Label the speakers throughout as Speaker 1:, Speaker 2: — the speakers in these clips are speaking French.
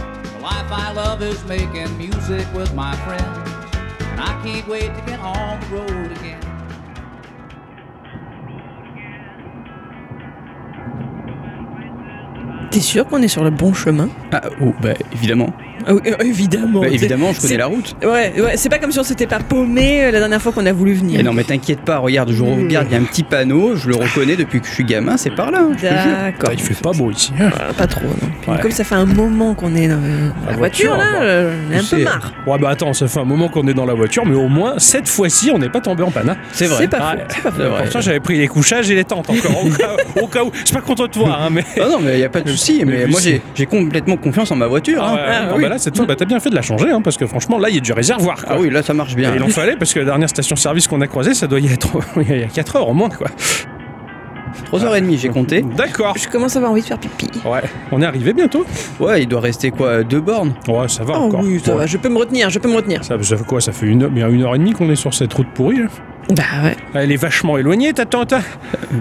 Speaker 1: life I love is making music with my friends. And I can't wait to get on the road again.
Speaker 2: T'es sûr qu'on est sur le bon chemin
Speaker 3: Ah, oh, bah, évidemment.
Speaker 2: Ah oui, euh, Évidemment.
Speaker 3: Bah, évidemment, je
Speaker 2: C'est-
Speaker 3: connais la route.
Speaker 2: c'est- Ouais, ouais, c'est pas comme si on s'était pas paumé euh, la dernière fois qu'on a voulu venir.
Speaker 3: Eh non, mais t'inquiète pas, regarde, je regarde, il y a un petit panneau, je le reconnais depuis que je suis gamin, c'est par là, hein, je te jure.
Speaker 2: D'accord.
Speaker 4: Bah, il fait pas beau ici. hein.
Speaker 2: Ah, Pas trop, non. Puis
Speaker 4: Ouais.
Speaker 2: Comme ça fait un moment qu'on est dans euh,
Speaker 4: La
Speaker 2: la, voiture,
Speaker 4: voiture,
Speaker 2: là,
Speaker 4: bon.
Speaker 2: euh, on est un peu
Speaker 3: C'est-
Speaker 2: marre.
Speaker 4: Ouais, bah attends, ça fait un moment qu'on est dans la voiture, mais au moins, cette fois-ci, on n'est pas tombé en panne. hein.
Speaker 3: C'est vrai.
Speaker 2: C'est pas faux,
Speaker 4: Ouais,
Speaker 2: c'est pas faux.
Speaker 3: C'est vrai.
Speaker 4: Pourtant, j'avais pris les couchages et les tentes encore, au cas, au cas où. Je suis pas content de toi, hein, mais.
Speaker 3: Ah non, mais il n'y a pas de souci, mais
Speaker 4: Mais
Speaker 3: moi
Speaker 4: si.
Speaker 3: j'ai j'ai complètement confiance en ma voiture.
Speaker 4: Ah,
Speaker 3: hein.
Speaker 4: ouais, ouais, non, bah là, cette fois, bah, t'as bien fait de la changer, hein, parce que franchement, là, il y a du réservoir. quoi.
Speaker 3: Ah oui, là ça marche bien.
Speaker 4: Et il en fallait, parce que la dernière station-service qu'on a croisée, ça doit y être il y a 4 heures au moins, quoi.
Speaker 3: 3h30, j'ai compté.
Speaker 4: D'accord.
Speaker 2: Je commence à avoir envie de faire pipi.
Speaker 4: Ouais, on est arrivé bientôt
Speaker 3: Ouais, il doit rester quoi Deux bornes
Speaker 4: Ouais, ça va
Speaker 2: Oh
Speaker 4: encore.
Speaker 2: oui, ça
Speaker 4: Ouais.
Speaker 2: va, je peux me retenir, je peux me retenir.
Speaker 4: Ça, ça fait quoi Ça fait une heure, bien une heure et demie qu'on est sur cette route pourrie. là.
Speaker 2: Bah ouais.
Speaker 4: Elle est vachement éloignée, ta tante. hein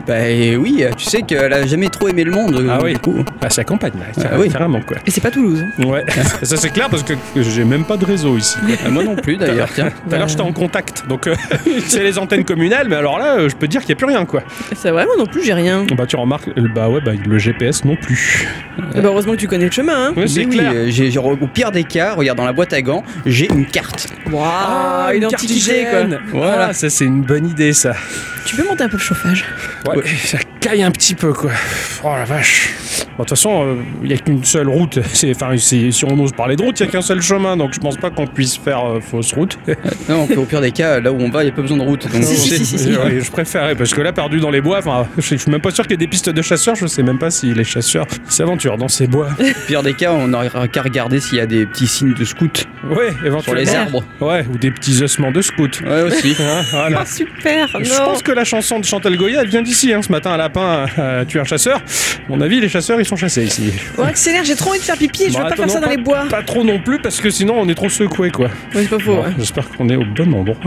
Speaker 3: Bah eh oui, tu sais qu'elle a jamais trop aimé le monde. euh,
Speaker 4: Ah oui.
Speaker 3: Du coup.
Speaker 4: Ah, c'est la campagne, là.
Speaker 3: Ah oui.
Speaker 4: Carrément, quoi.
Speaker 2: Et c'est pas Toulouse. hein.
Speaker 4: Ouais, ça c'est clair parce que j'ai même pas de réseau ici. quoi.
Speaker 3: Ah, moi non plus d'ailleurs, tiens.
Speaker 4: Tout à l'heure, j'étais en contact, donc euh, c'est les antennes communales, mais alors là, euh, je peux te dire qu'il n'y a plus rien, quoi.
Speaker 2: C'est vrai, moi non plus, j'ai rien.
Speaker 4: Bah, tu remarques, euh, bah ouais, bah, le GPS non plus.
Speaker 2: Eh ben, heureusement que tu connais le chemin, hein.
Speaker 4: Ouais,
Speaker 3: Mais
Speaker 4: c'est
Speaker 3: oui,
Speaker 4: clair.
Speaker 3: euh, j'ai j'ai- au pire des cas, regarde dans la boîte à gants, j'ai une carte.
Speaker 2: Waouh,
Speaker 4: Ah, une carte
Speaker 2: antiquité, quoi.
Speaker 4: hygiène.
Speaker 3: Voilà.
Speaker 4: Ah, ça c'est une bonne idée, ça.
Speaker 2: Tu peux monter un peu le chauffage
Speaker 4: Ouais,
Speaker 3: Ouais.
Speaker 4: ça caille un petit peu, quoi. Oh la vache. Bon, De toute façon, euh, il n'y a qu'une seule route. C'est- Enfin, c'est- si on ose parler de route, il n'y a qu'un seul chemin, donc je pense pas qu'on puisse faire euh, fausse route.
Speaker 3: Non, au pire des cas, là où on va, il n'y a pas besoin de route. Donc,
Speaker 2: Si, si,
Speaker 3: c'est-
Speaker 2: si, si, si.
Speaker 4: Ouais, Mm. je préférais, parce que là, perdu dans les bois, enfin, je je suis même pas sûr qu'il y ait des pistes de chasseurs, je sais même pas si les chasseurs s'aventurent dans ces bois.
Speaker 3: Au pire des cas, on n'aura qu'à regarder s'il y a des petits signes de scout
Speaker 4: Ouais, éventuellement.
Speaker 3: sur les arbres.
Speaker 4: Ouais, ou des petits ossements de scouts.
Speaker 3: Ouais, aussi.
Speaker 4: Hein, voilà.
Speaker 2: Ah, super,
Speaker 4: Je
Speaker 2: non.
Speaker 4: pense que la chanson de Chantal Goya, elle vient d'ici, hein, ce matin, un lapin euh, tue un chasseur. À mon avis, les chasseurs, ils sont chassés ici.
Speaker 2: Bon, accélère, j'ai trop envie de faire pipi et je
Speaker 4: Bon,
Speaker 2: veux pas
Speaker 4: attends,
Speaker 2: faire ça
Speaker 4: non,
Speaker 2: dans les bois.
Speaker 4: Pas trop non plus, parce que sinon, on est trop secoué, quoi.
Speaker 2: Ouais, c'est pas faux,
Speaker 4: Bon,
Speaker 2: ouais. Oh.
Speaker 4: J'espère qu'on est au bon endroit.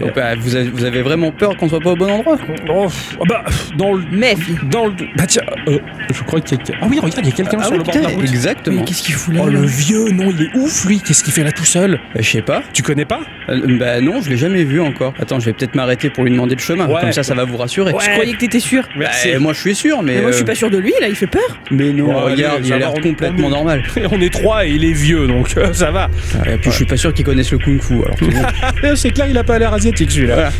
Speaker 3: Donc, bah, vous, avez, vous avez vraiment peur qu'on soit pas au bon endroit
Speaker 4: Oh, pff, ah bah, dans le.
Speaker 2: Mais, fille.
Speaker 4: Dans le. Bah tiens, euh, je crois qu'il y a. quelqu'un- Ah oui, regarde, il y a quelqu'un sur
Speaker 3: oui,
Speaker 4: le bord de
Speaker 3: putain,
Speaker 4: la route.
Speaker 3: Exactement.
Speaker 2: qu'est-ce qu'il fout là,
Speaker 4: Oh,
Speaker 2: là
Speaker 4: le vieux, non, il est ouf, lui. Qu'est-ce qu'il fait là tout seul
Speaker 3: Bah, Je sais pas.
Speaker 4: Tu connais pas
Speaker 3: Euh, Bah non, je l'ai jamais vu encore. Attends, je vais peut-être m'arrêter pour lui demander le chemin.
Speaker 4: Ouais.
Speaker 3: Comme ça, ça va vous rassurer.
Speaker 2: Je croyais que t'étais sûr.
Speaker 3: Bah, moi je suis sûr, mais.
Speaker 2: Mais moi, je suis
Speaker 3: euh,
Speaker 2: pas sûr de lui, là, il fait peur.
Speaker 3: Mais non,
Speaker 4: Bon, allez,
Speaker 3: regarde, il
Speaker 4: ça
Speaker 3: a
Speaker 4: va,
Speaker 3: l'air
Speaker 4: on-
Speaker 3: complètement
Speaker 4: on-
Speaker 3: normal.
Speaker 4: On est trois et il est vieux, donc euh, ça va.
Speaker 3: Et puis je suis pas sûr qu'ils connaissent le kung fu. Alors c'est bon.
Speaker 4: Ah, C'est clair, il a pas l'air asiatique celui-là.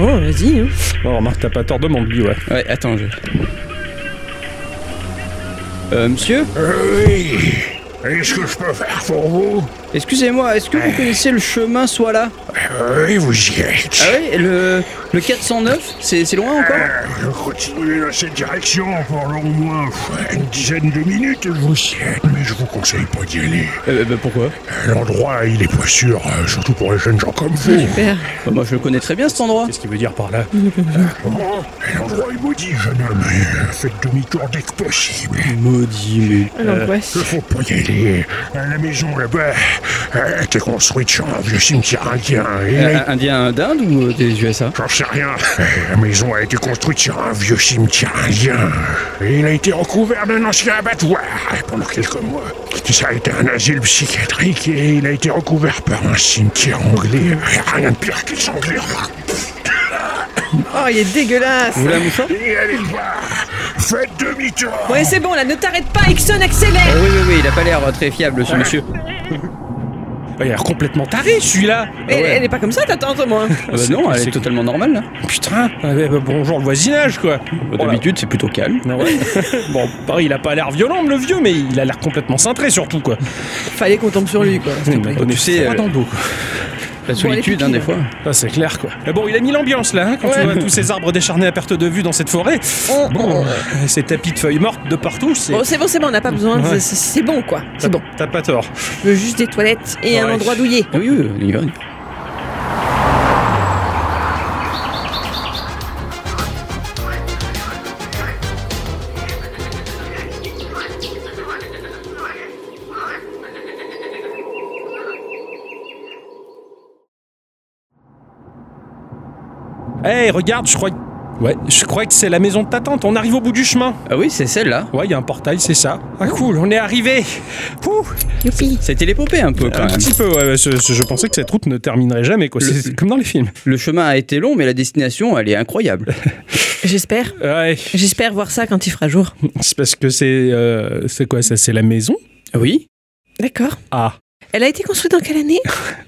Speaker 2: Oh, vas-y. hein.
Speaker 4: Bon, remarque, t'as pas tort, demande-lui, ouais.
Speaker 3: ouais, attends, je. Euh, monsieur
Speaker 5: Oui. Est-ce que je peux faire pour vous
Speaker 3: Excusez-moi, est-ce que vous connaissez le chemin soit là
Speaker 5: Oui, vous y êtes.
Speaker 3: Ah oui, le, le 409 C'est c'est loin encore
Speaker 5: Euh, Je continue dans cette direction pendant au moins euh, une dizaine de minutes, je vous sienne, mais je vous conseille pas d'y aller.
Speaker 4: Eh,
Speaker 3: euh, bah, Pourquoi
Speaker 5: Euh, L'endroit, il est pas sûr, euh, surtout pour les jeunes gens comme vous.
Speaker 2: Super.
Speaker 3: Bah, Moi je le connais très bien cet endroit.
Speaker 4: Qu'est-ce qu'il veut dire par là
Speaker 5: Comment L'endroit est maudit, jeune homme. Euh, Faites demi-tour dès que possible.
Speaker 3: Maudit, mais.
Speaker 2: Ah, L'angoisse.
Speaker 5: Il faut pas y aller. Euh, La maison là-bas, elle a été construite sur un vieux cimetière indien. Et là,
Speaker 3: Euh, Indien d'Inde ou euh, des USA
Speaker 5: J'en sais rien. La maison a été construite sur un vieux cimetière indien. Et il a été recouvert d'un ancien abattoir pendant quelques mois. Ça a été un asile psychiatrique et il a été recouvert par un cimetière anglais. Rien de pire que les anglais.
Speaker 2: Oh, il est dégueulasse.
Speaker 3: Vous voulez un mouchoir
Speaker 5: Et allez le voir. Faites demi-tour.
Speaker 2: Ouais, c'est bon, là, ne t'arrête pas, Ixon, accélère.
Speaker 3: Euh, Oui, oui, oui, il a pas l'air euh, très fiable ce monsieur.
Speaker 4: Ah, Il a l'air complètement taré celui-là
Speaker 2: Mais
Speaker 3: ouais.
Speaker 2: Elle est pas comme ça, ta tante, au moins.
Speaker 3: Ah, bah, non, elle est totalement normale là.
Speaker 4: Putain ah, bah, bah, Bonjour le voisinage, quoi Oh là.
Speaker 3: D'habitude, c'est plutôt calme.
Speaker 4: Ah ouais. bon, pareil, il a pas l'air violent, le vieux, mais il a l'air complètement cintré, surtout, quoi.
Speaker 2: Fallait qu'on tombe sur lui, quoi.
Speaker 4: Il m'a donné
Speaker 3: Tu sais,
Speaker 4: froid
Speaker 3: euh,
Speaker 4: dans le dos, quoi.
Speaker 3: La solitude, hein, des fois.
Speaker 4: Ça, c'est clair, quoi. Mais bon, il a mis l'ambiance, là, hein, quand tu
Speaker 2: Ouais.
Speaker 4: vois tous ces arbres décharnés à perte de vue dans cette forêt. Bon, euh, ces tapis de feuilles mortes de partout, c'est...
Speaker 2: Bon, c'est bon, c'est bon, on n'a pas besoin.
Speaker 4: Ouais.
Speaker 2: c'est- c'est- C'est bon, quoi. Oh, C'est bon.
Speaker 4: T'as pas tort.
Speaker 2: Je veux juste des toilettes et un
Speaker 4: Ouais.
Speaker 2: endroit douillet.
Speaker 3: Ah Oui, oui, on y va. on y va.
Speaker 4: Hey, Eh, regarde, je crois que Ouais, je crois que c'est la maison de ta tante. On arrive au bout du chemin.
Speaker 3: Ah oui, c'est celle-là.
Speaker 4: Ouais, il y a un portail, c'est ça. Ah cool, on est arrivé. Ouh,
Speaker 2: Youpi.
Speaker 3: C'est télépopé un peu quand
Speaker 4: un
Speaker 3: même.
Speaker 4: petit peu. ouais, ouais, ce- ce- je pensais que cette route ne terminerait jamais. Quoi. C'est c'est comme dans les films.
Speaker 3: Le chemin a été long, mais la destination, elle est incroyable.
Speaker 2: J'espère.
Speaker 4: Ouais,
Speaker 2: J'espère voir ça quand il fera jour.
Speaker 4: c'est parce que c'est euh, c'est quoi ça C'est la maison.
Speaker 3: Ah Oui.
Speaker 2: D'accord.
Speaker 4: Ah,
Speaker 2: Elle a été construite en quelle année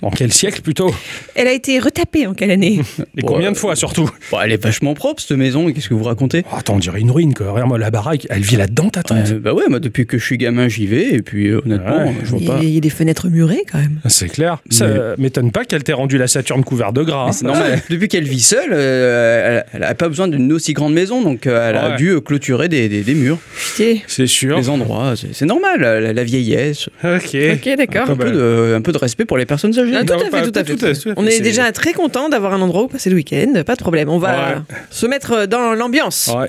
Speaker 4: en quel siècle plutôt
Speaker 2: Elle a été retapée en quelle année
Speaker 4: Et
Speaker 3: Ouais.
Speaker 4: combien de fois surtout
Speaker 3: Bon, elle est vachement propre cette maison. Qu'est-ce que vous racontez
Speaker 4: Oh, Attends, on dirait une ruine quoi. Regarde-moi la baraque. Elle vit là-dedans, ta tante.
Speaker 3: Euh, Bah ouais, moi depuis que je suis gamin, j'y vais. Et puis euh, honnêtement,
Speaker 4: Ouais.
Speaker 3: je vois
Speaker 2: il y, a,
Speaker 3: pas.
Speaker 2: il y a des fenêtres murées quand même.
Speaker 4: C'est clair. Ça
Speaker 3: Mais-
Speaker 4: euh, m'étonne pas qu'elle t'ait rendu la Saturne couverte de gras.
Speaker 3: Mais c'est normal. Depuis qu'elle vit seule, euh, elle- elle n'a pas besoin d'une aussi grande maison, donc euh, elle a
Speaker 4: Ouais.
Speaker 3: dû euh, clôturer des, des- des murs,
Speaker 2: Putain.
Speaker 4: C'est sûr.
Speaker 3: des endroits. C'est c'est normal, euh, la, la vieillesse.
Speaker 4: Ok.
Speaker 2: Ok, d'accord.
Speaker 4: Ah
Speaker 3: Un,
Speaker 4: bah.
Speaker 3: peu de, un peu de respect pour les personnes âgées.
Speaker 2: Ah, tout,
Speaker 4: Non,
Speaker 2: à
Speaker 4: pas-
Speaker 2: fait, tout à fait,
Speaker 4: tout à- tout à
Speaker 2: On
Speaker 4: fait,
Speaker 2: est
Speaker 4: c'est-
Speaker 2: déjà très content d'avoir un endroit où passer le week-end, pas de problème. On va
Speaker 4: Ouais. Ah.
Speaker 2: se mettre dans l'ambiance.
Speaker 4: Ouais.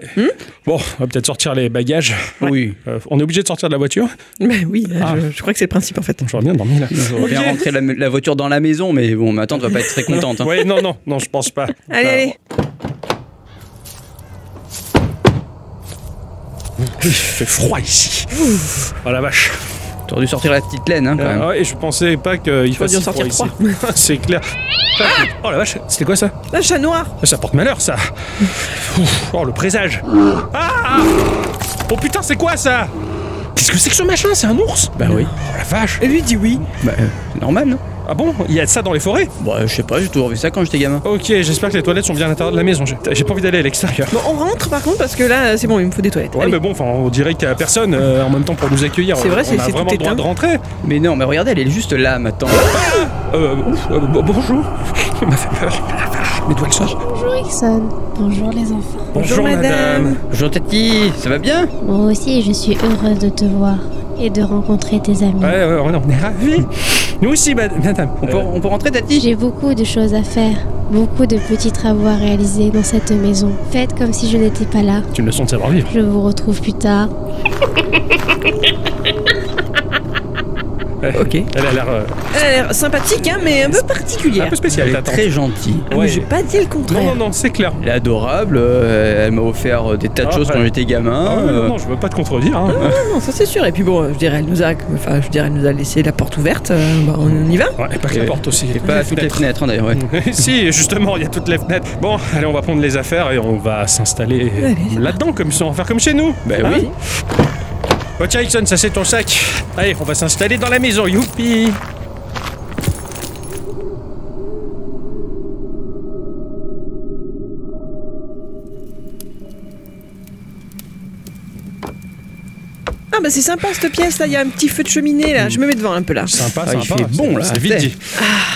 Speaker 4: bon, on va peut-être sortir les bagages.
Speaker 3: Oui.
Speaker 4: Euh, on est obligé de sortir de la voiture.
Speaker 2: Mais oui, hein,
Speaker 4: Ah.
Speaker 2: je, je crois que c'est le principe en fait.
Speaker 4: Je reviens dormir là.
Speaker 3: On vient rentrer la, la voiture dans la maison, mais bon, ma tante va pas être très contente. hein.
Speaker 4: Ouais, non, non, non, je pense pas.
Speaker 2: Allez,
Speaker 4: Ah,
Speaker 2: allez.
Speaker 4: Ah, Il fait froid ici. Oh la vache.
Speaker 3: T'aurais dû sortir la petite laine, hein, quand même.
Speaker 4: Ah ouais, et je pensais pas qu'il
Speaker 2: aurais
Speaker 4: fasse
Speaker 2: dû en
Speaker 4: si froid
Speaker 2: sortir
Speaker 4: ici.
Speaker 2: trois. Ah
Speaker 4: C'est clair. oh la vache, c'était quoi ça Ah,
Speaker 2: Un chat noir.
Speaker 4: Ça porte malheur ça. Ouf, oh le présage. Ah Oh putain, c'est quoi ça Qu'est-ce que c'est que ce machin C'est un ours
Speaker 3: Bah oui.
Speaker 4: Oh la vache.
Speaker 2: Et lui dit oui.
Speaker 3: Bah, euh, c'est normal, non
Speaker 4: Ah bon Il y a de ça dans les forêts
Speaker 3: Bah, je sais pas, j'ai toujours vu ça quand j'étais gamin.
Speaker 4: Ok, j'espère que les toilettes sont bien à l'intérieur de la maison. J'ai j'ai pas envie d'aller à l'extérieur.
Speaker 2: Bon, on rentre par contre parce que là, euh, c'est bon, il me faut des toilettes.
Speaker 4: Ouais,
Speaker 2: Allez.
Speaker 4: mais bon, enfin, on dirait qu'il y a personne euh, en même temps pour nous accueillir.
Speaker 2: C'est vrai,
Speaker 4: on
Speaker 2: c'est-
Speaker 4: a
Speaker 2: c'est
Speaker 4: vraiment
Speaker 2: tout
Speaker 4: le droit
Speaker 2: éteint.
Speaker 4: de rentrer.
Speaker 3: Mais non, mais regardez, elle est juste là, ma tante.
Speaker 4: Euh, ouf, euh, bo- bonjour. Il m'a fait peur. Mais d'où elle sort
Speaker 6: Bonjour Ixon. Bonjour les enfants.
Speaker 2: Bonjour, madame.
Speaker 3: Bonjour Tati, ça va bien
Speaker 6: Moi aussi, je suis heureuse de te voir et de rencontrer tes amis.
Speaker 4: Ouais, ouais, ouais, on est ravis. Nous aussi, mad- madame.
Speaker 3: on peut, on peut rentrer, Tati
Speaker 6: J'ai beaucoup de choses à faire, beaucoup de petits travaux à réaliser dans cette maison. Faites comme si je n'étais pas là.
Speaker 4: C'est une leçon de savoir-vivre.
Speaker 6: Je vous retrouve plus tard.
Speaker 2: Ok.
Speaker 4: Elle a l'air euh,
Speaker 2: Elle a l'air sympathique, hein, mais un peu particulière.
Speaker 4: un peu spéciale,
Speaker 3: Elle
Speaker 4: ta
Speaker 3: est
Speaker 4: tante.
Speaker 3: très gentille.
Speaker 2: Ah, mais
Speaker 4: Ouais.
Speaker 2: J'ai pas dit le contraire.
Speaker 4: Non, non, non, c'est clair.
Speaker 3: Elle est adorable, euh, elle m'a offert euh, des tas de
Speaker 4: Ah,
Speaker 3: choses
Speaker 4: ouais.
Speaker 3: quand j'étais gamin.
Speaker 4: Ah, non,
Speaker 3: euh,
Speaker 4: non, non, je veux pas te contredire. hein.
Speaker 2: Non, ça c'est sûr. Et puis bon, je dirais, elle nous a, enfin, je dirais, elle nous a laissé la porte ouverte. Euh, bah, on y va.
Speaker 4: Ouais, et pas que la
Speaker 3: Et-
Speaker 4: porte aussi.
Speaker 3: Et pas toutes les fenêtres, hein, d'ailleurs.
Speaker 4: Mm.
Speaker 3: ouais.
Speaker 4: si, justement, il y a toutes les fenêtres. Bon, allez, on va prendre les affaires et on va s'installer euh,
Speaker 2: Allez.
Speaker 4: là-dedans, comme ça, on va faire comme chez nous.
Speaker 3: Ben
Speaker 4: Hein
Speaker 3: oui.
Speaker 4: Oh, tiens, Ixon, ça c'est ton sac. Allez, on va s'installer dans la maison, youpi
Speaker 2: Ah bah c'est sympa cette pièce là. Il y a un petit feu de cheminée
Speaker 4: Mm.
Speaker 2: là. Je me mets devant un peu là.
Speaker 4: Sympa,
Speaker 3: Ah, il
Speaker 4: sympa.
Speaker 3: fait bon, là,
Speaker 4: c'est vite
Speaker 3: t'es.
Speaker 4: dit.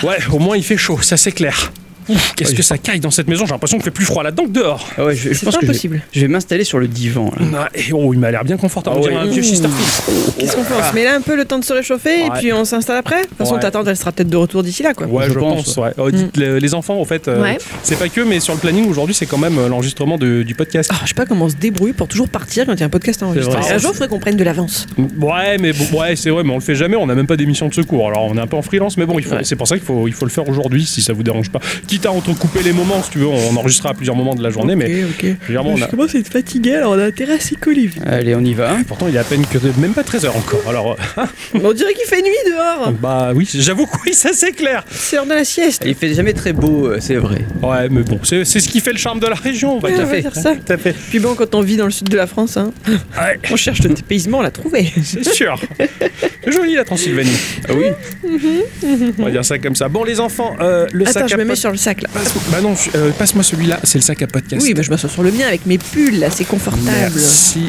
Speaker 4: Ouais, au moins il fait chaud, ça c'est clair. Ouf, Qu'est-ce que ça caille dans cette maison J'ai l'impression qu'il fait plus froid là-dedans que dehors.
Speaker 3: Ah ouais, je, je
Speaker 2: C'est
Speaker 3: pense
Speaker 2: pas
Speaker 3: que je-
Speaker 2: impossible.
Speaker 3: Je, vais m'installer sur le divan. Là.
Speaker 4: Ah, et oh, il m'a l'air bien confortable.
Speaker 3: Ah
Speaker 4: on dirait
Speaker 3: ouais.
Speaker 4: un vieux Chesterfield.
Speaker 2: Qu'est-ce qu'on fait On se met là un peu le temps de se réchauffer et
Speaker 4: Ah. Ouais.
Speaker 2: puis on s'installe après. De toute façon,
Speaker 4: Ouais.
Speaker 2: ta tante, elle sera peut-être de retour d'ici là quoi.
Speaker 4: Ouais, je,
Speaker 3: Je
Speaker 4: pense.
Speaker 3: pense,
Speaker 4: ouais. Oh, dites, le- les enfants, en fait, euh,
Speaker 2: Ouais.
Speaker 4: c'est pas que, mais sur le planning aujourd'hui, c'est quand même euh, l'enregistrement de- du podcast.
Speaker 2: Ah, je sais pas comment on se débrouille pour toujours partir quand il y a un podcast enregistré.
Speaker 4: vrai.
Speaker 2: Un jour, il faudrait qu'on prenne de l'avance.
Speaker 4: Ouais, mais bon, ouais, c'est vrai, mais on le fait jamais. On n'a même pas d'émission de secours. Alors, on est un peu en freelance, mais bon, il faut-
Speaker 2: Ouais.
Speaker 4: c'est pour ça qu'il faut, il faut le faire aujourd'hui, si ça vous dérange pas. Quitte à entrecouper les moments, si tu veux, on enregistrera à plusieurs moments de la journée, mais
Speaker 2: Ok, ok.
Speaker 4: Généralement, on
Speaker 2: Je
Speaker 4: a-
Speaker 2: commence à être fatigué, alors on a intérêt à s'y coller. vite.
Speaker 3: Allez, on y va.
Speaker 4: pourtant, il est à peine que même pas 13 heures encore. Alors, euh,
Speaker 2: on dirait qu'il fait nuit dehors.
Speaker 4: bah oui, j'avoue que oui, ça c'est clair.
Speaker 2: C'est l'heure de la sieste.
Speaker 3: Il fait jamais très beau, euh, c'est vrai.
Speaker 4: Ouais, mais bon, c'est c'est ce qui fait le charme de la région, on va
Speaker 2: Ouais,
Speaker 4: dire.
Speaker 2: on va
Speaker 3: fait.
Speaker 2: dire ça.
Speaker 4: Tout à fait,
Speaker 2: Puis bon, quand on vit dans le sud de la France, hein,
Speaker 4: Ouais.
Speaker 2: on cherche le dépaysement, on l'a trouvé.
Speaker 4: c'est sûr. C'est joli la Transylvanie.
Speaker 3: Ah oui
Speaker 4: On va dire ça comme ça. Bon, les enfants, euh, le
Speaker 2: Attends,
Speaker 4: sac
Speaker 2: je
Speaker 4: à
Speaker 2: me mets
Speaker 4: pod-
Speaker 2: sur le sac là.
Speaker 4: Passe- Bah non, je- euh, passe-moi celui-là, c'est le sac à podcast.
Speaker 2: Oui, bah, je m'assois sur le mien avec mes pulls là, c'est confortable.
Speaker 4: Merci.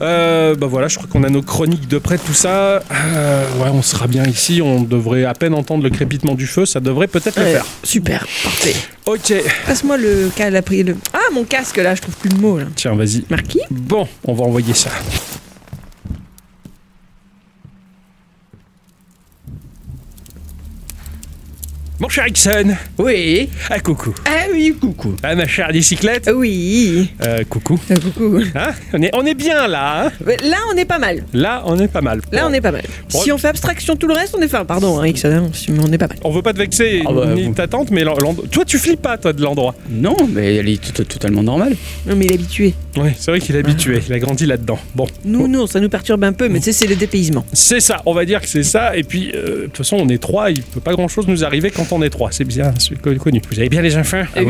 Speaker 4: Euh, bah voilà, je crois qu'on a nos chroniques de près, tout ça. Euh, ouais, on sera bien ici. On devrait à peine entendre le crépitement du feu. Ça devrait peut-être le
Speaker 2: Ouais,
Speaker 4: faire.
Speaker 2: super, parfait.
Speaker 4: Ok.
Speaker 2: Passe-moi le calapri. Le... Ah, mon casque là, je trouve plus le mot là.
Speaker 4: Tiens, vas-y.
Speaker 2: Marquis
Speaker 4: Bon, on va envoyer ça. Mon cher Ixon,
Speaker 3: Oui.
Speaker 4: ah coucou.
Speaker 3: Ah oui, coucou.
Speaker 4: Ah ma chère bicyclette,
Speaker 2: Eh Oui.
Speaker 4: euh, coucou.
Speaker 2: Euh, coucou.
Speaker 4: Hein on, est, on est bien là, hein
Speaker 2: Mais Là, on est pas mal.
Speaker 4: Là, on est pas mal.
Speaker 2: Là, on est pas mal.
Speaker 4: Bon.
Speaker 2: Si on fait abstraction de tout le reste, on est enfin, pardon, hein, Ixon, hein, si- mais on est pas mal.
Speaker 4: On veut pas te vexer
Speaker 3: Ah bah,
Speaker 4: ni
Speaker 3: vous-
Speaker 4: ta tante, mais l'en- l'en- toi tu flippes pas toi de l'endroit.
Speaker 3: Non, mais elle est tout- tout- totalement normale.
Speaker 2: Non, mais il est habitué.
Speaker 4: Oui, c'est vrai qu'il est habitué, il a grandi là-dedans. Bon,
Speaker 2: Nous, non, ça nous perturbe un peu, mais tu sais, c'est le dépaysement.
Speaker 4: c'est ça, on va dire que c'est ça. Et puis, euh, de toute façon, on est trois, il peut pas grand-chose nous arriver quand on est trois. C'est bien, c'est co- connu. Vous avez bien les enfants Ah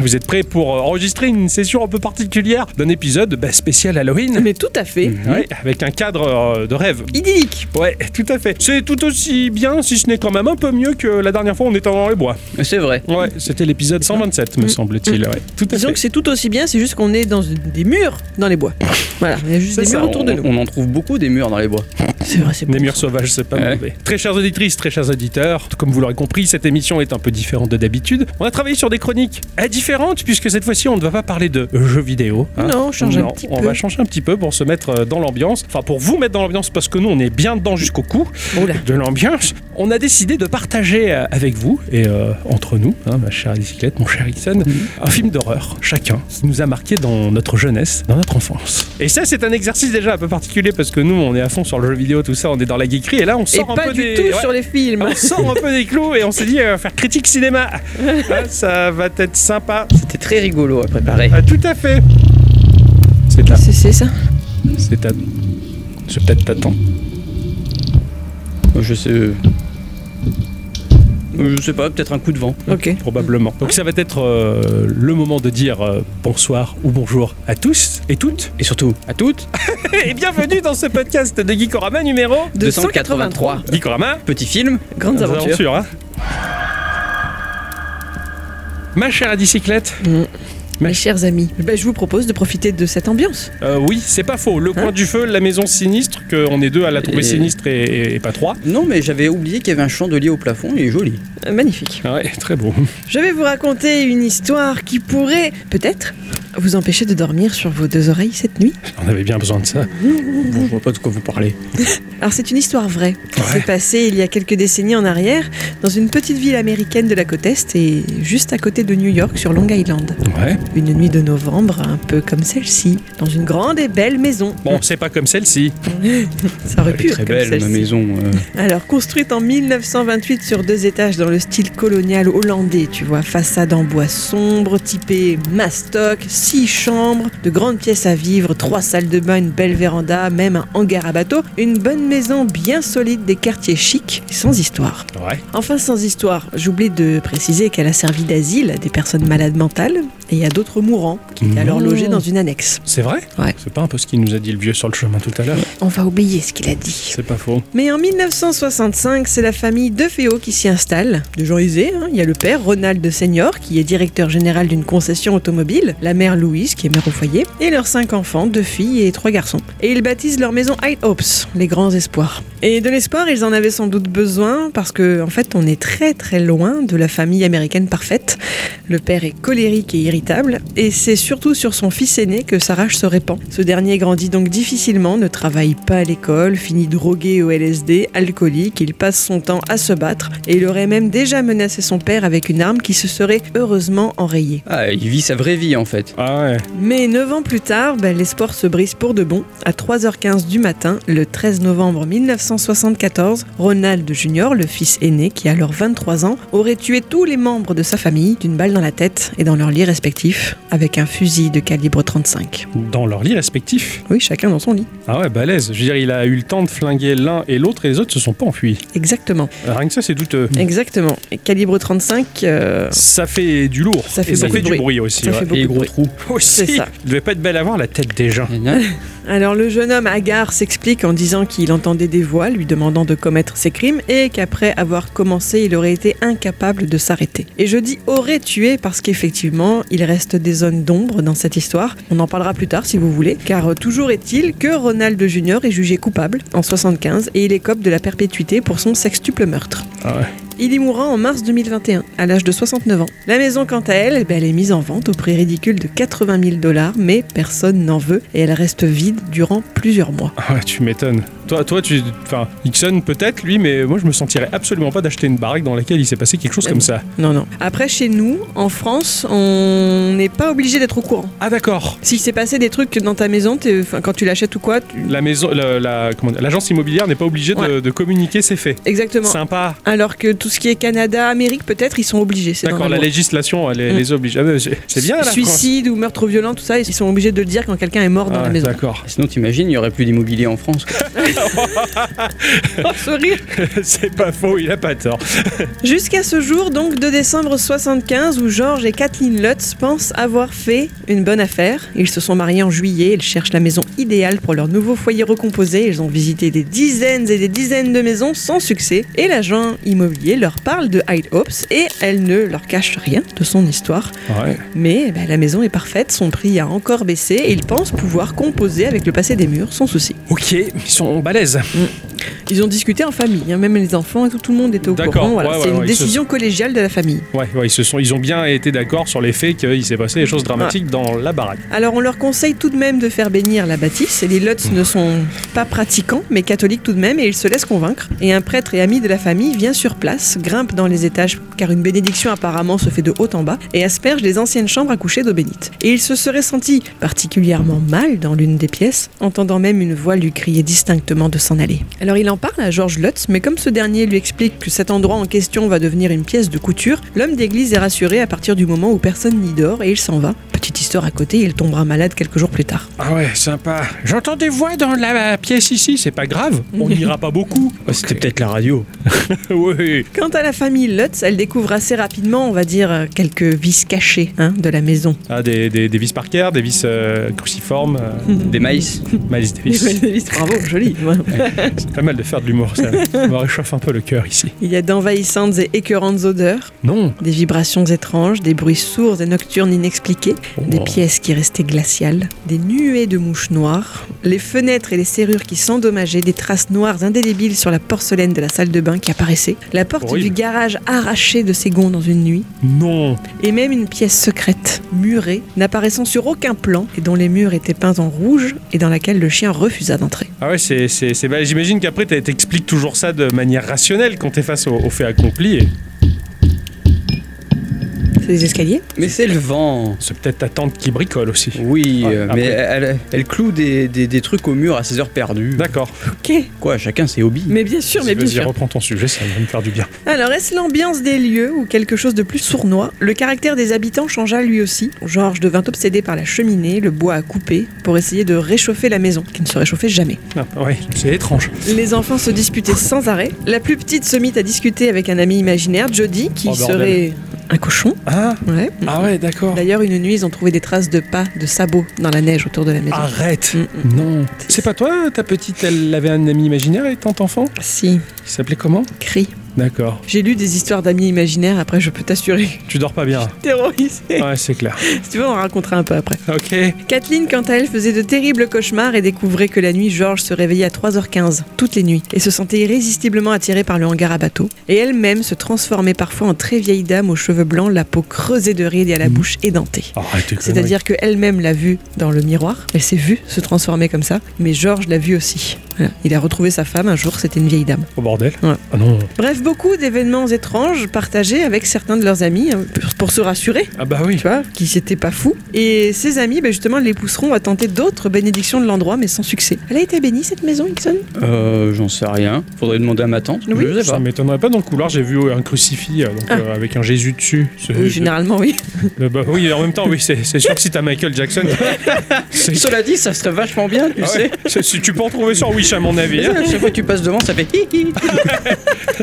Speaker 4: Vous êtes prêts pour euh, enregistrer une session un peu particulière d'un épisode bah, spécial Halloween
Speaker 2: Mais tout à fait.
Speaker 4: Ouais, avec un cadre euh, de rêve.
Speaker 2: Idyllique.
Speaker 4: Ouais, tout à fait. C'est tout aussi bien, si ce n'est quand même un peu mieux que la dernière fois on était dans les bois.
Speaker 3: C'est vrai.
Speaker 4: Ouais, c'était l'épisode 127,
Speaker 3: Mm.
Speaker 4: me semble-t-il. Ouais, tout à
Speaker 2: Disons
Speaker 4: fait.
Speaker 2: que c'est tout aussi bien, c'est juste qu'on est dans des murs dans les bois. Voilà, il y a juste
Speaker 4: C'est
Speaker 2: des
Speaker 4: ça,
Speaker 2: murs autour
Speaker 3: on,
Speaker 2: de nous.
Speaker 3: on en trouve beaucoup des murs dans les bois.
Speaker 2: C'est vrai, c'est
Speaker 4: Des
Speaker 2: bon.
Speaker 4: murs sauvages, c'est pas
Speaker 3: Ouais.
Speaker 4: mauvais. Très chères auditrices, très chers auditeurs, comme vous l'aurez compris, cette émission est un peu différente de d'habitude. On a travaillé sur des chroniques euh, différentes, puisque cette fois-ci, on ne va pas parler de jeux vidéo. hein.
Speaker 2: Non, on change un petit
Speaker 4: on
Speaker 2: peu.
Speaker 4: va changer un petit peu pour se mettre euh, dans l'ambiance. Enfin, pour vous mettre dans l'ambiance, parce que nous, on est bien dedans jusqu'au cou
Speaker 2: Oula.
Speaker 4: de l'ambiance. On a décidé de partager euh, avec vous et euh, entre nous, hein, ma chère bicyclette, mon cher Ixon, un film d'horreur, chacun, qui nous a marqué dans notre jeunesse, dans notre enfance. Et ça, c'est un exercice déjà un peu particulier parce que nous, on est à fond sur le jeu vidéo, tout ça, on est dans la geekerie et là, on
Speaker 2: Et
Speaker 4: sort un
Speaker 2: pas
Speaker 4: peu
Speaker 2: du
Speaker 4: des.
Speaker 2: tout
Speaker 4: ouais, Ah
Speaker 2: sur les films.
Speaker 4: on sort un peu des clous et on s'est dit euh, faire critique cinéma. Ah, ça va être sympa.
Speaker 3: C'était très rigolo à préparer.
Speaker 4: Ah, tout à fait. C'est là.
Speaker 2: C'est- C'est ça
Speaker 4: C'est ta. C'est peut-être ta tante.
Speaker 3: Je sais. euh, Je sais pas, peut-être un coup de vent.
Speaker 2: Ok.
Speaker 4: probablement. Donc ça va être euh, le moment de dire euh, bonsoir ou bonjour à tous et toutes.
Speaker 3: Et surtout, à toutes,
Speaker 4: Et bienvenue dans ce podcast de Geekorama numéro
Speaker 2: 283.
Speaker 4: Geekorama.
Speaker 3: Petit film.
Speaker 2: Grandes
Speaker 4: Aventures,
Speaker 2: aventures.
Speaker 4: hein. Ma chère à bicyclette,
Speaker 2: Mes chers amis, ben, je vous propose de profiter de cette ambiance.
Speaker 4: euh, oui, c'est pas faux. Le coin du feu, la maison sinistre, qu'on est deux à la trouver
Speaker 3: Et-
Speaker 4: sinistre Hein et, et- et pas trois.
Speaker 3: Non, mais j'avais oublié qu'il y avait un chandelier au plafond, il est joli.
Speaker 2: Euh, Magnifique.
Speaker 4: Ah Ouais, très beau.
Speaker 2: Je vais vous raconter une histoire qui pourrait, peut-être, vous empêcher de dormir sur vos deux oreilles cette nuit.
Speaker 4: On avait bien besoin de ça.
Speaker 3: Bon, je vois pas de quoi vous parlez.
Speaker 2: Alors c'est une histoire vraie qui s'est passée il y a quelques décennies en arrière dans une petite ville américaine de la côte Est et juste à côté de New York sur Long Island.
Speaker 4: Ouais.
Speaker 2: Une nuit de novembre, un peu comme celle-ci, dans une grande et belle maison.
Speaker 4: Bon, c'est pas comme celle-ci.
Speaker 2: ça aurait
Speaker 3: Elle
Speaker 2: pu
Speaker 3: est
Speaker 2: être
Speaker 3: très
Speaker 2: comme
Speaker 3: belle, ma
Speaker 2: celle-ci.
Speaker 3: maison. euh.
Speaker 2: Alors, construite en 1928 sur deux étages dans le style colonial hollandais, tu vois, façade en bois sombre, typée mastoc, six chambres, de grandes pièces à vivre, trois salles de bain, une belle véranda, même un hangar à bateau, une bonne maison bien solide des quartiers chics, sans histoire.
Speaker 4: Ouais.
Speaker 2: Enfin, sans histoire, j'oublie de préciser qu'elle a servi d'asile à des personnes malades mentales et à d'autres mourants qui étaient alors logés dans une annexe.
Speaker 4: Mmh. C'est vrai
Speaker 2: Ouais.
Speaker 4: C'est pas un peu ce qu'il nous a dit le vieux sur le chemin tout à l'heure
Speaker 2: On va oublier ce qu'il a dit.
Speaker 4: C'est pas faux.
Speaker 2: Mais en 1965, c'est la famille De Feo qui s'y installe. De gens aisés, hein. il y a le père Ronald Senior qui est directeur général d'une concession automobile, la mère Louise qui est mère au foyer, et leurs cinq enfants, deux filles et trois garçons. Et ils baptisent leur maison High Hopes, les grands espoirs. Et de l'espoir, ils en avaient sans doute besoin parce que en fait, on est très très loin de la famille américaine parfaite. Le père est colérique et irritable, et c'est surtout sur son fils aîné que sa rage se répand. Ce dernier grandit donc difficilement, ne travaille pas à l'école, finit drogué au LSD, alcoolique, il passe son temps à se battre, et il aurait même déjà menacé son père avec une arme qui se serait heureusement enrayée.
Speaker 3: Ah, il vit sa vraie vie en fait.
Speaker 4: Ah ouais.
Speaker 2: Mais 9 ans plus tard, ben, l'espoir se brise pour de bon. À 3h15 du matin, le 13 novembre 1974, Ronald Jr., le fils aîné qui a alors 23 ans, aurait tué tous les membres de sa famille d'une balle dans la tête et dans leur lit respectif avec un fusil de calibre 35.
Speaker 4: Dans leur lit respectif.
Speaker 2: Oui, chacun dans son lit.
Speaker 4: Ah ouais, balèze. Je veux dire, il a eu le temps de flinguer l'un et l'autre et les autres se sont pas enfuis.
Speaker 2: Exactement.
Speaker 4: Rien que ça, c'est douteux.
Speaker 2: Exactement. Et calibre 35, euh,
Speaker 4: Ça fait du lourd.
Speaker 2: Ça fait
Speaker 4: et ça
Speaker 2: beaucoup
Speaker 4: fait
Speaker 2: de
Speaker 4: du
Speaker 2: bruit.
Speaker 4: bruit aussi.
Speaker 2: Ça
Speaker 4: ouais.
Speaker 2: fait
Speaker 3: Et
Speaker 2: beaucoup de
Speaker 3: gros
Speaker 2: bruit.
Speaker 3: trou.
Speaker 4: Aussi,
Speaker 2: C'est ça.
Speaker 4: il devait pas être belle à voir la tête des gens.
Speaker 2: Alors le jeune homme hagard s'explique en disant qu'il entendait des voix lui demandant de commettre ses crimes et qu'après avoir commencé, il aurait été incapable de s'arrêter. Et je dis aurait tué parce qu'effectivement, il reste des zones d'ombre dans cette histoire. On en parlera plus tard si vous voulez, car euh, toujours est-il que Ronald Jr est jugé coupable en 75 et il écope de la perpétuité pour son sextuple meurtre.
Speaker 4: Ah ouais.
Speaker 2: Il y mourra en mars 2021, à l'âge de 69 ans. La maison, quant à elle, eh ben, elle est mise en vente au prix ridicule de 80 000 dollars, mais personne n'en veut et elle reste vide durant plusieurs mois.
Speaker 4: Ah ouais, tu m'étonnes. Toi, toi, tu. Enfin, Nixon peut-être, lui, mais moi, je me sentirais absolument pas d'acheter une baraque dans laquelle il s'est passé quelque chose comme ça.
Speaker 2: Non, non. Après, chez nous, en France, on n'est pas obligé d'être au courant.
Speaker 4: Ah, d'accord.
Speaker 2: S'il s'est passé des trucs dans ta maison, t'es- enfin, quand tu l'achètes ou quoi, tu-
Speaker 4: La maison, la- la- comment dire, l'agence immobilière n'est pas obligée de- de,
Speaker 2: Ouais.
Speaker 4: communiquer ses faits.
Speaker 2: exactement.
Speaker 4: Sympa.
Speaker 2: Alors que tout ce qui est Canada, Amérique, peut-être, ils sont obligés. c'est
Speaker 4: D'accord, la
Speaker 2: normalement.
Speaker 4: législation, elle les-
Speaker 2: Mm.
Speaker 4: les oblige. Ah, mais c'est c'est bien la France.
Speaker 2: Suicide ou meurtre violent, tout ça, ils sont obligés de le dire quand quelqu'un est mort dans la
Speaker 4: Ah,
Speaker 2: maison.
Speaker 4: D'accord.
Speaker 3: Sinon, t'imagines, il n'y aurait plus d'immobilier en France. quoi.
Speaker 2: Oh, ce rire
Speaker 4: c'est pas faux, il a pas tort.
Speaker 2: Jusqu'à ce jour, donc 2 décembre 75, où George et Kathleen Lutz pensent avoir fait une bonne affaire. Ils se sont mariés en juillet, ils cherchent la maison idéale pour leur nouveau foyer recomposé. Ils ont visité des dizaines et des dizaines de maisons sans succès. Et l'agent immobilier leur parle de Hyde Hopes et elle ne leur cache rien de son histoire.
Speaker 4: Ouais.
Speaker 2: Mais eh ben, la maison est parfaite, son prix a encore baissé et ils pensent pouvoir composer avec le passé des murs sans souci.
Speaker 4: Ok, ils sont balèzes.
Speaker 2: Ils ont discuté en famille, hein, même les enfants, et tout, tout le monde était au
Speaker 4: D'accord,
Speaker 2: courant. voilà.
Speaker 4: ouais,
Speaker 2: C'est
Speaker 4: ouais,
Speaker 2: une
Speaker 4: ouais, ils se-
Speaker 2: décision collégiale de la famille.
Speaker 4: Ouais, ouais, ils se sont, ils ont bien été d'accord sur les faits qu'il s'est passé des choses dramatiques dans la baraque.
Speaker 2: Alors on leur conseille tout de même de faire bénir la bâtisse et les Lutz ne sont pas pratiquants mais catholiques tout de même et ils se laissent convaincre. Et un prêtre et ami de la famille vient sur place, grimpe dans les étages car une bénédiction apparemment se fait de haut en bas et asperge les anciennes chambres à coucher d'eau bénite. Et il se serait senti particulièrement mal dans l'une des pièces, entendant même une voix lui crier distinctement de s'en aller. Alors il en parle à George Lutz mais comme ce dernier lui explique que cet endroit en question va devenir une pièce de couture, l'homme d'église est rassuré à partir du moment où personne n'y dort et il s'en va. Petite histoire à côté, il tombera malade quelques jours plus tard.
Speaker 4: Ah ouais, sympa. J'entends des voix dans la pièce ici, c'est pas grave. On n'ira pas beaucoup. Ouais, Ah, C'était peut-être la radio. oui.
Speaker 2: Quant à la famille Lutz, elle découvre assez rapidement, on va dire, euh, quelques vices cachés hein, de la maison.
Speaker 4: Ah, des, des, des vis par cœur, des vis euh, cruciformes, euh,
Speaker 3: Des maïs.
Speaker 4: Miles Davis.
Speaker 2: Bravo, joli.
Speaker 4: C'est pas mal de faire de l'humour, ça. On me réchauffe un peu le cœur ici.
Speaker 2: Il y a d'envahissantes et écœurantes odeurs,
Speaker 4: Non.
Speaker 2: des vibrations étranges, des bruits sourds et nocturnes inexpliqués, des pièces qui restaient glaciales, des nuées de mouches noires, les fenêtres et les serrures qui s'endommageaient, des traces noires indélébiles sur la porcelaine de la salle de bain qui apparaissait, la porte
Speaker 4: Horrible.
Speaker 2: du garage arrachée de ses gonds dans une nuit,
Speaker 4: Non.
Speaker 2: et même une pièce secrète, murée, n'apparaissant sur aucun plan et dont les murs étaient peints en rouge et dans laquelle le chien refusa d'entrer.
Speaker 4: Ah ouais, c'est, c'est, c'est balèze. J'imagine qu'après, t'as- t'expliques toujours ça de manière rationnelle quand t'es face au, au fait accompli. Et
Speaker 2: C'est des escaliers
Speaker 3: Mais c'est le vent.
Speaker 4: c'est peut-être ta tante qui bricole aussi.
Speaker 3: Oui,
Speaker 4: Ouais,
Speaker 3: euh,
Speaker 4: après.
Speaker 3: mais elle, elle cloue des, des- des trucs au mur à ses heures perdues.
Speaker 4: D'accord.
Speaker 2: Ok,
Speaker 3: Quoi, chacun ses hobbies.
Speaker 2: mais bien sûr, mais
Speaker 4: Vas-y,
Speaker 2: bien
Speaker 4: vas-y,
Speaker 2: sûr.
Speaker 4: reprends ton sujet, ça va me faire du bien.
Speaker 2: Alors, est-ce l'ambiance des lieux ou quelque chose de plus sournois Le caractère des habitants changea lui aussi. Georges devint obsédé par la cheminée, le bois à couper, pour essayer de réchauffer la maison, qui ne se réchauffait jamais.
Speaker 4: Ah, ouais, c'est étrange.
Speaker 2: Les enfants se disputaient sans arrêt. La plus petite se mit à discuter avec un ami imaginaire, Jody, qui
Speaker 4: Oh, bordel.
Speaker 2: serait un cochon.
Speaker 4: Ah,
Speaker 2: Ouais.
Speaker 4: ah ouais, d'accord.
Speaker 2: D'ailleurs, une nuit, ils ont trouvé des traces de pas, de sabots dans la neige autour de la maison.
Speaker 4: Arrête.
Speaker 2: Mm,
Speaker 4: Non. C'est pas toi, ta petite, elle avait un ami imaginaire étant enfant
Speaker 2: Si,
Speaker 4: Il s'appelait comment
Speaker 2: cri.
Speaker 4: D'accord.
Speaker 2: J'ai lu des histoires d'amis imaginaires, après je peux t'assurer.
Speaker 4: Tu dors pas bien.
Speaker 2: Terrorisé.
Speaker 4: Eh. Ouais, c'est clair.
Speaker 2: Si tu veux, on racontera un peu après.
Speaker 4: Ok.
Speaker 2: Kathleen, quant à elle, faisait de terribles cauchemars et découvrait que la nuit, George se réveillait à 3h15, toutes les nuits, et se sentait irrésistiblement attirée par le hangar à bateau. Et elle-même se transformait parfois en très vieille dame aux cheveux blancs, la peau creusée de rides et à la bouche édentée.
Speaker 4: Arrête. tes
Speaker 2: C'est-à-dire qu'elle-même l'a vue dans le miroir, elle s'est vue se transformer comme ça, mais Georges l'a vue aussi. Voilà. Il a retrouvé sa femme un jour, c'était une vieille dame.
Speaker 4: conneries. Au bordel.
Speaker 2: Ouais.
Speaker 4: Ah non.
Speaker 2: Bref, beaucoup d'événements étranges partagés avec certains de leurs amis hein, pour- pour se rassurer,
Speaker 4: Ah bah oui.
Speaker 2: tu vois, qui s'étaient pas fous. Et ces amis, ben, justement, les pousseront à tenter d'autres bénédictions de l'endroit, mais sans succès. Elle a été bénie cette maison, Ixon
Speaker 3: Euh, j'en sais rien. Faudrait demander à ma tante.
Speaker 2: Oui.
Speaker 3: Je sais
Speaker 4: Ça
Speaker 3: pas.
Speaker 4: m'étonnerait pas dans le couloir, j'ai vu un crucifix euh, donc, euh, avec un Jésus dessus. C'est-
Speaker 2: Ah. Oui, généralement, oui.
Speaker 4: Euh, bah oui, en même temps, oui, c'est c'est sûr que si t'as Michael Jackson. c'est-
Speaker 3: Cela dit, ça serait vachement bien, tu
Speaker 4: Ah
Speaker 3: sais.
Speaker 4: ouais, c'est- si tu peux en trouver sur Wish, à mon
Speaker 3: Mais
Speaker 4: avis. hein.
Speaker 3: ça, à chaque fois que tu passes devant, ça fait hi, hi.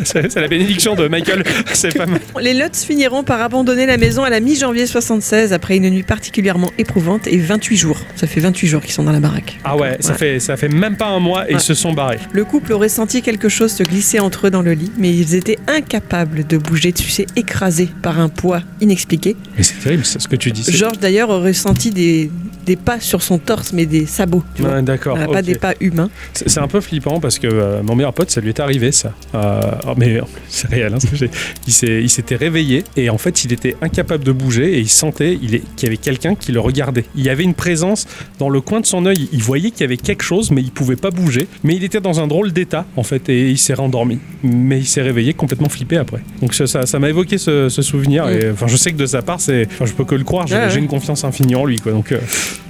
Speaker 4: C'est c'est la bénédiction de Michael. C'est pas mal.
Speaker 2: Les Lutz finiront par abandonner la maison à la mi-janvier 76 après une nuit particulièrement éprouvante et 28 jours. Ça fait 28 jours qu'ils sont dans la baraque.
Speaker 4: Ah ouais, ça,
Speaker 2: Ouais.
Speaker 4: Fait, ça fait même pas un mois et ils
Speaker 2: Ouais.
Speaker 4: se sont barrés.
Speaker 2: Le couple aurait senti quelque chose se glisser entre eux dans le lit, mais ils étaient incapables de bouger, tu sais, écrasés par un poids inexpliqué.
Speaker 4: Mais c'est terrible, c'est ce que tu dis. c'est-
Speaker 2: Georges d'ailleurs aurait senti des, des pas sur son torse, mais des sabots. tu vois.
Speaker 4: Ouais, D'accord.
Speaker 2: Voilà, Pas
Speaker 4: ok.
Speaker 2: des pas humains.
Speaker 4: C'est- c'est un peu flippant parce que euh, mon meilleur pote, ça lui est arrivé ça. Euh, oh, mais euh, c'est réel. hein, ce que j'ai- il s'est- il s'était réveillé et en fait, il était incapable de bouger et il sentait il est- qu'il y avait quelqu'un qui le regardait. Il y avait une présence dans le coin de son œil. Il voyait qu'il y avait quelque chose, mais il pouvait pas bouger. Mais il était dans un drôle d'état en fait et il s'est rendormi. Mais il s'est réveillé complètement flippé après. Donc ça, ça ça m'a évoqué ce, ce souvenir. Et enfin, je sais que de sa part, c'est, enfin, je peux que le croire. J'ai
Speaker 2: Mm. Ouais, ouais.
Speaker 4: j'ai une confiance infinie en lui quoi. Donc euh,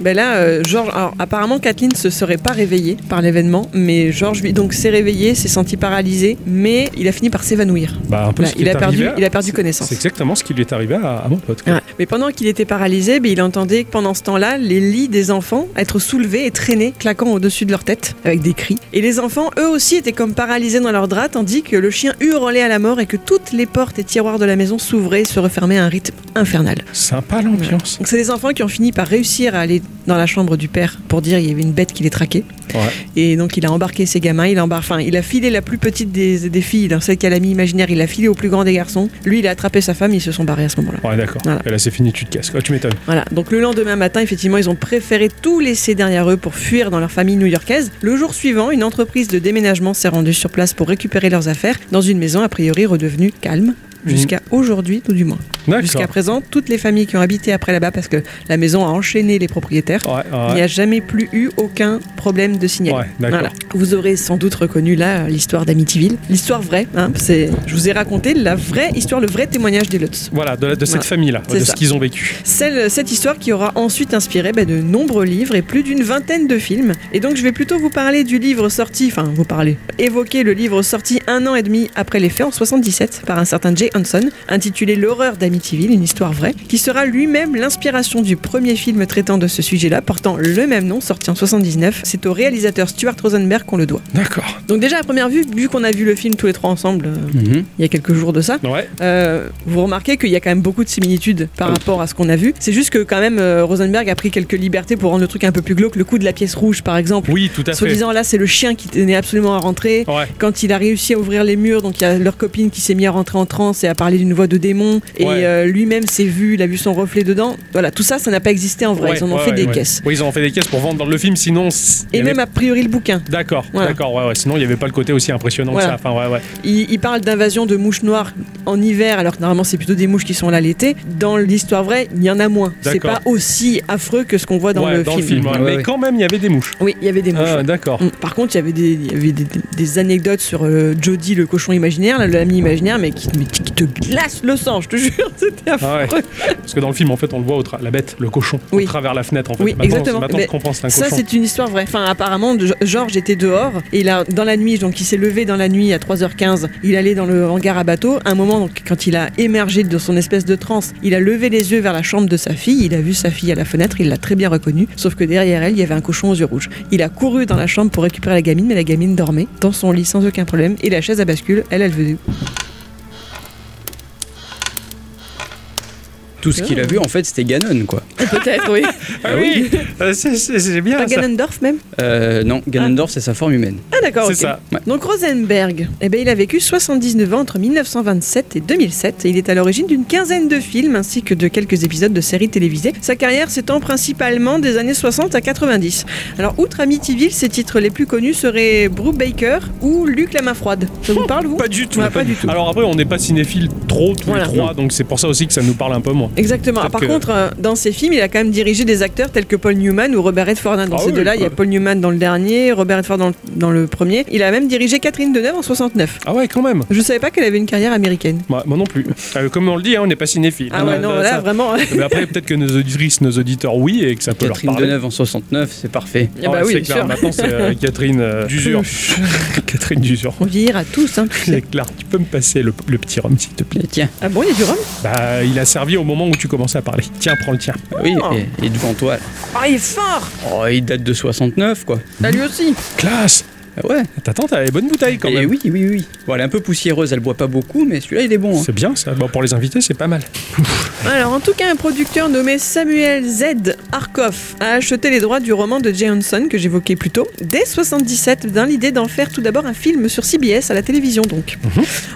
Speaker 2: Ben là, euh, Georges, alors, apparemment Kathleen se serait pas réveillée par l'événement, mais Georges lui donc s'est réveillé, s'est senti paralysé, mais il a fini par s'évanouir.
Speaker 4: bah, un peu
Speaker 2: Bah,
Speaker 4: ce qui
Speaker 2: il,
Speaker 4: est
Speaker 2: a perdu,
Speaker 4: arrivé à-
Speaker 2: il a perdu
Speaker 4: C'est
Speaker 2: connaissance.
Speaker 4: exactement ce qui lui est arrivé à, à mon pote. quoi.
Speaker 2: Ouais. Mais pendant qu'il était paralysé, ben, il entendait que pendant ce temps-là, les lits des enfants être soulevés et traînés, claquant au-dessus de leur tête, avec des cris. Et les enfants, eux aussi, étaient comme paralysés dans leurs draps, tandis que le chien hurlait à la mort et que toutes les portes et tiroirs de la maison s'ouvraient et se refermaient à un rythme infernal.
Speaker 4: Sympa l'ambiance.
Speaker 2: Donc c'est des enfants qui ont fini par réussir à aller dans la chambre du père pour dire il y avait une bête qui les traquait.
Speaker 4: Ouais.
Speaker 2: Et donc il a embarqué ses gamins, il a, embar... enfin, il a filé la plus petite des, des filles, dans celle qui a l'ami imaginaire, il a filé au plus grand des garçons. Lui il a attrapé sa femme, ils se sont barrés à ce moment-là.
Speaker 4: Ouais, d'accord.
Speaker 2: Voilà.
Speaker 4: Et Là, c'est fini, tu te casses. quoi. tu m'étonnes.
Speaker 2: Voilà, donc le lendemain matin, effectivement, ils ont préféré tout laisser derrière eux pour fuir dans leur famille new-yorkaise. Le jour suivant, une entreprise de déménagement s'est rendue sur place pour récupérer leurs affaires dans une maison a priori redevenue calme. Jusqu'à aujourd'hui, tout du moins. Jusqu'à
Speaker 4: D'accord.
Speaker 2: présent, toutes les familles qui ont habité après là-bas, parce que la maison a enchaîné les propriétaires,
Speaker 4: Ouais,
Speaker 2: Il n'y
Speaker 4: ouais.
Speaker 2: a jamais plus eu aucun problème de signal.
Speaker 4: Ouais, d'accord.
Speaker 2: Voilà. Vous aurez sans doute reconnu là l'histoire d'Amityville, l'histoire vraie. Hein, c'est, je vous ai raconté la vraie histoire, le vrai témoignage des Lutz.
Speaker 4: Voilà, de, de cette
Speaker 2: Voilà.
Speaker 4: famille-là,
Speaker 2: C'est
Speaker 4: de ce
Speaker 2: ça.
Speaker 4: qu'ils ont vécu.
Speaker 2: Celle, cette histoire qui aura ensuite inspiré bah, de nombreux livres et plus d'une vingtaine de films. Et donc je vais plutôt vous parler du livre sorti, enfin vous parler, évoquer le livre sorti un an et demi après les faits en 77 par un certain Jay Hanson, intitulé L'horreur d'Amityville, une histoire vraie, qui sera lui-même l'inspiration du premier film traitant de ce sujet-là, portant le même nom, sorti en 79. C'est au réalisateur Stuart Rosenberg qu'on le doit.
Speaker 4: D'accord.
Speaker 2: Donc déjà à première vue, vu qu'on a vu le film tous les trois ensemble euh,
Speaker 3: Mhm.
Speaker 2: il y a quelques jours de ça,
Speaker 4: Ouais,
Speaker 2: euh, vous remarquez qu'il y a quand même beaucoup de similitudes par rapport à ce qu'on a vu. C'est juste que quand même euh, Rosenberg a pris quelques libertés pour rendre le truc un peu plus glauque. Le coup de la pièce rouge, par exemple.
Speaker 4: oui, tout à
Speaker 2: Soit
Speaker 4: fait. Oh.
Speaker 2: disant là, c'est le chien qui tenait absolument à rentrer.
Speaker 4: Ouais.
Speaker 2: Quand il a réussi à ouvrir les murs, donc il y a leur copine qui s'est mise à rentrer en transe et à parler d'une voix de démon. Et
Speaker 4: Ouais.
Speaker 2: euh, lui-même s'est vu, il a vu son reflet dedans. Voilà, tout ça, ça n'a pas existé en vrai.
Speaker 4: Ouais,
Speaker 2: Ils en ont
Speaker 4: ouais,
Speaker 2: fait
Speaker 4: ouais,
Speaker 2: des
Speaker 4: ouais.
Speaker 2: caisses.
Speaker 4: Oui, ils en ont fait des caisses pour vendre dans le film, sinon. c- il y
Speaker 2: Et
Speaker 4: avait-
Speaker 2: même a priori le bouquin.
Speaker 4: D'accord,
Speaker 2: Voilà.
Speaker 4: d'accord, ouais, ouais. Sinon, il n'y avait pas le côté aussi impressionnant
Speaker 2: Voilà.
Speaker 4: que ça. Enfin, ouais, ouais.
Speaker 2: Il, il parle d'invasion de mouches noires en hiver, alors que normalement c'est plutôt des mouches qui sont là l'été. Dans l'histoire vraie, il y en a moins. C'est
Speaker 4: D'accord.
Speaker 2: pas aussi affreux que ce qu'on voit dans,
Speaker 4: Ouais,
Speaker 2: le, film.
Speaker 4: ouais.
Speaker 3: Ouais,
Speaker 4: Mais
Speaker 3: ouais.
Speaker 4: quand même, il y avait des mouches.
Speaker 2: Oui, il y avait des mouches.
Speaker 4: Ah,
Speaker 2: ouais.
Speaker 4: d'accord.
Speaker 2: Mm. Par contre, il y avait des, il y avait des, des- des anecdotes sur euh, Jody, le cochon imaginaire, là, l'ami imaginaire, mais qui, mais qui te glace le sang, je te jure, c'était
Speaker 4: Ah ouais.
Speaker 2: affreux.
Speaker 4: Parce que dans le film, en fait, on le voit, au tra- la bête, le cochon,
Speaker 2: Oui.
Speaker 4: au travers la fenêtre, en fait.
Speaker 2: Oui,
Speaker 4: Maintenant,
Speaker 2: exactement.
Speaker 4: Maintenant,
Speaker 2: Mais
Speaker 4: je comprends, c'est un
Speaker 2: Ça,
Speaker 4: cochon.
Speaker 2: c'est une histoire vraie. Enfin, apparemment, Jo- Georges était dehors. Et il a, dans la nuit, donc il s'est levé dans la nuit à 3h15. Il allait dans le hangar à bateau. À un moment, donc, quand il a émergé de son espèce de transe, il a levé les yeux vers la chambre de sa fille. Il a vu sa fille à la fenêtre. Il l'a très bien reconnue. Sauf que derrière elle, il y avait un cochon aux yeux rouges. Il a couru dans la chambre pour récupérer la gamine, mais la gamine dormait dans son lit sans aucun problème. Et la chaise à bascule, elle, elle venait.
Speaker 3: Tout ce qu'il a vu, en fait, c'était Ganon, quoi.
Speaker 2: Peut-être, oui.
Speaker 4: Ah oui, Euh, c'est- c'est c'est bien. ça.
Speaker 2: Ganondorf, même
Speaker 3: Euh, non, Ganondorf, c'est sa forme humaine.
Speaker 2: Ah, d'accord,
Speaker 4: C'est
Speaker 2: ok.
Speaker 4: ça.
Speaker 3: Ouais.
Speaker 2: Donc Rosenberg, eh ben, il a vécu 79 ans entre 1927 et 2007 et il est à l'origine d'une quinzaine de films ainsi que de quelques épisodes de séries télévisées, sa carrière s'étend principalement des années 60 à 90. Alors outre Amityville, ses titres les plus connus seraient Bruce Baker ou Luc la main froide. Ça vous parle vous
Speaker 4: Pas du tout.
Speaker 2: Ouais, Bah, pas du tout.
Speaker 4: Alors après, on n'est pas cinéphile trop tous
Speaker 2: Voilà.
Speaker 4: les trois, donc c'est pour ça aussi que ça nous parle un peu moins.
Speaker 2: Exactement.
Speaker 4: Peut-être
Speaker 2: Par
Speaker 4: que-
Speaker 2: contre, euh, dans ces films, il a quand même dirigé des acteurs tels que Paul Newman ou Robert Redford. hein. Dans
Speaker 4: Ah
Speaker 2: ces
Speaker 4: oui,
Speaker 2: deux-là, il y a
Speaker 4: quoi.
Speaker 2: Paul Newman dans le dernier, Robert Redford dans le, dans le premier. Il a même dirigé Catherine Deneuve en 69.
Speaker 4: Ah ouais, quand même.
Speaker 2: Je savais pas qu'elle avait une carrière américaine.
Speaker 4: Ouais, moi non plus. Euh, comme on le dit, hein, on n'est pas cinéphile.
Speaker 2: Ah ouais, non, là, vraiment.
Speaker 4: Mais après, peut-être que nos auditrices, nos auditeurs, oui, et que ça peut
Speaker 3: Catherine
Speaker 4: leur parler.
Speaker 3: Deneuve en 69, c'est parfait.
Speaker 2: Ah bah
Speaker 4: Ouais,
Speaker 2: oui,
Speaker 4: c'est
Speaker 2: bien
Speaker 4: clair.
Speaker 2: sûr.
Speaker 4: Maintenant, c'est euh, Catherine euh, Dusure. Catherine Dusure.
Speaker 2: On vieillira tous, hein, tu sais.
Speaker 4: C'est clair. Tu peux me passer le, le petit rhum, s'il te plaît.
Speaker 3: Et tiens,
Speaker 2: Ah bon, il y a du rhum
Speaker 4: Bah, il a servi au moment où tu commençais à parler. Tiens, prends le tien.
Speaker 3: oui, et, et devant toi. là.
Speaker 2: Ah, il est fort
Speaker 3: Oh, il date de 69, quoi.
Speaker 2: Bah, lui aussi
Speaker 4: Classe.
Speaker 3: Ah Ouais.
Speaker 4: T'attends, t'as les bonnes bouteilles quand
Speaker 3: et
Speaker 4: même.
Speaker 3: oui, oui, oui. Bon, elle est un peu poussiéreuse, elle boit pas beaucoup, mais celui-là, il est bon. hein.
Speaker 4: C'est bien ça. Bon, pour les invités, c'est pas mal.
Speaker 2: Alors, en tout cas, un producteur nommé Samuel Z. Harkoff a acheté les droits du roman de Jay Hanson que j'évoquais plus tôt, dès 77, dans l'idée d'en faire tout d'abord un film sur CBS à la télévision donc.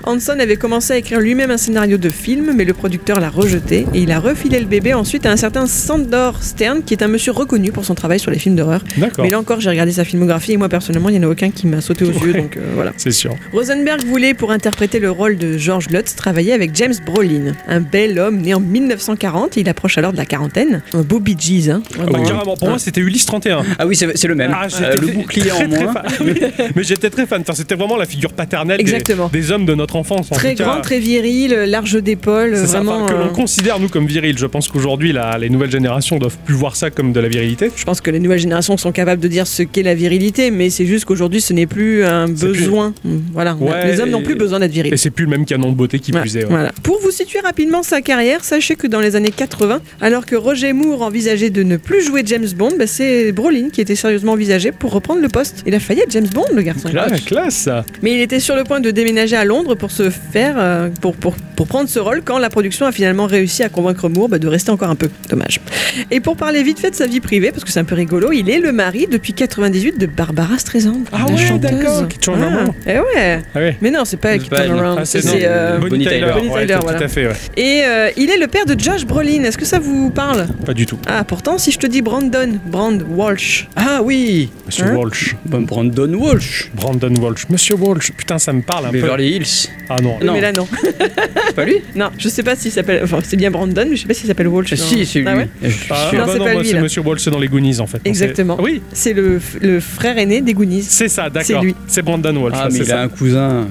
Speaker 2: Hanson avait commencé à écrire lui-même un scénario de film, mais le producteur l'a rejeté et il a refilé le bébé ensuite à un certain Sandor Stern, qui est un monsieur reconnu pour son travail sur les films d'horreur.
Speaker 4: D'accord.
Speaker 2: Mais là encore, j'ai regardé sa filmographie et moi personnellement, il n'y en a aucun qui m'a sauté aux yeux, donc euh, voilà.
Speaker 4: C'est sûr.
Speaker 2: Rosenberg voulait, pour interpréter le rôle de George Lutz, travailler avec James Brolin, un bel homme né en 1940. Il approche alors de la quarantaine. Un beau Bee Gees, hein.
Speaker 4: Ah oui, carrément, pour moi, c'était Ulysse 31.
Speaker 3: Ah oui, c'est c'est le même.
Speaker 4: Ah, j'étais
Speaker 3: Euh, le
Speaker 4: très-
Speaker 3: bouclier
Speaker 4: très,
Speaker 3: en
Speaker 4: très
Speaker 3: moins.
Speaker 4: fan. Mais- Mais j'étais très fan. Enfin, C'était vraiment la figure paternelle des,
Speaker 2: Exactement.
Speaker 4: des hommes de notre enfance. en
Speaker 2: Très
Speaker 4: tout cas.
Speaker 2: grand, très viril, large d'épaule,
Speaker 4: C'est ça,
Speaker 2: vraiment.
Speaker 4: enfin, que l'on
Speaker 2: euh,
Speaker 4: considère nous comme viril. Je pense qu'aujourd'hui, la- les nouvelles générations doivent plus voir ça comme de la virilité.
Speaker 2: Je pense que les nouvelles générations sont capables de dire ce qu'est la virilité, mais c'est juste qu'aujourd'hui, ce n'est plus un
Speaker 4: C'est plus-
Speaker 2: besoin. Mm, Voilà, on a-
Speaker 4: Ouais,
Speaker 2: les hommes
Speaker 4: et-
Speaker 2: n'ont plus besoin d'être virils.
Speaker 4: Et c'est plus le même canon de beauté qui
Speaker 2: Ouais,
Speaker 4: puisait. ouais.
Speaker 2: voilà. Pour vous situer rapidement sa carrière, sachez que dans les années 80, alors que Roger Moore envisageait de ne plus jouer James Bond, bah, c'est Brolin qui était sérieusement envisagé pour reprendre le poste. Il a failli être James Bond, le garçon.
Speaker 4: Cla- Ah, classe, ça.
Speaker 2: Mais il était sur le point de déménager à Londres pour se faire, euh, pour, pour, pour prendre ce rôle quand la production a finalement réussi à convaincre Moore bah, de rester encore un peu. Dommage. Et pour parler vite fait de sa vie privée, parce que c'est un peu rigolo, il est le mari depuis 98 de Barbara Streisand.
Speaker 4: Ah
Speaker 2: la
Speaker 4: ouais,
Speaker 2: chanteuse.
Speaker 4: d'accord, qui tourne vraiment.
Speaker 2: Eh ouais.
Speaker 4: Ah ouais.
Speaker 2: Mais non, c'est pas qui
Speaker 3: pas elle,
Speaker 2: tourne
Speaker 3: non.
Speaker 2: around,
Speaker 4: Ah, non,
Speaker 2: c'est euh,
Speaker 4: Bonnie
Speaker 3: Bonnie
Speaker 4: Tyler.
Speaker 3: Tyler.
Speaker 2: Bonnie
Speaker 4: ouais,
Speaker 2: Tyler,
Speaker 4: tout-
Speaker 2: voilà.
Speaker 4: Tout à fait, ouais.
Speaker 2: Et euh, il est le père de Josh Brolin. Est-ce que ça vous parle
Speaker 4: Pas du tout.
Speaker 2: Ah, pourtant, si je te dis Brandon, Brand Walsh.
Speaker 3: Ah oui
Speaker 4: Monsieur
Speaker 2: Hein
Speaker 4: Walsh.
Speaker 3: Bon, Brandon Walsh.
Speaker 4: Brandon Walsh. Monsieur Walsh. Putain, ça me parle un peu.
Speaker 3: Beverly Hills.
Speaker 4: Ah non.
Speaker 3: Non.
Speaker 2: Euh, Mais là, non.
Speaker 3: C'est pas lui
Speaker 2: Non, je sais pas s'il s'appelle. Enfin, c'est bien Brandon, mais je sais pas s'il s'appelle Walsh. non.
Speaker 3: Si, c'est lui.
Speaker 2: Ah ouais
Speaker 3: Je suis
Speaker 4: Ah,
Speaker 3: sûr.
Speaker 2: Non,
Speaker 4: bah
Speaker 2: c'est
Speaker 4: non,
Speaker 2: pas
Speaker 4: moi,
Speaker 2: lui,
Speaker 4: c'est
Speaker 2: là.
Speaker 4: Monsieur Walsh, c'est dans les Goonies en fait. Donc,
Speaker 2: Exactement.
Speaker 4: c'est- Ah Oui,
Speaker 2: C'est le, le frère aîné des Goonies.
Speaker 4: c'est ça, d'accord.
Speaker 2: lui.
Speaker 4: C'est Brandon Walsh.
Speaker 3: Ah,
Speaker 4: ouais,
Speaker 3: mais
Speaker 4: c'est
Speaker 3: il a
Speaker 4: ça.
Speaker 3: un cousin.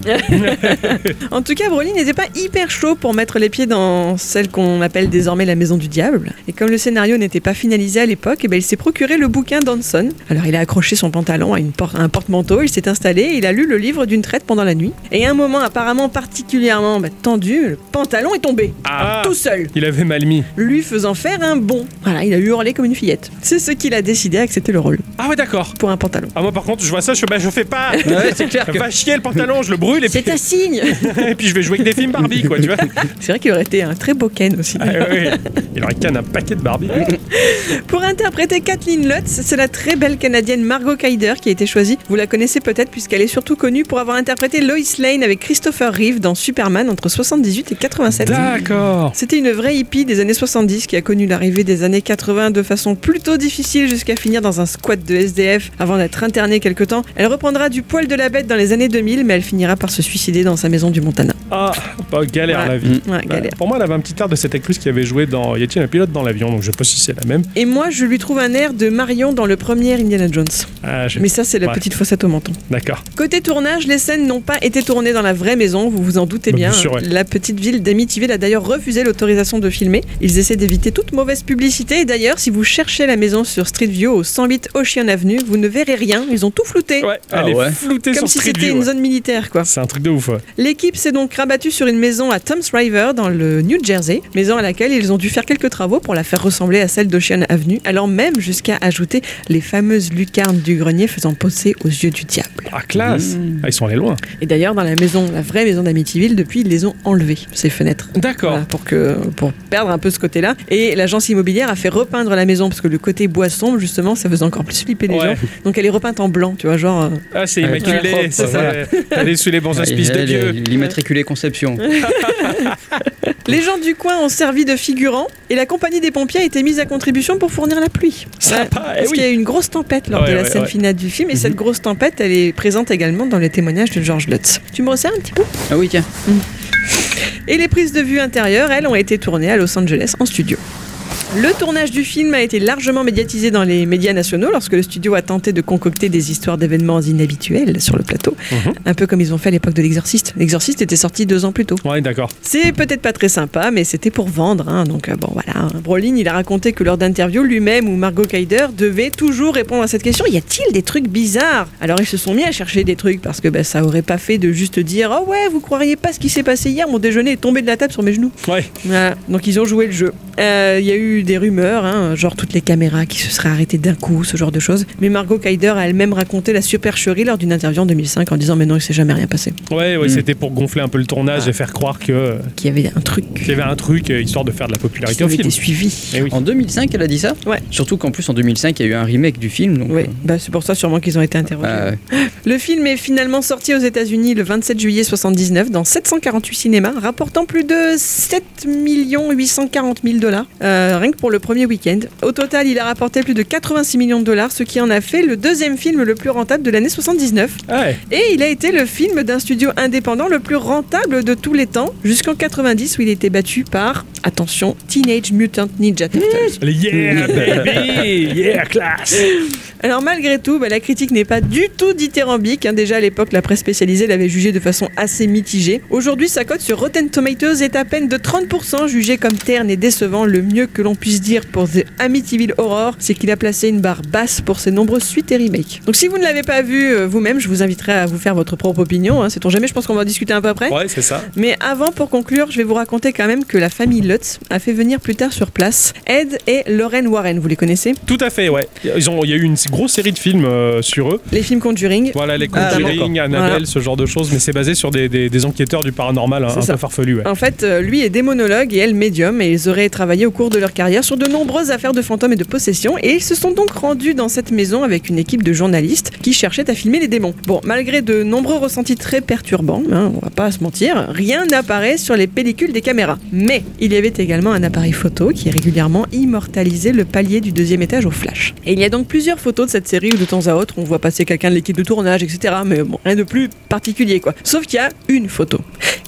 Speaker 2: En tout cas, Broly n'était pas hyper chaud pour mettre les pieds dans celle qu'on appelle désormais la maison du diable. Et comme le scénario n'était pas finalisé à l'époque, eh ben, il s'est procuré le bouquin d'Anson. Alors il a accroché son pantalon à, une por- à un porte-manteau, il s'est installé et il a lu le livre d'une traite pendant la nuit. Et à un moment apparemment particulièrement bah, tendu, le pantalon est tombé.
Speaker 4: Ah.
Speaker 2: Tout seul,
Speaker 4: Il avait mal mis.
Speaker 2: lui faisant faire un bond. Voilà, il a hurlé comme une fillette. C'est ce qu'il a décidé à accepter le rôle
Speaker 4: Ah ouais, d'accord.
Speaker 2: pour un pantalon.
Speaker 4: Ah moi par contre je vois ça je, bah, je fais pas
Speaker 3: Ouais, c'est clair que-
Speaker 4: va chier le pantalon je le brûle et puis,
Speaker 2: C'est un signe
Speaker 4: et puis je vais jouer avec des films Barbie quoi tu vois
Speaker 2: C'est vrai qu'il aurait été un très beau Ken aussi.
Speaker 4: Ah ouais, ouais. il aurait canne un paquet de Barbie
Speaker 2: Pour interpréter Kathleen Lutz, c'est la très belle canadienne Margot Kyder qui a été choisie. Vous la connaissez peut-être puisqu'elle est surtout connue pour avoir interprété Lois Lane avec Christopher Reeve dans Superman entre 78 et 87.
Speaker 4: d'accord
Speaker 2: C'était une vraie hippie des années 70 qui a connu l'arrivée des années 80 de façon plutôt difficile jusqu'à finir dans un squat de SDF avant d'être internée quelque temps. Elle reprendra du poil de la bête dans les années 2000 mais elle finira par se suicider dans sa maison du Montana.
Speaker 4: ah bah, galère
Speaker 2: Ouais.
Speaker 4: la vie
Speaker 2: Ouais,
Speaker 4: Bah,
Speaker 2: galère.
Speaker 4: pour moi, elle avait un petit air de cette actrice qui avait joué dans Y a-t-il un pilote dans l'avion Donc je sais pas si c'est la même.
Speaker 2: Et moi je lui trouve un air de Marion dans le premier Indiana Jones.
Speaker 4: Ah, je-
Speaker 2: Mais ça c'est la
Speaker 4: Ouais.
Speaker 2: petite fossette au menton.
Speaker 4: D'accord.
Speaker 2: Côté tournage, les scènes n'ont pas été tournées dans la vraie maison, vous vous en doutez
Speaker 4: Bah,
Speaker 2: bien.
Speaker 4: bien sûr, ouais.
Speaker 2: La petite ville d'Amityville a d'ailleurs refusé l'autorisation de filmer. Ils essaient d'éviter toute mauvaise publicité. Et d'ailleurs, si vous cherchez la maison sur Street View au 108 Ocean Avenue, vous ne verrez rien. Ils ont tout flouté.
Speaker 4: Ouais,
Speaker 3: Ah
Speaker 4: elle est
Speaker 3: ouais.
Speaker 4: floutée
Speaker 2: Comme
Speaker 4: sur
Speaker 2: si
Speaker 4: Street
Speaker 2: c'était
Speaker 4: View,
Speaker 2: une
Speaker 4: ouais.
Speaker 2: zone militaire, quoi.
Speaker 4: C'est un truc de ouf. ouais.
Speaker 2: L'équipe s'est donc rabattue sur une maison à Tom's River, dans le New Jersey, maison à laquelle ils ont dû faire quelques travaux pour la faire ressembler à celle d'Ocean Avenue, alors même jusqu'à ajouter les fameuses lucarnes du grenier faisant poser aux yeux du diable.
Speaker 4: Ah, classe
Speaker 3: Mmh.
Speaker 4: Ah, Ils sont allés loin.
Speaker 2: Et d'ailleurs, dans la maison, la vraie maison d'Amityville, depuis, ils les ont enlevées, ces fenêtres.
Speaker 4: D'accord.
Speaker 2: Voilà, pour, que, pour perdre un peu ce côté-là. Et l'agence immobilière a fait repeindre la maison, parce que le côté bois sombre, justement, ça faisait encore plus flipper les gens.
Speaker 4: Ouais.
Speaker 2: Donc elle est repeinte en blanc, tu vois, genre. euh,
Speaker 4: Ah, c'est
Speaker 3: Ouais,
Speaker 4: immaculé,
Speaker 3: propre,
Speaker 4: c'est ça.
Speaker 3: voilà.
Speaker 4: Elle est sous les bons auspices de
Speaker 3: Ah, Elle,
Speaker 4: Dieu.
Speaker 3: elle, L'immatriculé Conception.
Speaker 2: Les gens du coin ont servi de figurants, et la compagnie des pompiers a été mise à contribution pour fournir la pluie.
Speaker 4: Sympa, eh
Speaker 2: Parce qu'il y
Speaker 4: oui.
Speaker 2: a eu une grosse tempête lors
Speaker 4: Ouais,
Speaker 2: de la
Speaker 4: ouais,
Speaker 2: scène
Speaker 4: ouais. Mhm.
Speaker 2: finale du film, et cette grosse tempête, elle est présente également dans les témoignages de George Lutz. Tu me resserres un petit peu
Speaker 3: Ah oui, tiens.
Speaker 2: Et les prises de vue intérieures, elles, ont été tournées à Los Angeles en studio. Le tournage du film a été largement médiatisé dans les médias nationaux lorsque le studio a tenté de concocter des histoires d'événements inhabituels sur le plateau,
Speaker 4: Mhm.
Speaker 2: un peu comme ils ont fait à l'époque de l'Exorciste. L'Exorciste était sorti deux ans plus tôt.
Speaker 4: Ouais, d'accord.
Speaker 2: C'est peut-être pas très sympa, mais c'était pour vendre, hein, donc euh, bon voilà. Brolin, il a raconté que lors d'interviews, lui-même ou Margot Kyder devaient toujours répondre à cette question y a-t-il des trucs bizarres Alors ils se sont mis à chercher des trucs parce que bah, ça aurait pas fait de juste dire oh ouais, vous croiriez pas ce qui s'est passé hier, mon déjeuner est tombé de la table sur mes genoux.
Speaker 4: Ouais.
Speaker 2: Voilà, donc ils ont joué le jeu. Euh, Il y a eu eu des rumeurs, hein, genre toutes les caméras qui se seraient arrêtées d'un coup, ce genre de choses. Mais Margot Kaider a elle-même raconté la supercherie lors d'une interview en 2005 en disant Mais non, il s'est jamais rien passé.
Speaker 4: Ouais,
Speaker 2: Mm.
Speaker 4: ouais, c'était pour gonfler un peu le
Speaker 2: Ah.
Speaker 4: tournage et faire croire que euh,
Speaker 2: Qu'il y avait un truc
Speaker 4: qu'il y avait un truc euh, histoire de faire de la
Speaker 2: qui
Speaker 4: popularité au
Speaker 2: avait
Speaker 4: film.
Speaker 2: été suivi.
Speaker 4: Eh oui.
Speaker 3: En 2005, elle a dit ça
Speaker 2: Ouais.
Speaker 3: Surtout qu'en plus, en 2005, il y a eu un remake du film. Donc,
Speaker 2: Oui,
Speaker 3: euh,
Speaker 2: bah, c'est pour ça sûrement qu'ils ont été interrogés.
Speaker 3: bah,
Speaker 2: Le film est finalement sorti aux États-Unis le 27 juillet 79 dans 748 cinémas, rapportant plus de 7 840 000 dollars, euh, rien que pour le premier week-end. Au total, il a rapporté plus de 86 millions de dollars, ce qui en a fait le deuxième film le plus rentable de l'année 79.
Speaker 4: Ouais.
Speaker 2: Et il a été le film d'un studio indépendant le plus rentable de tous les temps, jusqu'en 90 où il était battu par, attention, Teenage Mutant Ninja Turtles.
Speaker 4: Les
Speaker 2: Mm.
Speaker 4: Yeah, baby, yeah, classe.
Speaker 2: Alors malgré tout, bah, la critique n'est pas du tout dithyrambique. hein. Déjà à l'époque, la presse spécialisée l'avait jugé de façon assez mitigée. Aujourd'hui, sa cote sur Rotten Tomatoes est à peine de 30%, jugée comme terne et décevant. Le mieux que l'on puisse dire pour The Amityville Horror, c'est qu'il a placé une barre basse pour ses nombreuses suites et remakes. Donc si vous ne l'avez pas vu euh, vous-même, je vous inviterai à vous faire votre propre opinion. Hein. Sait-on jamais, je pense qu'on va en discuter un peu après.
Speaker 4: Ouais, c'est ça.
Speaker 2: Mais avant, pour conclure, je vais vous raconter quand même que la famille Lutz a fait venir plus tard sur place Ed et Lorraine Warren. Vous les connaissez
Speaker 4: Tout à fait, ouais. Ils ont, il y a eu une grosse série de films euh, sur eux.
Speaker 2: Les films Conjuring.
Speaker 4: Voilà, les
Speaker 2: Ah,
Speaker 4: Conjuring, Annabelle,
Speaker 2: Voilà.
Speaker 4: ce genre de choses, mais c'est basé sur des, des- des enquêteurs du paranormal hein,
Speaker 2: C'est
Speaker 4: un
Speaker 2: ça.
Speaker 4: peu farfelus. Ouais.
Speaker 2: En fait, euh, lui est démonologue et elle médium, et ils auraient travaillé au cours de leur carrière sur de nombreuses affaires de fantômes et de possessions, et ils se sont donc rendus dans cette maison avec une équipe de journalistes qui cherchaient à filmer les démons. Bon, malgré de nombreux ressentis très perturbants, hein, on va pas se mentir, rien n'apparaît sur les pellicules des caméras. Mais il y avait également un appareil photo qui régulièrement immortalisait le palier du deuxième étage au flash. Et il y a donc plusieurs photos de cette série où de temps à autre on voit passer quelqu'un de l'équipe de tournage, etc. Mais bon, rien de plus particulier quoi. Sauf qu'il y a une photo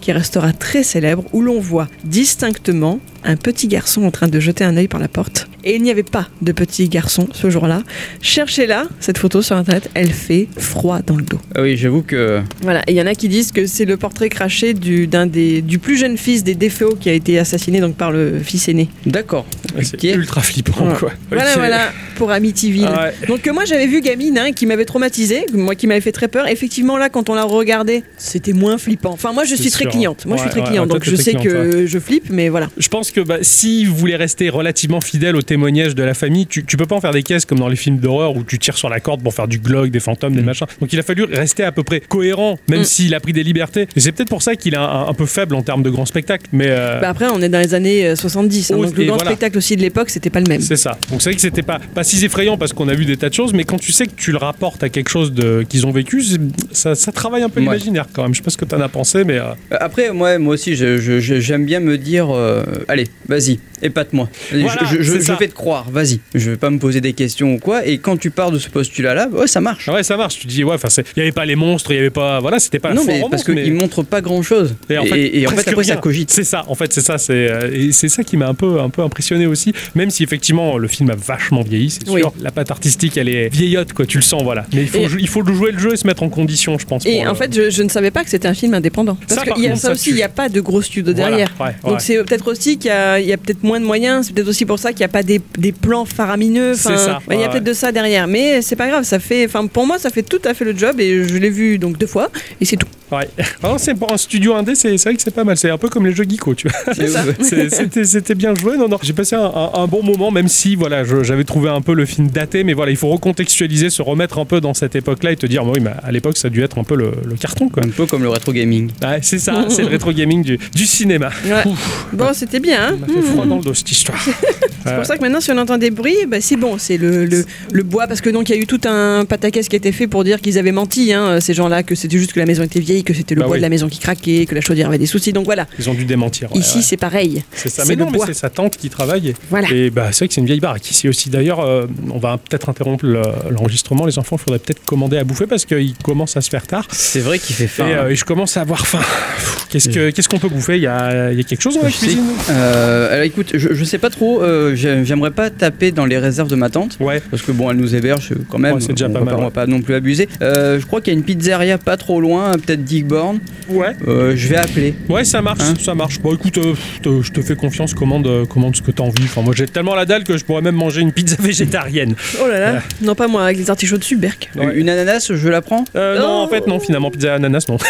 Speaker 2: qui restera très célèbre, où l'on voit distinctement un petit garçon en train de jeter un œil par la porte. Et il n'y avait pas de petit garçon ce jour-là. Cherchez-la, cette photo sur internet, elle fait froid dans le dos.
Speaker 3: ah oui, j'avoue que.
Speaker 2: Voilà, et il y en a qui disent que c'est le portrait craché du, d'un des, du plus jeune fils des DFO qui a été assassiné donc par le fils aîné.
Speaker 3: D'accord.
Speaker 4: Ouais, C'est
Speaker 3: Ok.
Speaker 4: ultra flippant,
Speaker 2: Voilà.
Speaker 4: quoi.
Speaker 2: Voilà,
Speaker 4: Ok.
Speaker 2: voilà, pour Amityville.
Speaker 4: Ah ouais.
Speaker 2: Donc que moi j'avais vu gamine, hein, qui m'avait traumatisé, moi qui m'avait fait très peur. Effectivement là, quand on l'a regardé, c'était moins flippant. Enfin moi je
Speaker 4: C'est
Speaker 2: suis très
Speaker 4: sûr.
Speaker 2: cliente. Moi je suis
Speaker 4: Ouais,
Speaker 2: très
Speaker 4: ouais,
Speaker 2: cliente,
Speaker 4: toi,
Speaker 2: donc
Speaker 4: t'es
Speaker 2: je
Speaker 4: très
Speaker 2: sais
Speaker 4: cliente,
Speaker 2: que je flippe, mais voilà.
Speaker 4: Je pense que bah, si vous voulez rester relativement fidèle au témoignage de la famille, tu, tu peux pas en faire des caisses comme dans les films d'horreur où tu tires sur la corde pour faire du glog, des fantômes,
Speaker 3: Mm.
Speaker 4: des machins. Donc il a fallu rester à peu près cohérent, même
Speaker 2: Mm.
Speaker 4: s'il a pris des libertés. Et c'est peut-être pour ça qu'il est un, un- un peu faible en termes de grand spectacle, mais euh,
Speaker 2: Bah après on est dans les années euh, 70, hein,
Speaker 4: Oh,
Speaker 2: donc le
Speaker 4: et
Speaker 2: grand
Speaker 4: voilà.
Speaker 2: spectacle aussi de l'époque c'était pas le même.
Speaker 4: c'est ça. Donc c'est vrai que c'était pas, pas si effrayant parce qu'on a vu des tas de choses, mais quand tu sais que tu le rapportes à quelque chose de- qu'ils ont vécu, c'est- ça, ça travaille un peu
Speaker 3: Ouais.
Speaker 4: l'imaginaire quand même. Je sais pas ce que t'en as pensé, mais euh,
Speaker 3: Euh, Après, moi, moi aussi, je- je- je- j'aime bien me dire euh, allez, vas-y, épate-moi. Allez,
Speaker 4: Voilà,
Speaker 3: je, je-
Speaker 4: c'est
Speaker 3: je
Speaker 4: ça.
Speaker 3: vais te croire, vas-y. Je vais pas me poser des questions ou quoi. Et quand tu pars de ce postulat-là, bah ouais, ça marche.
Speaker 4: ah ouais, ça marche. Tu te dis ouais, enfin, c'est- il y avait pas les monstres, il y avait pas, voilà, c'était pas un
Speaker 3: non,
Speaker 4: faux
Speaker 3: mais
Speaker 4: roman,
Speaker 3: parce qu'il
Speaker 4: mais-
Speaker 3: montre pas grand-chose. Et, et en fait,
Speaker 4: presque
Speaker 3: après, ça
Speaker 4: rien.
Speaker 3: cogite.
Speaker 4: C'est ça, en fait, c'est ça. C'est euh, et c'est ça qui m'a un peu, un peu impressionné aussi. Même si effectivement le film a vachement vieilli, c'est sûr.
Speaker 2: Oui.
Speaker 4: La patte artistique, elle est vieillotte, quoi. Tu le sens, voilà. Mais il faut,
Speaker 2: Et-
Speaker 4: jou- il faut jouer le jeu et se mettre en condition, je pense.
Speaker 2: Et
Speaker 4: pour,
Speaker 2: en
Speaker 4: euh,
Speaker 2: fait, je, je ne savais pas que c'était un film indépendant. Parce
Speaker 4: Ça, par
Speaker 2: qu'il y a
Speaker 4: contre,
Speaker 2: ça
Speaker 4: ça
Speaker 2: aussi,
Speaker 4: tue.
Speaker 2: il n'y a pas de gros studio
Speaker 4: voilà,
Speaker 2: derrière.
Speaker 4: ouais, ouais.
Speaker 2: Donc c'est peut-être aussi qu'il y a, il y a peut-être moins de moyens, c'est peut-être aussi pour ça qu'il n'y a pas des, des plans faramineux. Enfin,
Speaker 4: C'est ça,
Speaker 2: Il y a
Speaker 4: ouais,
Speaker 2: peut-être de ça derrière, mais c'est pas grave. Ça fait, enfin pour moi, ça fait tout à fait le job et je l'ai vu donc deux fois et c'est tout.
Speaker 4: Ouais. Alors, c'est pour un studio indé, c'est c'est vrai que c'est pas mal. C'est un peu comme les jeux geeko, tu vois.
Speaker 3: Et-
Speaker 4: C'est- C'était c'était bien joué. Non, non. J'ai passé un, un- un bon moment, même si voilà, je- j'avais trouvé un peu le film daté, mais voilà, il faut recontextualiser, se remettre un peu dans cette époque-là et te dire, bah oui, mais à l'époque, ça a dû être un peu le, le carton, quoi.
Speaker 3: Un peu comme le rétro gaming.
Speaker 4: Ouais, c'est ça, c'est le rétro gaming du, du cinéma.
Speaker 2: Ouais. Bon, c'était bien. hein.
Speaker 4: Ça fait froid dans le dos cette histoire.
Speaker 2: c'est pour ça que maintenant, si on entend des bruits, bah, c'est bon, c'est le, le, le bois parce que donc il y a eu tout un pataquès qui a été fait pour dire qu'ils avaient menti, hein, ces gens-là, que c'était juste que la maison était vieille, que c'était le
Speaker 4: Bah
Speaker 2: bois
Speaker 4: oui.
Speaker 2: de la maison qui craquait, que la chaudière avait des soucis. Donc voilà.
Speaker 4: Ils ont dû démentir. ouais,
Speaker 2: Ici,
Speaker 4: ouais.
Speaker 2: c'est pareil.
Speaker 4: c'est ça.
Speaker 2: c'est
Speaker 4: Mais
Speaker 2: le
Speaker 4: non, mais
Speaker 2: bois.
Speaker 4: c'est sa tante qui travaille.
Speaker 2: Voilà.
Speaker 4: Et bah, c'est vrai que c'est une vieille baraque. Ici aussi, d'ailleurs, euh, on va peut-être interrompre le- l'enregistrement. Les enfants, il faudrait peut-être commander à bouffer parce qu'il commence à se faire tard.
Speaker 3: C'est vrai qu'il fait faim.
Speaker 4: et, euh, et je commence à avoir faim. Pff, Qu'est-ce que- qu'est-ce qu'on peut bouffer Il y a, il y a quelque chose dans la
Speaker 3: Je sais.
Speaker 4: cuisine
Speaker 3: Euh, alors écoute, je, je sais pas trop, euh, j'ai- j'aimerais pas taper dans les réserves de ma tante.
Speaker 4: Ouais.
Speaker 3: Parce que bon, elle nous héberge euh, quand même.
Speaker 4: Ouais, c'est déjà
Speaker 3: on,
Speaker 4: pas
Speaker 3: va
Speaker 4: mal,
Speaker 3: on
Speaker 4: ouais.
Speaker 3: va pas non plus abuser. Euh, je crois qu'il y a une pizzeria pas trop loin, peut-être Digborn.
Speaker 4: Ouais.
Speaker 3: Euh, je vais appeler.
Speaker 4: Ouais, ça marche,
Speaker 3: Hein
Speaker 4: ça marche. Bon, écoute, euh, je te- je te fais confiance, commande, euh, commande ce que t'as envie. Enfin, moi, j'ai tellement la dalle que je pourrais même manger une pizza végétarienne.
Speaker 2: Oh là
Speaker 4: euh,
Speaker 2: là. Non, pas moi, avec les artichauts de Berck.
Speaker 4: Ouais.
Speaker 3: Une ananas, je la prends
Speaker 4: Euh, non,
Speaker 2: Oh.
Speaker 4: en fait, non, finalement, pizza ananas, non. Ça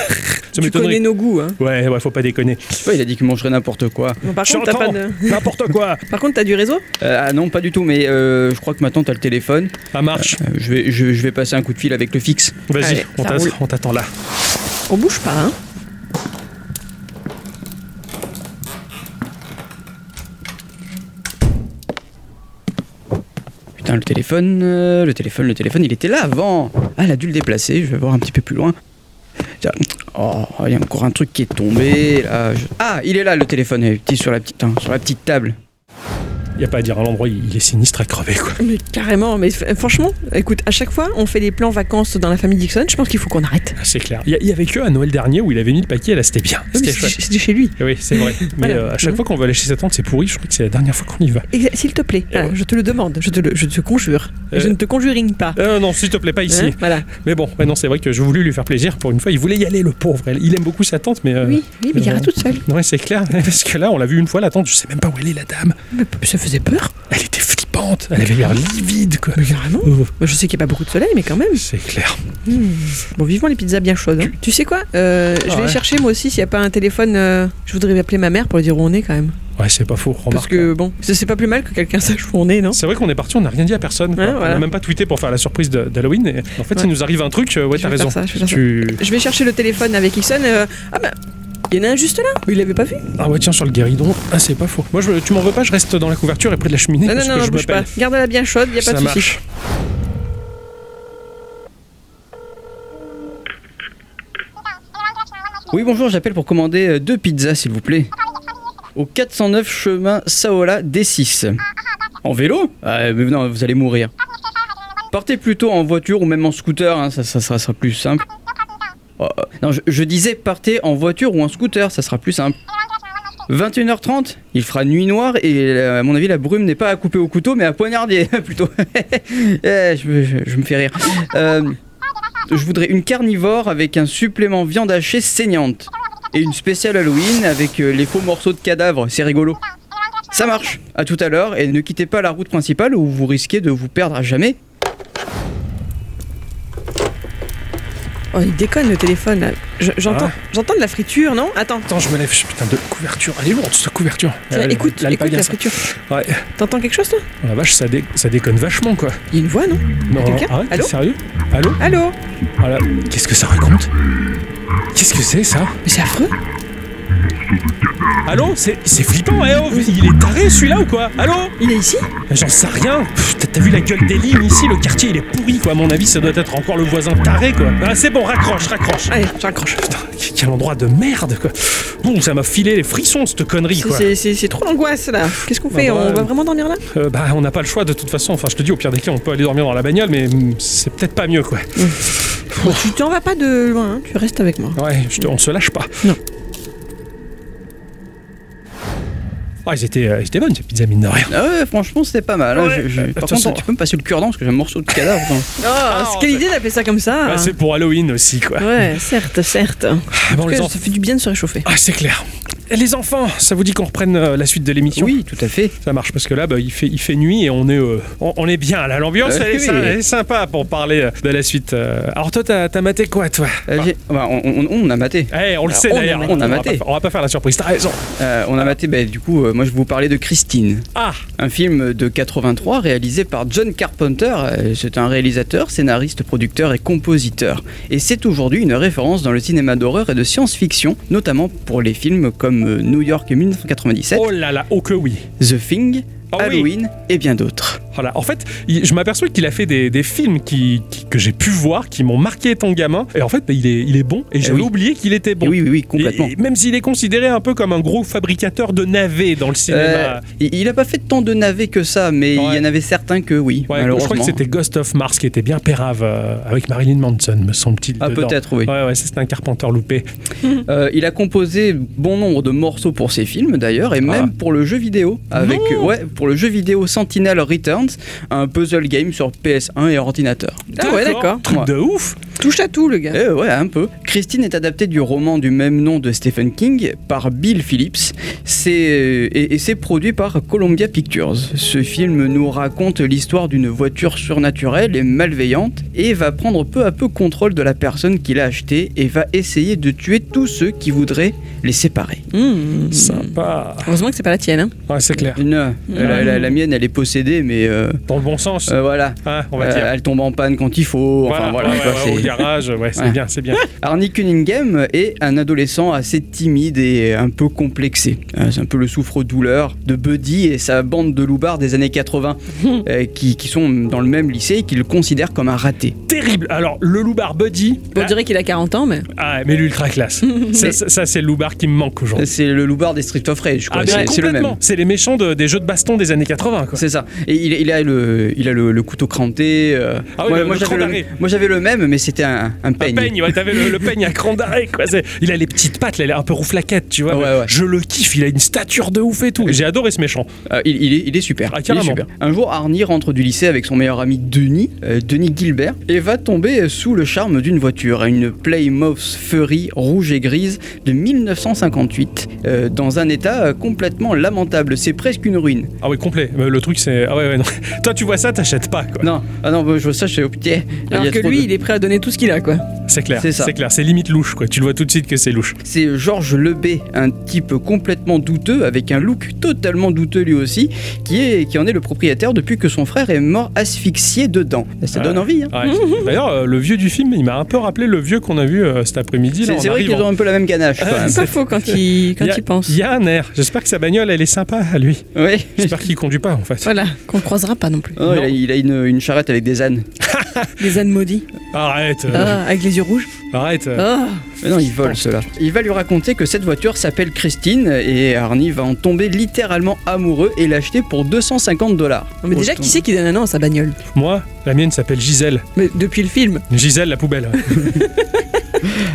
Speaker 2: Tu connais
Speaker 4: m'étonnerait.
Speaker 2: nos goûts. Hein.
Speaker 4: Ouais, ouais, faut pas déconner.
Speaker 3: Ouais, il a dit qu'il mangerait n'importe quoi.
Speaker 2: Bon, par, contre, t'as
Speaker 4: J'entends
Speaker 2: pas de...
Speaker 4: n'importe quoi.
Speaker 2: par contre, t'as du réseau
Speaker 3: Euh, ah non, pas du tout, mais euh, je crois que maintenant t'as le téléphone.
Speaker 4: Ça marche.
Speaker 3: Euh, je, vais, je, je vais passer un coup de fil avec le fixe.
Speaker 4: Vas-y,
Speaker 2: Allez,
Speaker 4: on
Speaker 2: ça
Speaker 4: t'as-
Speaker 2: roule.
Speaker 4: on t'attend là.
Speaker 2: On bouge pas. Hein.
Speaker 3: Putain, le téléphone, euh, le téléphone, le téléphone, il était là avant. Ah, elle a dû le déplacer, je vais voir un petit peu plus loin. Tiens, Oh, il y a encore un truc qui est tombé. là. Je- Ah, il est là le téléphone, il était sur la petite, putain, sur la petite table.
Speaker 4: Y a pas à dire, hein, l'endroit il il est sinistre à crever quoi.
Speaker 2: Mais carrément, mais f- franchement, écoute, à chaque fois, on fait les plans vacances dans la famille Dixon, je pense qu'il faut qu'on arrête.
Speaker 4: Ah, C'est clair. Il y, a- il y avait que à Noël dernier où il avait mis le paquet, là c'était bien.
Speaker 2: Ah Oui,
Speaker 4: C'était
Speaker 2: mais
Speaker 4: chouette.
Speaker 2: C'était c'était chez lui.
Speaker 4: Oui, c'est vrai. Mais
Speaker 2: Voilà.
Speaker 4: euh, à chaque fois qu'on va aller chez sa tante, c'est pourri. Je crois que c'est la dernière fois qu'on y va.
Speaker 2: Et- S'il te plaît, voilà,
Speaker 4: ouais.
Speaker 2: je te le demande, je te, le- je te conjure.
Speaker 4: Euh.
Speaker 2: Je ne te conjuring pas.
Speaker 4: Euh, non, s'il te plaît, pas ici.
Speaker 2: Hein, voilà.
Speaker 4: Mais bon, ouais, non, c'est vrai que je voulais lui faire plaisir pour une fois. Il voulait y aller, le pauvre. Elle- Il aime beaucoup sa tante, mais. euh,
Speaker 2: oui, oui, mais il ira
Speaker 4: euh,
Speaker 2: Ah, toute seule.
Speaker 4: Ouais, c'est clair. Parce que là, on l'a vu une fois, la tante, je sais même pas où elle est, la dame.
Speaker 2: Mais p- ça faisait peur.
Speaker 4: Elle était flippante. Elle avait l'air livide, quoi.
Speaker 2: Mais carrément.
Speaker 4: Oh,
Speaker 2: Moi, Je sais qu'il n'y a pas beaucoup de soleil, mais quand même.
Speaker 4: c'est clair.
Speaker 2: Bon, vivement les pizzas bien chaudes. hein. Tu... sais quoi Euh, Je
Speaker 4: Ah
Speaker 2: vais
Speaker 4: ouais.
Speaker 2: chercher moi aussi s'il n'y a pas un téléphone. euh, je voudrais appeler ma mère pour lui dire où on est quand même.
Speaker 4: Ouais, c'est pas faux. Remarque.
Speaker 2: Parce que bon, ça, c'est pas plus mal que quelqu'un sache où on est, non
Speaker 4: C'est vrai qu'on est parti, on n'a rien dit à personne. quoi.
Speaker 2: Ouais,
Speaker 4: On
Speaker 2: voilà.
Speaker 4: n'a même pas tweeté pour faire la surprise de- d'Halloween. et En fait,
Speaker 2: Ouais.
Speaker 4: il nous arrive un truc. euh, Ouais,
Speaker 2: Je
Speaker 4: t'as
Speaker 2: vais
Speaker 4: raison.
Speaker 2: faire ça, je vais faire ça.
Speaker 4: tu...
Speaker 2: Je vais chercher le téléphone avec Ixon. euh, Ah bah, il y en a un juste là. Il l'avait pas vu.
Speaker 4: Ah ouais, tiens, sur le guéridon. Ah, c'est pas faux. Moi, je... tu m'en veux pas, je reste dans la couverture et près de la cheminée.
Speaker 2: Non, non,
Speaker 4: parce
Speaker 2: non,
Speaker 4: que
Speaker 2: non,
Speaker 4: je
Speaker 2: bouge pas.
Speaker 4: m'appelle.
Speaker 2: Garde-la bien chaude, y a pas
Speaker 4: Ça
Speaker 2: de souci.
Speaker 4: marche.
Speaker 3: Oui, bonjour, j'appelle pour commander euh, deux pizzas, s'il vous plaît. Au 409 chemin Saola D6. En vélo Ah, mais non, vous allez mourir. Partez plutôt en voiture ou même en scooter, hein, ça, ça, sera- sera plus simple. Oh, euh, non, je, je disais partez en voiture ou en scooter, ça sera plus simple. 21h30, il fera nuit noire et euh, à mon avis la brume n'est pas à couper au couteau mais à poignarder plutôt. Eh, je, je- je me fais rire. Euh, je voudrais une carnivore avec un supplément viande hachée saignante. Et une spéciale Halloween avec euh, les faux morceaux de cadavres, c'est rigolo. Ça marche, à tout à l'heure, et ne quittez pas la route principale où vous risquez de vous perdre à jamais.
Speaker 2: Oh, il déconne le téléphone là. Je-
Speaker 4: Ah
Speaker 2: J'entends, j'entends de la friture, non Attends.
Speaker 4: Attends, je me lève. Putain, de couverture. Elle est lourde, cette couverture.
Speaker 2: Tiens,
Speaker 4: Elle-
Speaker 2: écoute,
Speaker 4: elle est pas
Speaker 2: écoute
Speaker 4: bien,
Speaker 2: la
Speaker 4: ça.
Speaker 2: friture.
Speaker 4: Ouais.
Speaker 2: T'entends quelque chose toi
Speaker 4: Oh la vache, ça, dé- ça déconne vachement, quoi.
Speaker 2: Il y a une voix, non
Speaker 4: Non,
Speaker 2: Quelqu'un
Speaker 4: arrête, t'es
Speaker 2: Allô
Speaker 4: sérieux Allô
Speaker 2: Allô
Speaker 4: Ah là, Qu'est-ce que ça raconte Qu'est-ce que c'est, ça
Speaker 2: Mais c'est affreux.
Speaker 4: Allô C'est c'est flippant, eh oh, Il est taré, celui-là, ou quoi Allô
Speaker 2: Il est ici
Speaker 4: J'en sais rien. Pff, t'as- T'as vu la gueule des lignes ici Le quartier, il est pourri, quoi. À mon avis, ça doit être encore le voisin taré, quoi. Ah, c'est bon, raccroche, raccroche.
Speaker 2: Allez, je raccroche.
Speaker 4: Putain, quel endroit de merde, quoi. Bon, ça m'a filé les frissons, cette connerie,
Speaker 2: C'est-
Speaker 4: quoi.
Speaker 2: C'est c'est- c'est trop l'angoisse là. Qu'est-ce qu'on fait
Speaker 4: bah,
Speaker 2: On
Speaker 4: ouais.
Speaker 2: va vraiment dormir là
Speaker 4: Euh, bah, on n'a pas le choix de toute façon. Enfin, je te dis, au pire des cas, on peut aller dormir dans la bagnole, mais mm, c'est peut-être pas mieux, quoi.
Speaker 2: Bon, Tu t'en vas pas de loin, hein, tu restes avec moi.
Speaker 4: Ouais, je te- on se lâche pas.
Speaker 2: Non.
Speaker 4: Ah, ils étaient, euh, ils étaient bonnes, ces pizzas, mine de rien.
Speaker 3: Ah ouais, franchement, c'était pas mal. hein,
Speaker 4: Ouais.
Speaker 3: je- je-
Speaker 4: Euh, de
Speaker 3: par
Speaker 4: toute façon-
Speaker 3: contre, tu peux me passer le cure-dent parce que j'ai un morceau de cadavre. dans-
Speaker 2: Oh, c'est quelle idée d'appeler ça comme ça hein?
Speaker 4: Ah, c'est pour Halloween aussi, quoi.
Speaker 2: Ouais, certes, certes.
Speaker 4: Bon,
Speaker 2: Ah, En tout
Speaker 4: les
Speaker 2: cas,
Speaker 4: enfants.
Speaker 2: ça fait du bien de se réchauffer.
Speaker 4: Ah, c'est clair. Et les enfants, ça vous dit qu'on reprenne euh, la suite de l'émission
Speaker 3: Oui, tout à fait.
Speaker 4: Ça marche parce que là, bah, il, fait, il fait nuit et on est, euh, on, on est bien. Là, l'ambiance,
Speaker 3: Euh,
Speaker 4: elle, est
Speaker 3: oui.
Speaker 4: sy- elle est sympa pour parler euh, de la suite. euh. Alors, toi, t'as, t'as maté quoi, toi
Speaker 3: Euh, j'ai- bah, on, on- on a maté.
Speaker 4: Eh, on
Speaker 3: Alors,
Speaker 4: le sait
Speaker 3: on a
Speaker 4: d'ailleurs.
Speaker 3: maté. On a
Speaker 4: va
Speaker 3: maté.
Speaker 4: pas- on va pas faire la surprise. T'as raison.
Speaker 3: Euh, on a maté, bah, du coup, euh, moi je vais vous parler de Christine.
Speaker 4: Ah,
Speaker 3: Un film de 83 réalisé par John Carpenter. Euh, C'est un réalisateur, scénariste, producteur et compositeur. Et c'est aujourd'hui une référence dans le cinéma d'horreur et de science-fiction, notamment pour les films comme euh, New York 1997,
Speaker 4: oh là là, oh que oui.
Speaker 3: The Thing,
Speaker 4: Ah oui.
Speaker 3: Halloween et bien d'autres.
Speaker 4: Voilà. En fait, il- je m'aperçois qu'il a fait des, des films qui, qui- que j'ai pu voir, qui m'ont marqué étant gamin. Et en fait, il est, il est bon. Et j'avais
Speaker 3: Eh oui.
Speaker 4: oublié qu'il était bon.
Speaker 3: Et oui, oui, oui, complètement.
Speaker 4: Et- et même s'il est considéré un peu comme un gros fabricateur de navets dans le cinéma.
Speaker 3: Euh, il il a pas fait tant de navets que ça, mais
Speaker 4: Ouais.
Speaker 3: il y en avait certains que oui,
Speaker 4: Ouais, je crois
Speaker 3: malheureusement.
Speaker 4: que c'était Ghost of Mars qui était bien pérave euh, avec Marilyn Manson, me semble-t-il.
Speaker 3: ah
Speaker 4: dedans.
Speaker 3: peut-être oui.
Speaker 4: Ouais, ouais, ça, c'était un carpenteur loupé.
Speaker 3: Euh, il a composé bon nombre de morceaux pour ses films d'ailleurs et même pour le jeu vidéo avec ouais pour le jeu vidéo Sentinel Returns Legends, un puzzle game sur PS1 et ordinateur.
Speaker 2: Ah ouais, d'accord.
Speaker 4: Truc
Speaker 3: Ouais.
Speaker 4: de ouf.
Speaker 2: Ah, Touche à tout, le gars.
Speaker 3: Euh, ouais, un peu. Christine est adaptée du roman du même nom de Stephen King par Bill Phillips C'est- et, et c'est produit par Columbia Pictures. Ce film nous raconte l'histoire d'une voiture surnaturelle et malveillante et va prendre peu à peu contrôle de la personne qui l'a achetée et va essayer de tuer tous ceux qui voudraient les séparer.
Speaker 2: Mmh.
Speaker 4: Sympa.
Speaker 2: Heureusement que c'est pas la tienne. hein.
Speaker 4: Ouais, c'est clair.
Speaker 3: Non, euh, la, la- la mienne, elle est possédée, mais euh,
Speaker 4: Dans le bon sens.
Speaker 3: euh, voilà.
Speaker 4: Hein, on va
Speaker 3: Euh,
Speaker 4: dire.
Speaker 3: elle tombe en panne quand il faut. Enfin voilà.
Speaker 4: ouais,
Speaker 3: quoi,
Speaker 4: ouais,
Speaker 3: c'est-
Speaker 4: au garage, ouais, c'est
Speaker 3: Ouais.
Speaker 4: bien, c'est bien.
Speaker 3: Arnie Cunningham est un adolescent assez timide et un peu complexé. Euh, C'est un peu le souffre-douleur de Buddy et sa bande de loupards des années 80 euh, qui, qui sont dans le même lycée et qui le considèrent comme un raté.
Speaker 4: Terrible. Alors, le loupard Buddy.
Speaker 2: On dirait qu'il a 40 ans, mais.
Speaker 4: Ah, mais l'ultra classe. ça, ça- ça, c'est le loupard qui me manque aujourd'hui.
Speaker 3: C'est le loupard des Street of Rage, je crois.
Speaker 4: Ah, mais
Speaker 3: c'est c'est le
Speaker 4: complètement.
Speaker 3: même.
Speaker 4: C'est les méchants de- des jeux de baston des années 80, quoi.
Speaker 3: C'est ça. Et il, il a le, il a le, le couteau cranté. euh,
Speaker 4: Ah oui, le- le cran
Speaker 3: j'avais le,
Speaker 4: d'arrêt.
Speaker 3: moi, j'avais le même, mais c'était un, un
Speaker 4: Un
Speaker 3: peigne.
Speaker 4: peigne, ouais, t'avais le, le peigne à cran d'arrêt, quoi. C'est- Il a les petites pattes, là, il est un peu rouflaquette, tu vois.
Speaker 3: Ouais,
Speaker 4: mais
Speaker 3: ouais.
Speaker 4: Je le kiffe, il a une stature de ouf et tout. J'ai adoré ce méchant.
Speaker 3: Euh, il, il est, il est super.
Speaker 4: Ah,
Speaker 3: Il est
Speaker 4: carrément.
Speaker 3: super. Un jour, Arnie rentre du lycée avec son meilleur ami Denis, euh, Denis Gilbert, et va tomber sous le charme d'une voiture, une Plymouth Fury rouge et grise de 1958, euh, dans un état euh, complètement lamentable. C'est presque une ruine.
Speaker 4: Ah ouais, complet. Euh, Le truc, c'est. Ah ouais, ouais, non. Toi, tu vois ça, t'achètes pas, quoi.
Speaker 3: Non, ah non, bah, je vois ça, je fais oh putain. il y a
Speaker 2: Alors que
Speaker 3: trop
Speaker 2: lui,
Speaker 3: de-
Speaker 2: il est prêt à donner tout ce qu'il a, quoi.
Speaker 4: C'est clair.
Speaker 3: C'est ça.
Speaker 4: C'est clair. C'est limite louche, quoi. Tu le vois tout de suite que c'est louche.
Speaker 3: C'est Georges Lebay, un type complètement douteux, avec un look totalement douteux lui aussi, qui, est, qui en est le propriétaire depuis que son frère est mort asphyxié dedans. Ça
Speaker 4: Ah.
Speaker 3: donne envie, hein.
Speaker 4: Ouais. D'ailleurs, euh, le vieux du film, il m'a un peu rappelé le vieux qu'on a vu euh, cet après-midi. là,
Speaker 3: C'est
Speaker 4: en
Speaker 3: c'est vrai qu'ils
Speaker 4: arrivant.
Speaker 3: ont un peu la même ganache. quand même.
Speaker 2: C'est pas faux quand il, quand
Speaker 4: y a-
Speaker 2: il pense.
Speaker 4: Il y a un air. J'espère que sa bagnole, elle est sympa à lui.
Speaker 3: Oui.
Speaker 4: J'espère qu'il conduit pas, en fait.
Speaker 2: Voilà, qu'on le croisera pas non plus.
Speaker 3: Oh, il a, il a une, une charrette avec des ânes.
Speaker 2: Les ânes maudits.
Speaker 4: Arrête. euh,
Speaker 2: Ah, avec les yeux rouges.
Speaker 4: Arrête. euh.
Speaker 2: Ah.
Speaker 3: Mais non, il vole cela. Il va lui raconter que cette voiture s'appelle Christine et Arnie va en tomber littéralement amoureux et l'acheter pour 250 dollars.
Speaker 2: Non, mais déjà, qui c'est qui donne un nom à sa bagnole
Speaker 3: Ah.
Speaker 4: Moi, la mienne s'appelle Gisèle.
Speaker 2: Mais depuis le film.
Speaker 4: Gisèle, la poubelle.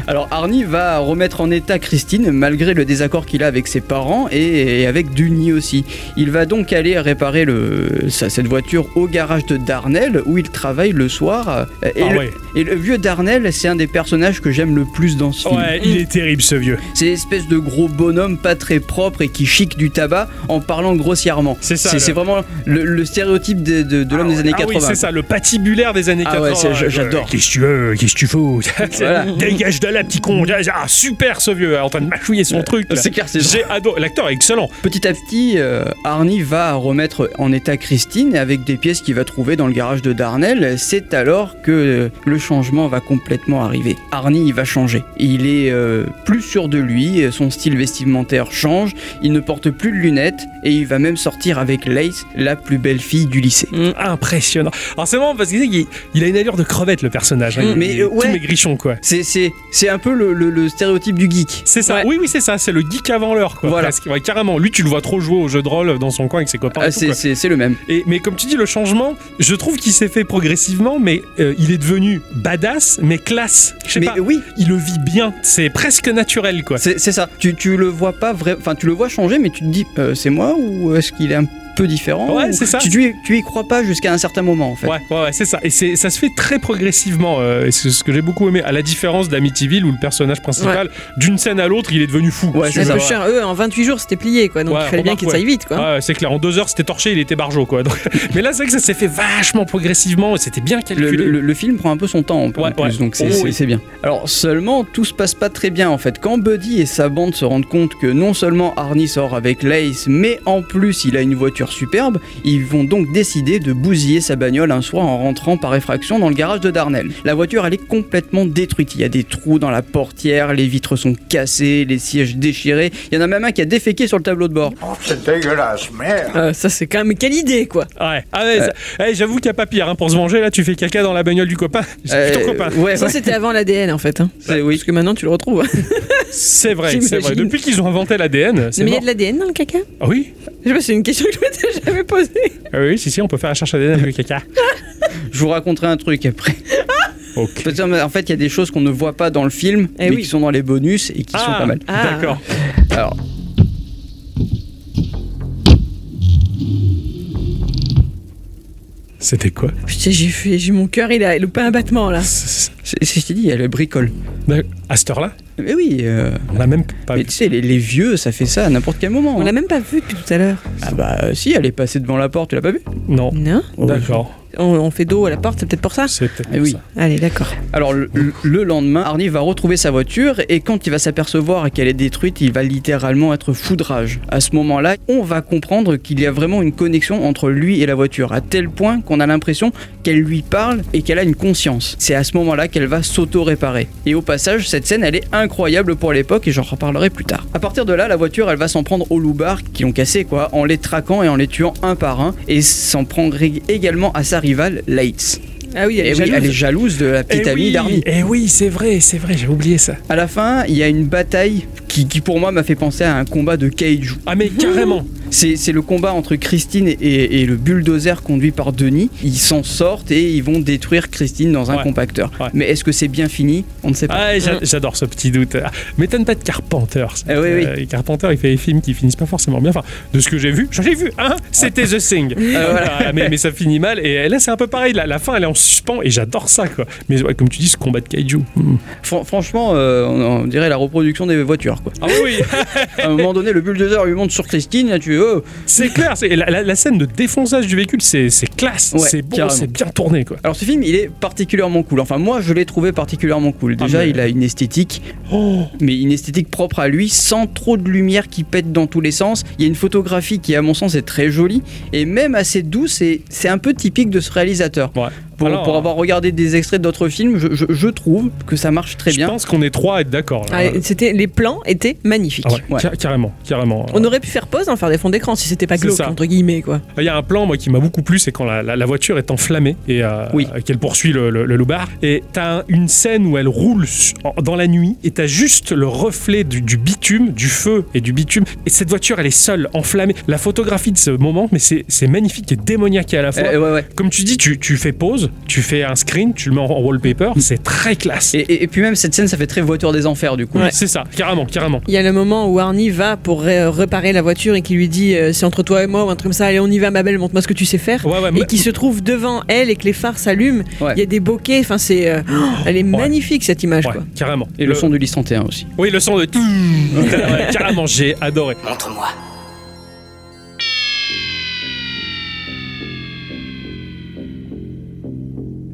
Speaker 3: Alors Arnie va remettre en état Christine malgré le désaccord qu'il a avec ses parents et, et avec Duny aussi. Il va donc aller réparer le, sa- cette voiture au garage de Darnell où il travaille le soir. Et,
Speaker 4: Ah
Speaker 3: le,
Speaker 4: ouais.
Speaker 3: et le vieux Darnell, c'est un des personnages que j'aime le plus dans ce film.
Speaker 4: Ouais, il est terrible, ce vieux.
Speaker 3: C'est l'espèce de gros bonhomme pas très propre et qui chic du tabac en parlant grossièrement.
Speaker 4: C'est ça,
Speaker 3: C'est
Speaker 4: le-
Speaker 3: c'est vraiment le, le stéréotype de, de- de l'homme des années
Speaker 4: Ah
Speaker 3: 80.
Speaker 4: oui, c'est ça, le patibulaire des années
Speaker 3: Ah
Speaker 4: 80.
Speaker 3: ouais, c'est- je- j'adore.
Speaker 4: Qu'est-ce que tu veux Qu'est-ce que tu fous
Speaker 3: Voilà. Euh,
Speaker 4: Dégage de là, petit con. Ah, super, ce vieux, en train de mâchouiller son truc. là.
Speaker 3: C'est clair, c'est
Speaker 4: J'ai adoré. L'acteur est excellent.
Speaker 3: Petit à petit, euh, Arnie va remettre en état Christine avec des pièces qu'il va trouver dans le garage de Darnell. C'est alors que euh, le changement va complètement arriver. Arnie, il va changer. Il est euh, plus sûr de lui, son style vestimentaire change, il ne porte plus de lunettes et il va même sortir avec Lace, la plus belle fille du lycée.
Speaker 4: Impressionnant. Alors, c'est marrant parce qu'il il- il a une allure de crevette, le personnage. hein. Il-
Speaker 3: Mais,
Speaker 4: il est
Speaker 3: euh, ouais.
Speaker 4: Tout maigrichon, quoi.
Speaker 3: C'est- C'est c'est un peu le, le- le stéréotype du geek.
Speaker 4: C'est ça, oui, oui, c'est ça, c'est le geek avant l'heure, quoi.
Speaker 3: Voilà.
Speaker 4: Presque. Ouais, carrément, lui, tu le vois trop jouer au jeu de rôle dans son coin avec ses copains. et
Speaker 3: Ah,
Speaker 4: tout,
Speaker 3: c'est
Speaker 4: quoi.
Speaker 3: c'est- c'est le même.
Speaker 4: Et- mais comme tu dis, le changement, je trouve qu'il s'est fait progressivement, mais euh, il est devenu badass, mais classe. Je sais
Speaker 3: Mais
Speaker 4: pas,
Speaker 3: oui,
Speaker 4: il le vit bien, c'est presque naturel, quoi.
Speaker 3: c'est c'est ça. Tu, tu le vois pas vrai. Enfin, tu le vois changer, mais tu te dis, euh, c'est moi ou est-ce qu'il est un peu différent
Speaker 4: Ouais,
Speaker 3: Ou-
Speaker 4: c'est ça.
Speaker 3: Tu, tu y, tu y crois pas jusqu'à un certain moment, en fait.
Speaker 4: Ouais, ouais, ouais, c'est ça. Et c'est, ça se fait très progressivement. euh, et c'est ce que j'ai beaucoup aimé, à la différence d'Amityville où le personnage principal, d'une scène à l'autre, il est devenu fou.
Speaker 3: Ouais,
Speaker 4: si
Speaker 3: c'est
Speaker 4: tu
Speaker 2: Parce
Speaker 4: veux.
Speaker 2: que cher, eux, en 28 jours, c'était plié, quoi. Donc
Speaker 4: Ouais,
Speaker 2: il fallait bien
Speaker 4: remarque,
Speaker 2: qu'ils aillent
Speaker 4: ouais.
Speaker 2: vite, quoi.
Speaker 4: Ah ouais, c'est clair. En deux heures, c'était torché, il était barjot, quoi. Donc- mais là, c'est vrai que ça s'est fait vachement progressivement et c'était bien
Speaker 3: Le,
Speaker 4: calculé.
Speaker 3: le- le film prend un peu son temps en
Speaker 4: Ouais,
Speaker 3: plus,
Speaker 4: ouais.
Speaker 3: donc c'est
Speaker 4: Oh,
Speaker 3: c'est-
Speaker 4: oui.
Speaker 3: c'est bien. Alors seulement, tout se passe pas très bien en fait. Quand Buddy et sa bande se rendent compte que non seulement Arnie sort avec Lace, mais en plus il a une voiture superbe, ils vont donc décider de bousiller sa bagnole un soir en rentrant par effraction dans le garage de Darnell. La voiture elle est complètement détruite, il y a des trous dans la portière, les vitres sont cassées, les sièges déchirés, il y en a même un qui a déféqué sur le tableau de bord.
Speaker 4: Oh,
Speaker 7: C'est dégueulasse, merde.
Speaker 2: Euh, ça, c'est quand même quelle idée, quoi.
Speaker 4: Ouais. Ah ouais, ça- eh, j'avoue qu'il n'y a pas pire. hein, pour se venger, là, tu fais caca dans la bagnole du copain. C'est
Speaker 3: Euh,
Speaker 4: ton copain.
Speaker 3: ouais,
Speaker 2: Ça,
Speaker 3: ouais,
Speaker 2: c'était avant l'ADN, en fait. hein.
Speaker 3: c'est- oui.
Speaker 2: Parce que maintenant, tu le retrouves. hein.
Speaker 4: C'est vrai, c'est vrai.
Speaker 2: J'imagine.
Speaker 4: Depuis qu'ils ont inventé l'ADN, c'est
Speaker 2: Mais il y a
Speaker 4: mort.
Speaker 2: de l'ADN dans le caca
Speaker 4: Ah oui
Speaker 2: Je sais pas, c'est une question que je m'étais jamais posée.
Speaker 4: Ah oui, si, si, on peut faire la charge ADN avec le caca.
Speaker 3: Je vous raconterai un truc après.
Speaker 4: Ok.
Speaker 3: Parce qu'en- en fait, il y a des choses qu'on ne voit pas dans le film,
Speaker 2: Eh
Speaker 3: mais
Speaker 2: oui.
Speaker 3: qui sont dans les bonus et qui sont
Speaker 4: Ah,
Speaker 3: pas mal.
Speaker 2: Ah.
Speaker 4: D'accord.
Speaker 3: Alors,
Speaker 4: C'était quoi
Speaker 2: Putain, j'ai fait, j'ai mon cœur, il a loupé un battement
Speaker 3: Ah.
Speaker 2: là.
Speaker 3: C'est ce que je t'ai dit, il y a le bricole.
Speaker 4: Ben, À cette heure-là
Speaker 3: Mais oui, euh,
Speaker 4: On l'a même pas
Speaker 3: mais
Speaker 4: vu.
Speaker 3: tu sais, les, les vieux, ça fait ça à n'importe quel moment.
Speaker 2: On
Speaker 3: hein.
Speaker 2: l'a même pas vu depuis tout à l'heure.
Speaker 3: Ah bah euh, si, elle est passée devant la porte, tu l'as pas vu
Speaker 4: Non.
Speaker 2: Non
Speaker 4: D'accord.
Speaker 2: on, on fait dos à la porte, c'est peut-être pour ça
Speaker 4: C'est peut-être
Speaker 3: Oh. Eh
Speaker 4: pour
Speaker 3: oui.
Speaker 4: ça.
Speaker 2: Allez, d'accord.
Speaker 3: Alors le, le lendemain, Arnie va retrouver sa voiture et quand il va s'apercevoir qu'elle est détruite, il va littéralement être fou de rage. À ce moment-là, on va comprendre qu'il y a vraiment une connexion entre lui et la voiture, à tel point qu'on a l'impression qu'elle lui parle et qu'elle a une conscience. C'est à ce moment-là qu'elle va s'auto-réparer. Et au passage, cette scène, elle est incroyable pour l'époque et j'en reparlerai plus tard. À partir de là, la voiture, elle va s'en prendre aux loupards qui l'ont cassé quoi, en les traquant et en les tuant un par un, et s'en prendre également à sa rivale, Lights.
Speaker 2: Ah oui, elle
Speaker 3: Et
Speaker 2: est
Speaker 3: Eh oui, elle est
Speaker 2: jalouse.
Speaker 3: jalouse de la petite
Speaker 4: Eh
Speaker 3: amie
Speaker 4: oui,
Speaker 3: d'Arnie.
Speaker 4: Eh oui, c'est vrai, c'est vrai, j'ai oublié ça.
Speaker 3: À la fin, il y a une bataille qui, qui, pour moi m'a fait penser à un combat de kaiju.
Speaker 4: Ah mais carrément
Speaker 3: C'est c'est le combat entre Christine et, et le bulldozer conduit par Denis. Ils s'en sortent et ils vont détruire Christine dans un
Speaker 4: Ouais.
Speaker 3: compacteur.
Speaker 4: Ouais.
Speaker 3: Mais est-ce que c'est bien fini On ne sait pas.
Speaker 4: Ah, j'a- j'adore ce petit doute. Ah, M'étonne pas de Carpenter. ça.
Speaker 3: Eh oui, oui.
Speaker 4: Euh, Carpenter, il fait des films qui finissent pas forcément bien. Enfin, de ce que j'ai vu, j'en ai vu un, c'était The Thing.
Speaker 3: Ah, voilà.
Speaker 4: Ah, mais, mais ça finit mal. Et là, c'est un peu pareil. La, la fin, elle est en suspens. Et j'adore ça, quoi. Mais ouais, comme tu dis, ce combat de kaiju. Hmm.
Speaker 3: Fran- franchement, euh, on, on dirait la reproduction des voitures. Quoi.
Speaker 4: Ah oui, oui.
Speaker 3: À un moment donné, le bulldozer lui monte sur Christine. Là, tu oh.
Speaker 4: c'est clair. c'est- La, la- la scène de défonçage du véhicule, c'est c'est classe.
Speaker 3: Ouais,
Speaker 4: c'est bon,
Speaker 3: carrément.
Speaker 4: c'est bien tourné, quoi.
Speaker 3: Alors ce film, il est particulièrement cool. Enfin, moi, je l'ai trouvé particulièrement cool.
Speaker 4: Ah,
Speaker 3: Déjà,
Speaker 4: mais-
Speaker 3: il a une esthétique
Speaker 4: Oh,
Speaker 3: mais une esthétique propre à lui, sans trop de lumière qui pète dans tous les sens. Il y a une photographie qui, à mon sens, est très jolie et même assez douce. Et c'est un peu typique de ce réalisateur.
Speaker 4: Ouais.
Speaker 3: Pour,
Speaker 4: Alors-
Speaker 3: pour avoir regardé des extraits d'autres films, je, je- je trouve que ça marche très
Speaker 4: je
Speaker 3: bien.
Speaker 4: pense qu'on est trois à être d'accord. là.
Speaker 2: Ah, c'était, les plans étaient magnifiques.
Speaker 4: Ah ouais,
Speaker 3: Ouais.
Speaker 4: ca- carrément, carrément.
Speaker 2: On aurait pu faire pause, en faire des fonds d'écran si c'était pas
Speaker 4: C'est
Speaker 2: glauque,
Speaker 4: ça.
Speaker 2: entre guillemets, quoi.
Speaker 4: Il y a un plan moi qui m'a beaucoup plu, c'est quand la, la- la voiture est enflammée et euh,
Speaker 3: Oui.
Speaker 4: qu'elle poursuit le, le, le loupard. Et t'as un- une scène où elle roule su- en- dans la nuit et t'as juste le reflet du, du bitume, du feu et du bitume. Et cette voiture, elle est seule, enflammée. La photographie de ce moment, mais c'est c'est magnifique et démoniaque à la fois.
Speaker 3: Euh, ouais, ouais.
Speaker 4: Comme tu dis, tu, tu fais pause, tu fais un screen, tu le mets en, en wallpaper, c'est très classe.
Speaker 3: Et, et- et puis même cette scène, ça fait très voiture des enfers du coup.
Speaker 4: Oui, C'est ça, carrément, carrément.
Speaker 2: Il y a le moment où Arnie va pour ré- euh, réparer la voiture et qui lui dit euh, c'est entre toi et moi ou un truc comme ça, allez on y va ma belle, montre-moi ce que tu sais faire.
Speaker 4: Ouais, ouais,
Speaker 2: Et
Speaker 4: mais-
Speaker 2: qui se trouve devant elle et que les phares s'allument, il
Speaker 3: Ouais.
Speaker 2: y a des bokeh, enfin c'est, euh, elle est magnifique cette image
Speaker 4: Ouais,
Speaker 2: quoi.
Speaker 4: carrément.
Speaker 3: Et le, son du lys 31 aussi.
Speaker 4: Oui, le son de. Ouais, carrément, j'ai adoré.
Speaker 8: Montre-moi.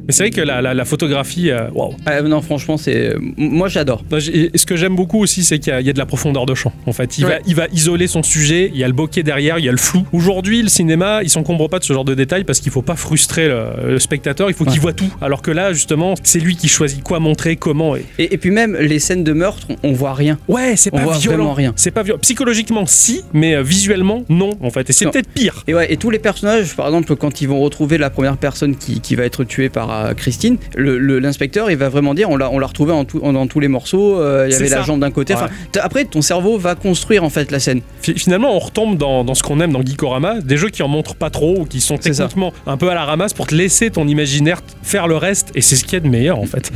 Speaker 4: Mais c'est vrai que la, la- la photographie, euh, waouh.
Speaker 3: Ah, non, franchement, c'est. Moi, j'adore.
Speaker 4: Non, j'ai- et Ce que j'aime beaucoup aussi, c'est qu'il y, a- il y a de la profondeur de champ. En fait, il, va,
Speaker 3: Ouais.
Speaker 4: il va isoler son sujet. Il y a le bokeh derrière, il y a le flou. Aujourd'hui, le cinéma, il s'encombre pas de ce genre de détails parce qu'il faut pas frustrer le, le spectateur. Il faut qu'il
Speaker 3: Ouais.
Speaker 4: voit tout. Alors que là, justement, c'est lui qui choisit quoi montrer, comment. Et...
Speaker 3: Et, et puis même les scènes de meurtre, on, on voit rien.
Speaker 4: Ouais, c'est
Speaker 3: On
Speaker 4: pas
Speaker 3: voit
Speaker 4: violent.
Speaker 3: vraiment rien.
Speaker 4: C'est pas violent. Psychologiquement, si, mais euh, visuellement, non. En fait, et c'est
Speaker 3: Non.
Speaker 4: peut-être pire.
Speaker 3: Et ouais, et tous les personnages, par exemple, quand ils vont retrouver la première personne qui, qui va être tuée par euh, Christine, le- le- l'inspecteur, il va vraiment dire on l'a on l'a retrouvé en tout- en- dans tous les morceaux, euh, il y
Speaker 4: C'est
Speaker 3: avait la
Speaker 4: ça.
Speaker 3: jambe d'un côté. Enfin,
Speaker 4: Ouais.
Speaker 3: t'as- après, ton cerveau va construire en fait la scène.
Speaker 4: Fi- Finalement, on retombe dans, dans ce qu'on aime dans Geekorama, des jeux qui en montrent pas trop ou qui sont
Speaker 3: C'est ça.
Speaker 4: techniquement un peu à la ramasse pour te laisser ton imaginaire t- faire le reste. Et c'est ce qu'il y a de meilleur, en fait.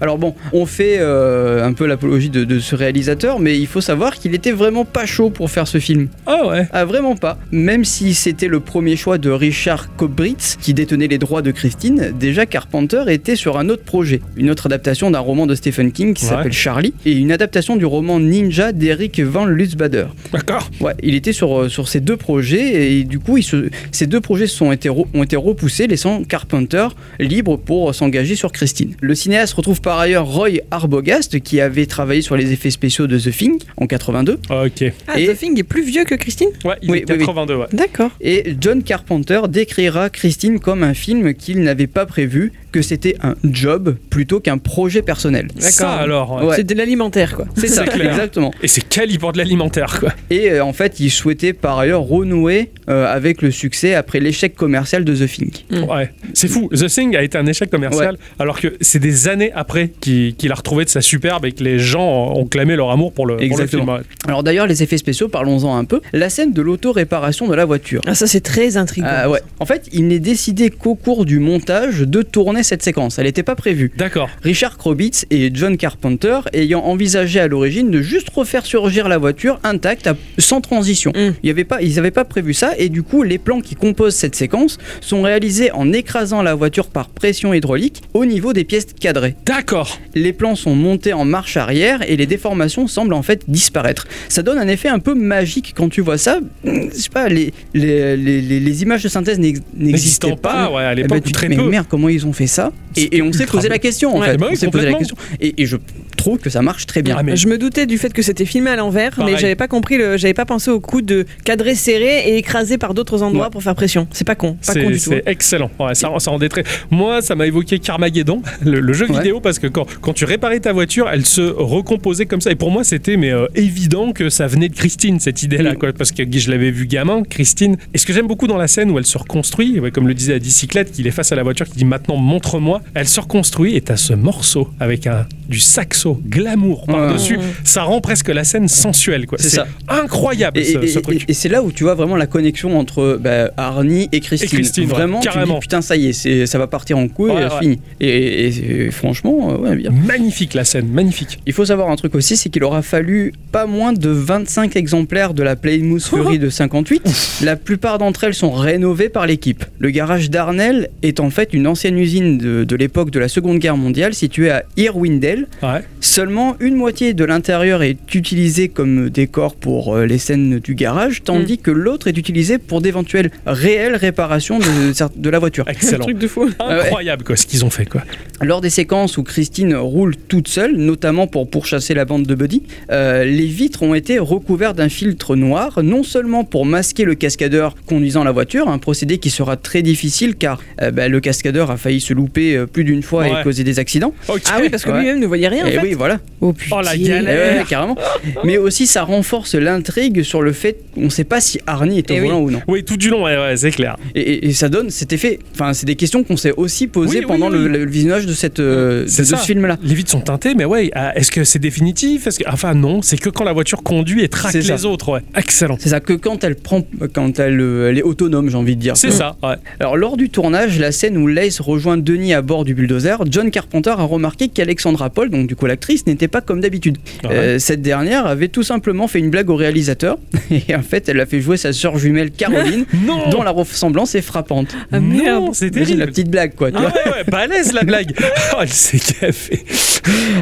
Speaker 3: Alors bon, on fait euh, un peu l'apologie de, de ce réalisateur, mais il faut savoir qu'il était vraiment pas chaud pour faire ce film.
Speaker 4: Ah ouais.
Speaker 3: Ah, vraiment pas. Même si c'était le premier choix de Richard Kobritz, qui détenait les droits de Christine, déjà Carpenter était sur un autre projet. Une autre adaptation d'un roman de Stephen King qui
Speaker 4: Ouais.
Speaker 3: s'appelle Charlie, et une adaptation du roman Ninja d'Eric Van Lusbader.
Speaker 4: D'accord.
Speaker 3: Ouais, il était sur, euh, sur ces deux projets, et du coup, il se- ces deux projets sont été re- ont été repoussés, laissant Carpenter libre pour s'engager sur Christine. Le cinéaste retrouve par ailleurs Roy Arbogast, qui avait travaillé sur les effets spéciaux de The Thing en 82,
Speaker 4: Ok.
Speaker 2: Ah,
Speaker 3: Et-
Speaker 2: The Thing est plus vieux que Christine
Speaker 4: Ouais, il
Speaker 3: Oui,
Speaker 4: est
Speaker 3: oui, oui.
Speaker 4: 82, ouais.
Speaker 2: D'accord.
Speaker 3: Et John Carpenter décrira Christine comme un film qu'il n'avait pas prévu, que c'était un job plutôt qu'un projet personnel.
Speaker 4: Ça alors. ouais.
Speaker 3: Ouais.
Speaker 2: C'est de l'alimentaire quoi.
Speaker 3: C'est ça,
Speaker 4: C'est clair.
Speaker 3: exactement.
Speaker 4: Et c'est quali pour de l'alimentaire, quoi.
Speaker 3: Et euh, en fait, il souhaitait par ailleurs renouer euh, avec le succès après l'échec commercial de The Thing.
Speaker 2: Mm.
Speaker 4: Ouais. C'est fou. The Thing a été un échec commercial, alors que c'est des années après qu'il qu'il a retrouvé de sa superbe et que les gens ont clamé leur amour pour le, pour le
Speaker 3: Exactement.
Speaker 4: film. ouais.
Speaker 3: Alors d'ailleurs, les effets spéciaux, parlons-en un peu. La scène de
Speaker 4: Ah,
Speaker 3: l'auto-réparation de la voiture. Euh,
Speaker 2: Ah ça c'est très intriguant.
Speaker 3: Ah ouais. En fait, il n'est décidé qu'au cours du montage de tourner cette séquence. Elle n'était pas prévue.
Speaker 4: D'accord.
Speaker 3: Richard Krobitz et John Carpenter ayant envisagé à l'origine de juste refaire surgir la voiture intacte, à- sans transition.
Speaker 2: Mm.
Speaker 3: Il y avait pas, ils n'avaient pas prévu ça et du coup les plans qui composent cette séquence sont réalisés en écrasant la voiture par pression hydraulique au niveau des pièces cadrées.
Speaker 4: D'accord.
Speaker 3: Les plans sont montés en marche arrière et les déformations semblent en fait disparaître. Ça donne un effet un peu magique quand tu vois ça. Mm, Je sais pas, les, les, les- les- les images de synthèse n'ex- n'existaient
Speaker 4: N'existant
Speaker 3: pas.
Speaker 4: pas, ouais, à
Speaker 3: Eh ben,
Speaker 4: l'époque,
Speaker 3: tu te
Speaker 4: très
Speaker 3: dis, mais
Speaker 4: peu.
Speaker 3: merde, comment ils ont fait ça et, et on s'est
Speaker 4: ultra
Speaker 3: posé
Speaker 4: beau.
Speaker 3: la question en
Speaker 4: Ouais,
Speaker 3: fait.
Speaker 4: bah oui,
Speaker 3: on s'est posé la
Speaker 4: complètement.
Speaker 3: question. Et, et je trouve que ça marche très bien.
Speaker 4: Ah, mais-
Speaker 2: Je me doutais du fait que c'était filmé à l'envers,
Speaker 4: Pareil.
Speaker 2: mais j'avais pas compris, le, j'avais pas pensé au coup de cadrer serré et écraser par d'autres endroits pour faire pression. C'est pas con, pas
Speaker 4: C'est-
Speaker 2: con du tout.
Speaker 3: hein.
Speaker 2: hein.
Speaker 4: C'est excellent. Ouais, ça, ça rendait très. Moi, ça m'a évoqué Carmageddon, le, le jeu
Speaker 3: Ouais.
Speaker 4: vidéo, parce que quand, quand tu réparais ta voiture, elle se recomposait comme ça. Et pour moi, c'était mais euh, évident que ça venait de Christine cette idée-là,
Speaker 3: Mm.
Speaker 4: quoi, parce que je l'avais vu gamin, Christine. Et ce que j'aime beaucoup dans la scène où elle se reconstruit, ouais, comme le disait la bicyclette, qu'il est face à la voiture, qui dit maintenant montre-moi. Elle se reconstruit et t'as ce morceau avec un du saxo glamour
Speaker 3: Ouais.
Speaker 4: par dessus. Ça rend presque la scène sensuelle, quoi.
Speaker 3: Mm. C'est
Speaker 4: C'est
Speaker 3: ça.
Speaker 4: incroyable
Speaker 3: Et,
Speaker 4: ah, bah, ce,
Speaker 3: et-
Speaker 4: ce
Speaker 3: et-
Speaker 4: truc.
Speaker 3: et c'est là où tu vois vraiment la connexion entre bah, Arnie et Christine.
Speaker 4: Et Christine, ouais,
Speaker 3: vraiment, tu te dis,
Speaker 4: carrément.
Speaker 3: putain, ça y est, c'est- ça va partir en couille,
Speaker 4: Ouais,
Speaker 3: et
Speaker 4: ouais.
Speaker 3: fini. Et, et- et franchement, euh, ouais, bien.
Speaker 4: Magnifique la scène, magnifique.
Speaker 3: Il faut savoir un truc aussi, c'est qu'il aura fallu pas moins de 25 exemplaires de la Playmouth Fury de 58. La plupart d'entre elles sont rénovées par l'équipe. Le garage d'Arnell est en fait une ancienne usine de, de l'époque de la Seconde Guerre mondiale située à Irwindale.
Speaker 4: Ouais.
Speaker 3: Seulement une moitié de l'intérieur est utilisée comme décor pour euh, les scènes du garage, tandis que l'autre est utilisée pour d'éventuelles réelles réparations de- de la voiture.
Speaker 4: Excellent.
Speaker 2: Truc de fou.
Speaker 3: ouais.
Speaker 4: Incroyable quoi, ce qu'ils ont fait quoi.
Speaker 3: Lors des séquences où Christine roule toute seule, notamment pour pourchasser la bande de Buddy, euh, les vitres ont été recouvertes d'un filtre noir, non seulement pour masquer le cascadeur conduisant la voiture, un procédé qui sera très difficile car euh, bah, le cascadeur a failli se louper euh, plus d'une fois
Speaker 4: Ouais.
Speaker 3: et causer des accidents.
Speaker 4: Ok.
Speaker 2: Ah oui, parce que
Speaker 3: Ouais.
Speaker 2: lui-même ne voyait rien
Speaker 3: et
Speaker 2: en fait.
Speaker 3: oui, voilà.
Speaker 2: Oh putain.
Speaker 4: Oh la
Speaker 3: Eh
Speaker 4: galère.
Speaker 3: ouais, carrément. Mais aussi, ça renforce l'intrigue sur le fait qu'on ne sait pas si Arnie est au
Speaker 2: Eh oui.
Speaker 3: volant ou non.
Speaker 4: Oui, tout du long, ouais, ouais, c'est clair.
Speaker 3: Et, et- et ça donne cet effet. Enfin, c'est des questions qu'on s'est aussi posées
Speaker 4: Oui, oui,
Speaker 3: pendant
Speaker 4: oui.
Speaker 3: Le, le visionnage de, cette, euh, de-
Speaker 4: C'est
Speaker 3: de
Speaker 4: ça.
Speaker 3: ce film-là.
Speaker 4: Les vitres sont teintées, mais ouais, ah, est-ce que c'est définitif Est-ce que- Enfin non, c'est que quand la voiture conduit et traque
Speaker 3: C'est ça.
Speaker 4: les autres, ouais. Excellent.
Speaker 3: C'est ça que quand elle prend, quand elle, euh, elle est autonome, j'ai envie de dire.
Speaker 4: C'est ça, ouais.
Speaker 3: Alors lors du tournage, la scène où Lace rejoint Denis à bord du bulldozer, John Carpenter a remarqué qu'Alexandra Paul, donc du coup l'actrice, n'était pas comme d'habitude.
Speaker 4: Ah Ouais.
Speaker 3: Euh, cette dernière avait tout simplement fait une blague au réalisateur et en fait elle a fait jouer sa sœur jumelle Caroline,
Speaker 4: Non
Speaker 3: dont la ressemblance est frappante.
Speaker 2: Ah, merde.
Speaker 4: Non, c'est
Speaker 3: Imagine
Speaker 4: terrible.
Speaker 3: la petite blague quoi. tu
Speaker 4: Ah
Speaker 3: vois.
Speaker 4: ouais, ouais, balèze la blague. Oh, elle s'est gaffée.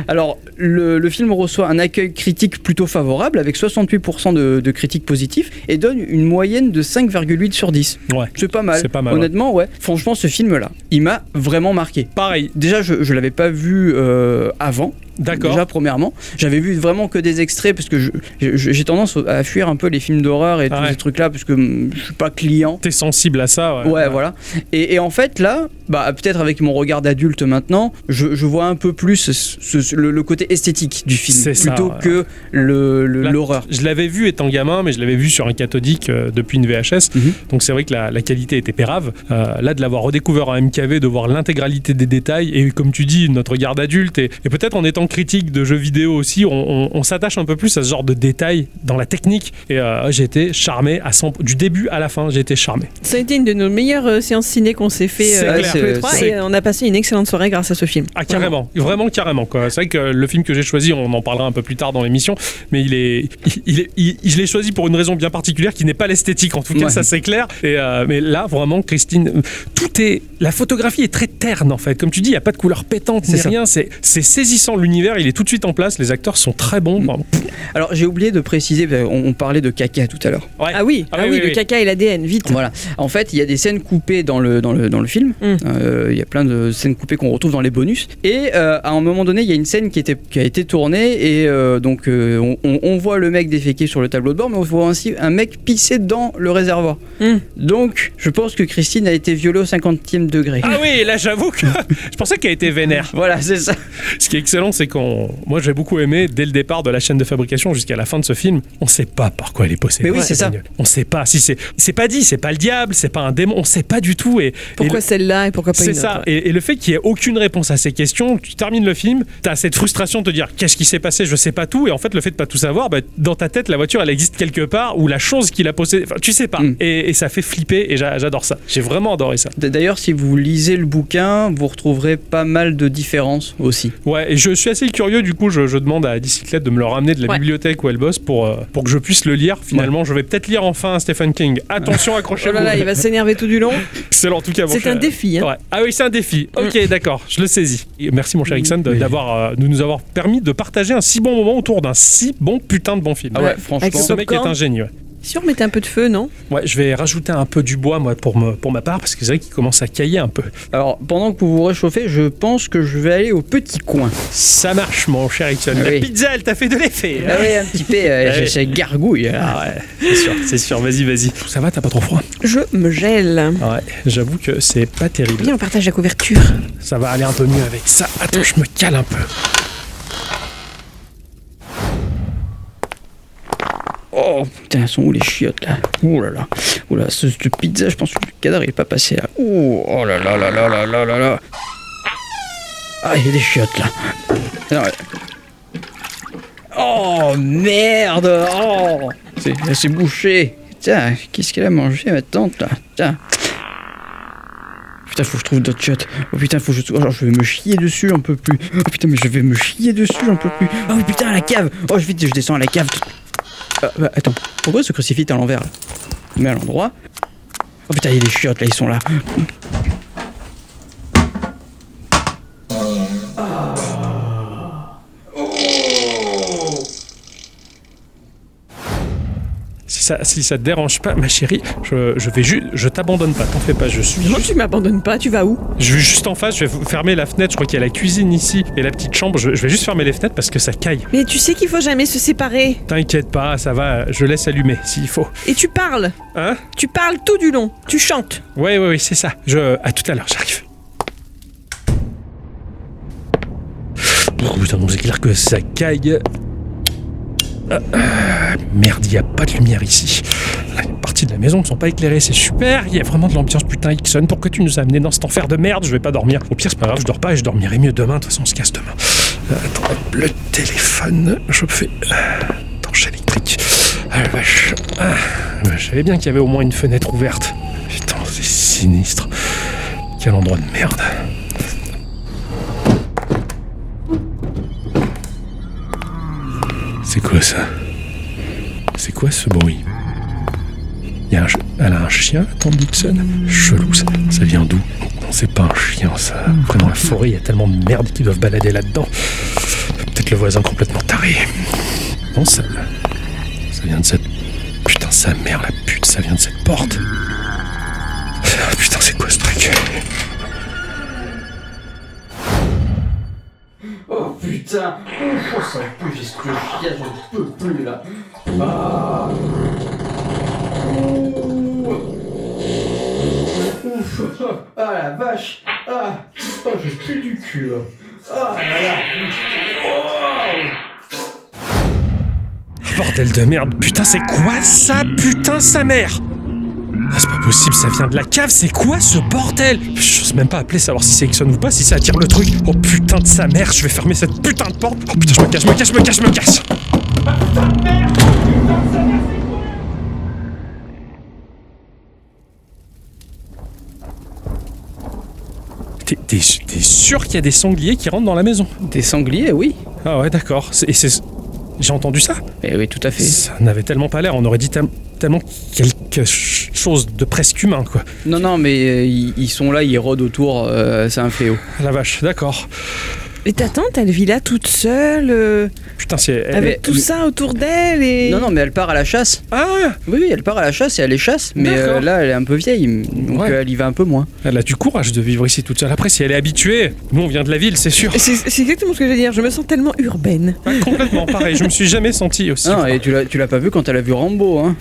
Speaker 3: Alors, le, le film reçoit un accueil critique plutôt favorable, avec 68% de, de critiques positives, et donne une moyenne de 5,8 sur 10.
Speaker 4: Ouais.
Speaker 3: C'est pas mal.
Speaker 4: C'est pas mal,
Speaker 3: Honnêtement, ouais. Franchement, ce film-là, il m'a vraiment marqué.
Speaker 4: Pareil,
Speaker 3: Déjà, je, je l'avais pas vu euh, avant.
Speaker 4: D'accord.
Speaker 3: Déjà, premièrement. J'avais vu vraiment que des extraits, parce que je- je- je- j'ai tendance à fuir un peu les films d'horreur et
Speaker 4: Ah
Speaker 3: tous
Speaker 4: ouais.
Speaker 3: ces trucs-là, parce que hum, je suis pas client.
Speaker 4: t'es sensible à ça, ouais.
Speaker 3: Ouais, voilà. Et, et en fait, là, bah, peut-être avec mon regard d'adulte maintenant, je, je vois un peu plus ce- ce- le, le côté esthétique du film
Speaker 4: C'est ça,
Speaker 3: plutôt
Speaker 4: ouais.
Speaker 3: que le- le-
Speaker 4: La-
Speaker 3: l'horreur.
Speaker 4: Je l'avais vu étant gamin, mais je l'avais vu sur un cathodique euh, depuis une VHS.
Speaker 3: Mhm.
Speaker 4: Donc c'est vrai que la, la qualité était pérave. Euh, là, de l'avoir redécouvert en MKV, de voir l'intégralité des détails, et comme tu dis, notre regard d'adulte, et, et peut-être en étant critique de jeux vidéo aussi, on, on- on s'attache un peu plus à ce genre de détails dans la technique. Et euh, j'ai été charmé à 100 du début à la fin, j'ai été charmé.
Speaker 2: Ça a été une de nos meilleures euh, séances ciné qu'on s'est fait
Speaker 4: C'est
Speaker 2: euh,
Speaker 4: clair.
Speaker 2: tous les trois,
Speaker 3: C'est-
Speaker 2: et euh, on a passé une excellente soirée grâce à ce film.
Speaker 4: Ah carrément, vraiment carrément quoi. C'est vrai que le film que j'ai choisi, on en parlera un peu plus tard dans l'émission, mais il est, il est, il- je l'ai choisi pour une raison bien particulière qui n'est pas l'esthétique en tout cas,
Speaker 3: Ouais.
Speaker 4: ça c'est clair. Et euh, mais là vraiment, Christine, euh, tout est, la photographie est très terne en fait. Comme tu dis, il y a pas de couleur pétante
Speaker 3: C'est
Speaker 4: ni
Speaker 3: ça.
Speaker 4: rien. C'est, c'est saisissant l'univers, il est tout de suite en place. Les acteurs sont très
Speaker 3: Mm.
Speaker 4: bons. Vraiment.
Speaker 3: Alors, j'ai oublié de préciser, bah, on, on parlait de caca tout à l'heure.
Speaker 4: Ouais.
Speaker 2: Ah oui,
Speaker 4: Ah
Speaker 2: ah,
Speaker 4: oui,
Speaker 2: oui,
Speaker 4: oui,
Speaker 2: le
Speaker 4: oui.
Speaker 2: caca et l'ADN, vite.
Speaker 3: Voilà. En fait, il y a des scènes coupées dans le, dans le, dans le film.
Speaker 2: Mm.
Speaker 3: Euh, Il y a plein de scènes coupées qu'on retrouve dans les bonus. Et euh, à un moment donné, il y a une scène qui, était, qui a été tournée. Et euh, donc, euh, on, on- on voit le mec déféquer sur le tableau de bord, mais on voit aussi un mec pisser dans le réservoir.
Speaker 2: Mm.
Speaker 3: Donc, je pense que Christine a été violée au 50e degré.
Speaker 4: Ah oui, là j'avoue que je pensais qu'elle était vénère.
Speaker 3: Voilà, c'est ça.
Speaker 4: Ce qui est excellent, c'est qu'on, moi j'ai beaucoup aimé dès le départ de la chaîne de fabrication jusqu'à la fin de ce film, on sait pas par quoi elle est possédée.
Speaker 3: Mais oui,
Speaker 4: cette
Speaker 3: c'est ça.
Speaker 4: bagnole. On sait pas. Si c'est, c'est pas dit, c'est pas le diable, c'est pas un démon, on sait pas du tout. Et et
Speaker 2: Pourquoi
Speaker 4: le-
Speaker 2: celle-là et pourquoi pas
Speaker 4: c'est
Speaker 2: une autre
Speaker 4: ça. Et, et le fait qu'il y ait aucune réponse à ces questions, tu termines le film film, t'as cette frustration de te dire qu'est-ce qui s'est passé, je sais pas tout, et en fait le fait de pas tout savoir, bah, dans ta tête la voiture elle existe quelque part ou la chose qu'il a possédée, enfin, tu sais pas,
Speaker 3: Mm.
Speaker 4: et, et ça fait flipper et j'a- j'adore ça. J'ai vraiment adoré ça.
Speaker 3: D- D'ailleurs, si vous lisez le bouquin, vous retrouverez pas mal de différences aussi.
Speaker 4: Ouais, et je suis assez curieux, du coup, je, je demande à Dicyclette de me le ramener de la
Speaker 2: Ouais.
Speaker 4: bibliothèque où elle bosse pour, euh, pour que je puisse le lire. Finalement, je vais peut-être lire enfin un Stephen King. Attention,
Speaker 2: Oh
Speaker 4: accrochez-vous.
Speaker 2: là là, il va s'énerver tout du long.
Speaker 4: Excellent, en tout cas. mon
Speaker 2: C'est
Speaker 4: cher-
Speaker 2: un défi. hein. Mm.
Speaker 4: Ouais. Ah oui, c'est un défi. Ok, d'accord, je le saisis. Et merci, mon cher Ixon, de, d'avoir, euh, de nous avoir permis de partager un si bon moment autour d'un si bon putain de bon film.
Speaker 3: Ah ouais,
Speaker 2: Ouais.
Speaker 3: franchement.
Speaker 2: Avec
Speaker 4: Ce mec est
Speaker 2: popcorn.
Speaker 4: un génie. ouais.
Speaker 2: Si on mettait un peu de feu, non
Speaker 4: Ouais, je vais rajouter un peu du bois, moi, pour, me- pour ma part, parce que c'est vrai qu'il commence à cailler un peu.
Speaker 3: Alors, pendant que vous vous réchauffez, je pense que je vais aller au petit coin.
Speaker 4: Ça marche, mon cher Ixon.
Speaker 3: Ah
Speaker 4: la
Speaker 3: oui.
Speaker 4: pizza, elle t'a fait de l'effet. hein.
Speaker 3: Ah ouais, un petit peu,
Speaker 4: Ah
Speaker 3: euh,
Speaker 4: oui.
Speaker 3: j'ai gargouille. là.
Speaker 4: Ah ouais, c'est sûr, c'est sûr. Vas-y, vas-y. Ça va, t'as pas trop froid
Speaker 2: Je me gèle.
Speaker 4: Ouais, j'avoue que c'est pas terrible.
Speaker 2: Viens, on partage la couverture.
Speaker 4: Ça va aller un peu mieux avec ça. Attends, je me cale un peu.
Speaker 3: Oh putain, elles sont où les chiottes là Oh là là. Oh là, ce, ce pizza, je pense que le cadavre il est pas passé là. Oh, oh là là là là là là là là. Ah, il y a des chiottes là. Non, ouais. Oh merde Oh C'est elle s'est bouché. Putain, qu'est-ce qu'elle a mangé ma tante là Putain. Putain, faut que je trouve d'autres chiottes. Oh putain, faut que je trouve. Alors, je vais me chier dessus, j'en peux plus. Oh putain, mais je vais me chier dessus, j'en peux plus. Oh putain, à la cave Oh, je- vite, je descends à la cave. Ah, bah, attends, pourquoi ce crucifix est à l'envers là Mais à l'endroit. Oh putain, il y a des chiottes là, ils sont là.
Speaker 4: Si ça, si ça te dérange pas, ma chérie, je, je vais juste. Je t'abandonne pas, t'en fais pas, je suis.
Speaker 2: Non,
Speaker 4: Juste,
Speaker 2: tu m'abandonnes pas, tu vas où
Speaker 4: je vais juste en face, je vais fermer la fenêtre, je crois qu'il y a la cuisine ici et la petite chambre, je, je vais juste fermer les fenêtres parce que ça caille.
Speaker 2: Mais tu sais qu'il faut jamais se séparer.
Speaker 4: T'inquiète pas, ça va, je laisse allumer s'il faut.
Speaker 2: Et tu parles.
Speaker 4: Hein
Speaker 2: Tu parles tout du long. Tu chantes.
Speaker 4: Ouais, ouais, ouais, c'est ça. Je. À tout à l'heure, j'arrive. Oh, putain, donc c'est clair que ça caille. Ah, ah, merde, il n'y a pas de lumière ici. Les parties de la maison ne sont pas éclairées, c'est super. Il y a vraiment de l'ambiance, putain, Ixon. Pourquoi tu nous as amenés dans cet enfer de merde Je vais pas dormir. Au pire, c'est pas grave, je dors pas et je dormirai mieux demain. De toute façon, on se casse demain. Euh, Attends, hop, le téléphone. Je fais. euh, Torche électrique. Ah, la vache. Ah, je savais bien qu'il y avait au moins une fenêtre ouverte. Putain, c'est sinistre. Quel endroit de merde. C'est quoi ça C'est quoi ce bruit Il y a un ch- Elle a un chien, Tom Dixon Chelou, ça, ça vient d'où Non, c'est pas un chien, ça. Après, dans la forêt, il y a tellement de merde qu'ils doivent balader là-dedans. Peut-être le voisin complètement taré. Non, ça... Ça vient de cette... Putain, sa mère, la pute, ça vient de cette porte. Ah, Putain, c'est quoi ce truc
Speaker 1: Oh putain, oh, ça pue, j'ai ce que je chiasse, j'en peux plus là. Ah. Ouf, ah la vache, ah, oh, j'ai plus du cul là. Ah là là.
Speaker 4: Bordel de merde, putain, c'est quoi ça Putain, sa mère Ah, c'est pas possible, ça vient de la cave, c'est quoi ce bordel Je sais même pas appeler savoir si c'est Exxon ou pas, si ça attire le truc. Oh putain de sa mère, je vais fermer cette putain de porte. Oh putain, je me cache, je me cache, je me cache, je me cache T'es- T'es t'es sûr qu'il y a des sangliers qui rentrent dans la maison
Speaker 3: Des sangliers, oui.
Speaker 4: Ah ouais, d'accord. C'est- Et c'est... J'ai entendu ça
Speaker 3: Eh oui, tout à fait.
Speaker 4: Ça n'avait tellement pas l'air, on aurait dit tel- tellement quelque ch- chose de presque humain, quoi.
Speaker 3: Non, non, mais euh, ils, ils sont là, ils rôdent autour, euh, c'est un fléau.
Speaker 4: Ah La vache, d'accord.
Speaker 2: Et ta tante, elle vit là toute seule, euh,
Speaker 4: Putain, c'est... elle-
Speaker 2: avec
Speaker 3: mais-
Speaker 2: tout ça autour d'elle et.
Speaker 3: Non, non, mais elle part à la chasse.
Speaker 4: Ah
Speaker 3: Oui, oui, elle part à la chasse et elle les chasse, mais
Speaker 4: D'accord.
Speaker 3: euh, là, elle est un peu vieille, donc
Speaker 4: Ouais.
Speaker 3: euh, elle y va un peu moins.
Speaker 4: Elle a du courage de vivre ici toute seule. Après, si elle est habituée, nous, on vient de la ville, c'est sûr.
Speaker 2: C'est c'est exactement ce que je veux dire. Je me sens tellement urbaine.
Speaker 4: Pas complètement pareil, je me suis jamais senti aussi.
Speaker 3: Ah, et tu l'as, tu l'as pas vu quand elle a vu Rambo, hein.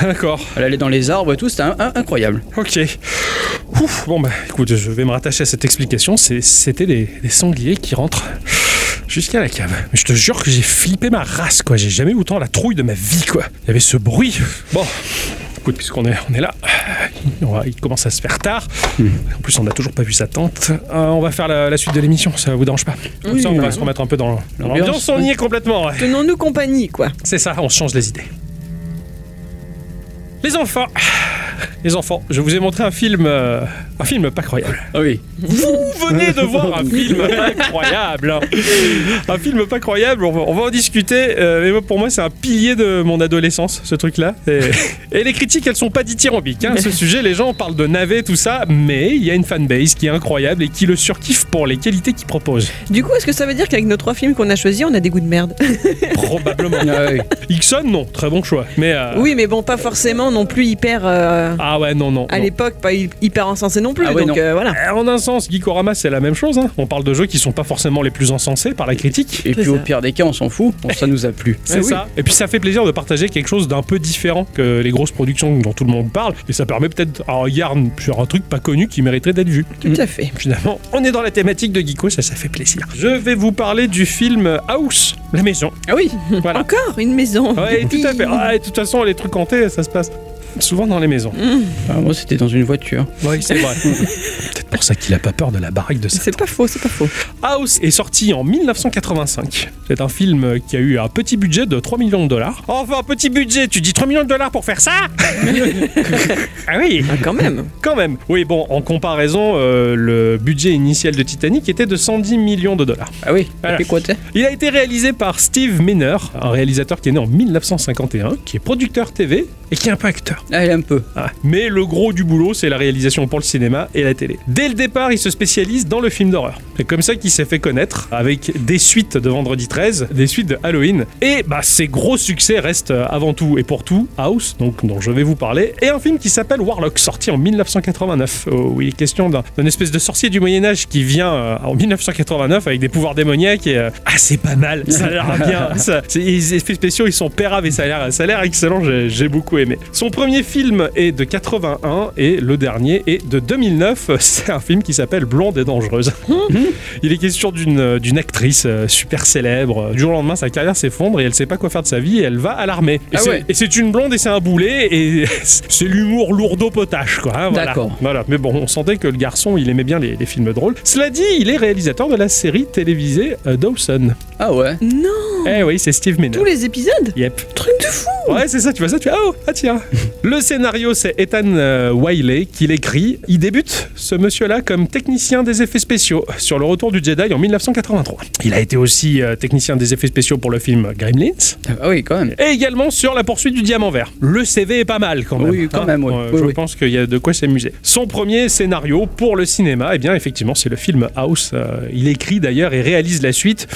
Speaker 4: D'accord,
Speaker 3: Elle allait dans les arbres et tout, c'était un- un- incroyable.
Speaker 4: ok. Ouf, bon bah, écoute, je vais me rattacher à cette explication. C'est- C'était des, des sangliers qui rentrent jusqu'à la cave. Mais je te jure que j'ai flippé ma race, quoi. J'ai jamais eu autant la trouille de ma vie, quoi. Il y avait ce bruit. Bon, Écoute, puisqu'on est, on est là, on va- il commence à se faire tard. En plus, on n'a toujours pas vu sa tante. Euh, on va faire la, la suite de l'émission, ça vous dérange pas Comme ça, on va se remettre un peu dans dans
Speaker 3: L'ambiance,
Speaker 4: l'ambiance. On y est complètement, ouais.
Speaker 2: Tenons-nous compagnie, quoi.
Speaker 4: C'est ça, on se change les idées. Les enfants Les enfants, je vous ai montré un film... euh, un film pas croyable.
Speaker 3: Ah oui.
Speaker 4: Vous venez de voir un film incroyable. Un film pas croyable, on va, on va en discuter. euh, mais moi, pour moi, c'est un pilier de mon adolescence, ce truc-là. Et, et les critiques, elles sont pas dithyrambiques. Hein, à ce sujet, les gens parlent de navet, tout ça. Mais il y a une fanbase qui est incroyable et qui le surkiffe pour les qualités qu'il propose.
Speaker 2: Du coup, est-ce que ça veut dire qu'avec nos trois films qu'on a choisis, on a des goûts de merde
Speaker 4: Probablement.
Speaker 3: Ah oui.
Speaker 4: Ixon, non, très bon choix. Mais. euh,
Speaker 2: Oui, mais bon, pas forcément non plus hyper. euh,
Speaker 4: Ah ouais, non, non.
Speaker 2: à
Speaker 4: non.
Speaker 2: l'époque, pas hy- hyper encensé non plus.
Speaker 3: Ah ouais,
Speaker 2: donc
Speaker 3: non.
Speaker 2: euh, voilà.
Speaker 4: Euh, En un sens, Geekorama, c'est la même chose. hein. On parle de jeux qui sont pas forcément les plus encensés par la critique.
Speaker 3: Et
Speaker 2: C'est
Speaker 3: puis au
Speaker 2: ça.
Speaker 3: pire des cas, on s'en fout. Bon, ça nous a plu. Ah
Speaker 4: C'est ça. Et puis ça fait plaisir de partager quelque chose d'un peu différent que les grosses productions dont tout le monde parle. Et ça permet peut-être un regard sur un truc pas connu qui mériterait d'être vu.
Speaker 2: Tout à fait.
Speaker 4: Finalement, on est dans la thématique de Geeko, ça, ça fait plaisir. Je vais vous parler du film House, La Maison.
Speaker 3: Ah oui.
Speaker 4: Voilà.
Speaker 2: Encore une maison.
Speaker 4: Ouais, tout à fait.
Speaker 2: Hi.
Speaker 4: Ah, et de toute façon, les trucs hantés, ça se passe souvent dans les maisons.
Speaker 3: Ah, moi, c'était dans une voiture.
Speaker 4: Oui, c'est vrai. peut-être pour ça qu'il a pas peur de la baraque de
Speaker 2: C'est pas faux, c'est pas faux.
Speaker 4: House est sorti en 1985. C'est un film qui a eu un petit budget de 3 millions de dollars. Oh, Enfin, un petit budget, tu dis 3 millions de dollars pour faire ça Ah oui,
Speaker 2: Ah, quand même.
Speaker 4: quand même. Oui, bon, en comparaison, euh, le budget initial de Titanic était de 110 millions de dollars.
Speaker 3: Ah oui.
Speaker 4: Voilà.
Speaker 3: Et quoi, t'es
Speaker 4: Il a été réalisé par Steve Miner, un réalisateur qui est né en 1951, qui est producteur TV et qui est un peu acteur.
Speaker 3: Ah, il un peu.
Speaker 4: Ah, Mais le gros du boulot, c'est la réalisation pour le cinéma et la télé. Dès le départ, il se spécialise dans le film d'horreur. C'est comme ça qu'il s'est fait connaître, avec des suites de Vendredi 13, des suites de Halloween. Et bah, ses gros succès restent euh, avant tout et pour tout House, donc dont je vais vous parler, et un film qui s'appelle Warlock, sorti en 1989, euh, où il est question d'un d'un espèce de sorcier du Moyen Âge qui vient euh, en 1989 avec des pouvoirs démoniaques. Et, euh, ah, c'est pas mal, ça a l'air bien. ça- c'est- les effets spéciaux, ils sont péraves et ça a l'air, ça a l'air excellent, j'ai j'ai beaucoup aimé. Son premier film est de 81 et le dernier est de 2009. C'est un film qui s'appelle Blonde et Dangereuse. Il est question d'une euh, d'une actrice euh, super célèbre. Euh, Du jour au lendemain, sa carrière s'effondre et elle sait pas quoi faire de sa vie et elle va à l'armée. Et
Speaker 3: Ah
Speaker 4: c'est-
Speaker 3: ouais.
Speaker 4: et c'est une blonde et c'est un boulet et c'est l'humour lourdeau potache quoi. hein, voilà.
Speaker 3: D'accord.
Speaker 4: Voilà. Mais bon, on sentait que le garçon, il aimait bien les, les films drôles. Cela dit, il est réalisateur de la série télévisée euh, Dawson.
Speaker 3: Ah ouais.
Speaker 2: Non,
Speaker 4: Eh oui, c'est Steve Miner.
Speaker 2: Oh. tous les épisodes
Speaker 4: Yep.
Speaker 2: Truc de fou
Speaker 4: Ouais, c'est ça, tu vois ça, tu fais, ah, oh, ah tiens. Le scénario, c'est Ethan euh, Wiley qui l'écrit. Il débute, ce monsieur-là, comme technicien des effets spéciaux sur le retour du Jedi en 1983. Il a été aussi euh, technicien des effets spéciaux pour le film Gremlins
Speaker 3: Ah oui, quand même.
Speaker 4: et également sur la poursuite du diamant vert. Le CV est pas mal quand même.
Speaker 3: Oui, quand même, oui.
Speaker 4: Euh,
Speaker 3: Oui,
Speaker 4: je
Speaker 3: oui.
Speaker 4: pense qu'il y a de quoi s'amuser. Son premier scénario pour le cinéma, eh bien effectivement, c'est le film House. Euh, il écrit d'ailleurs et réalise la suite.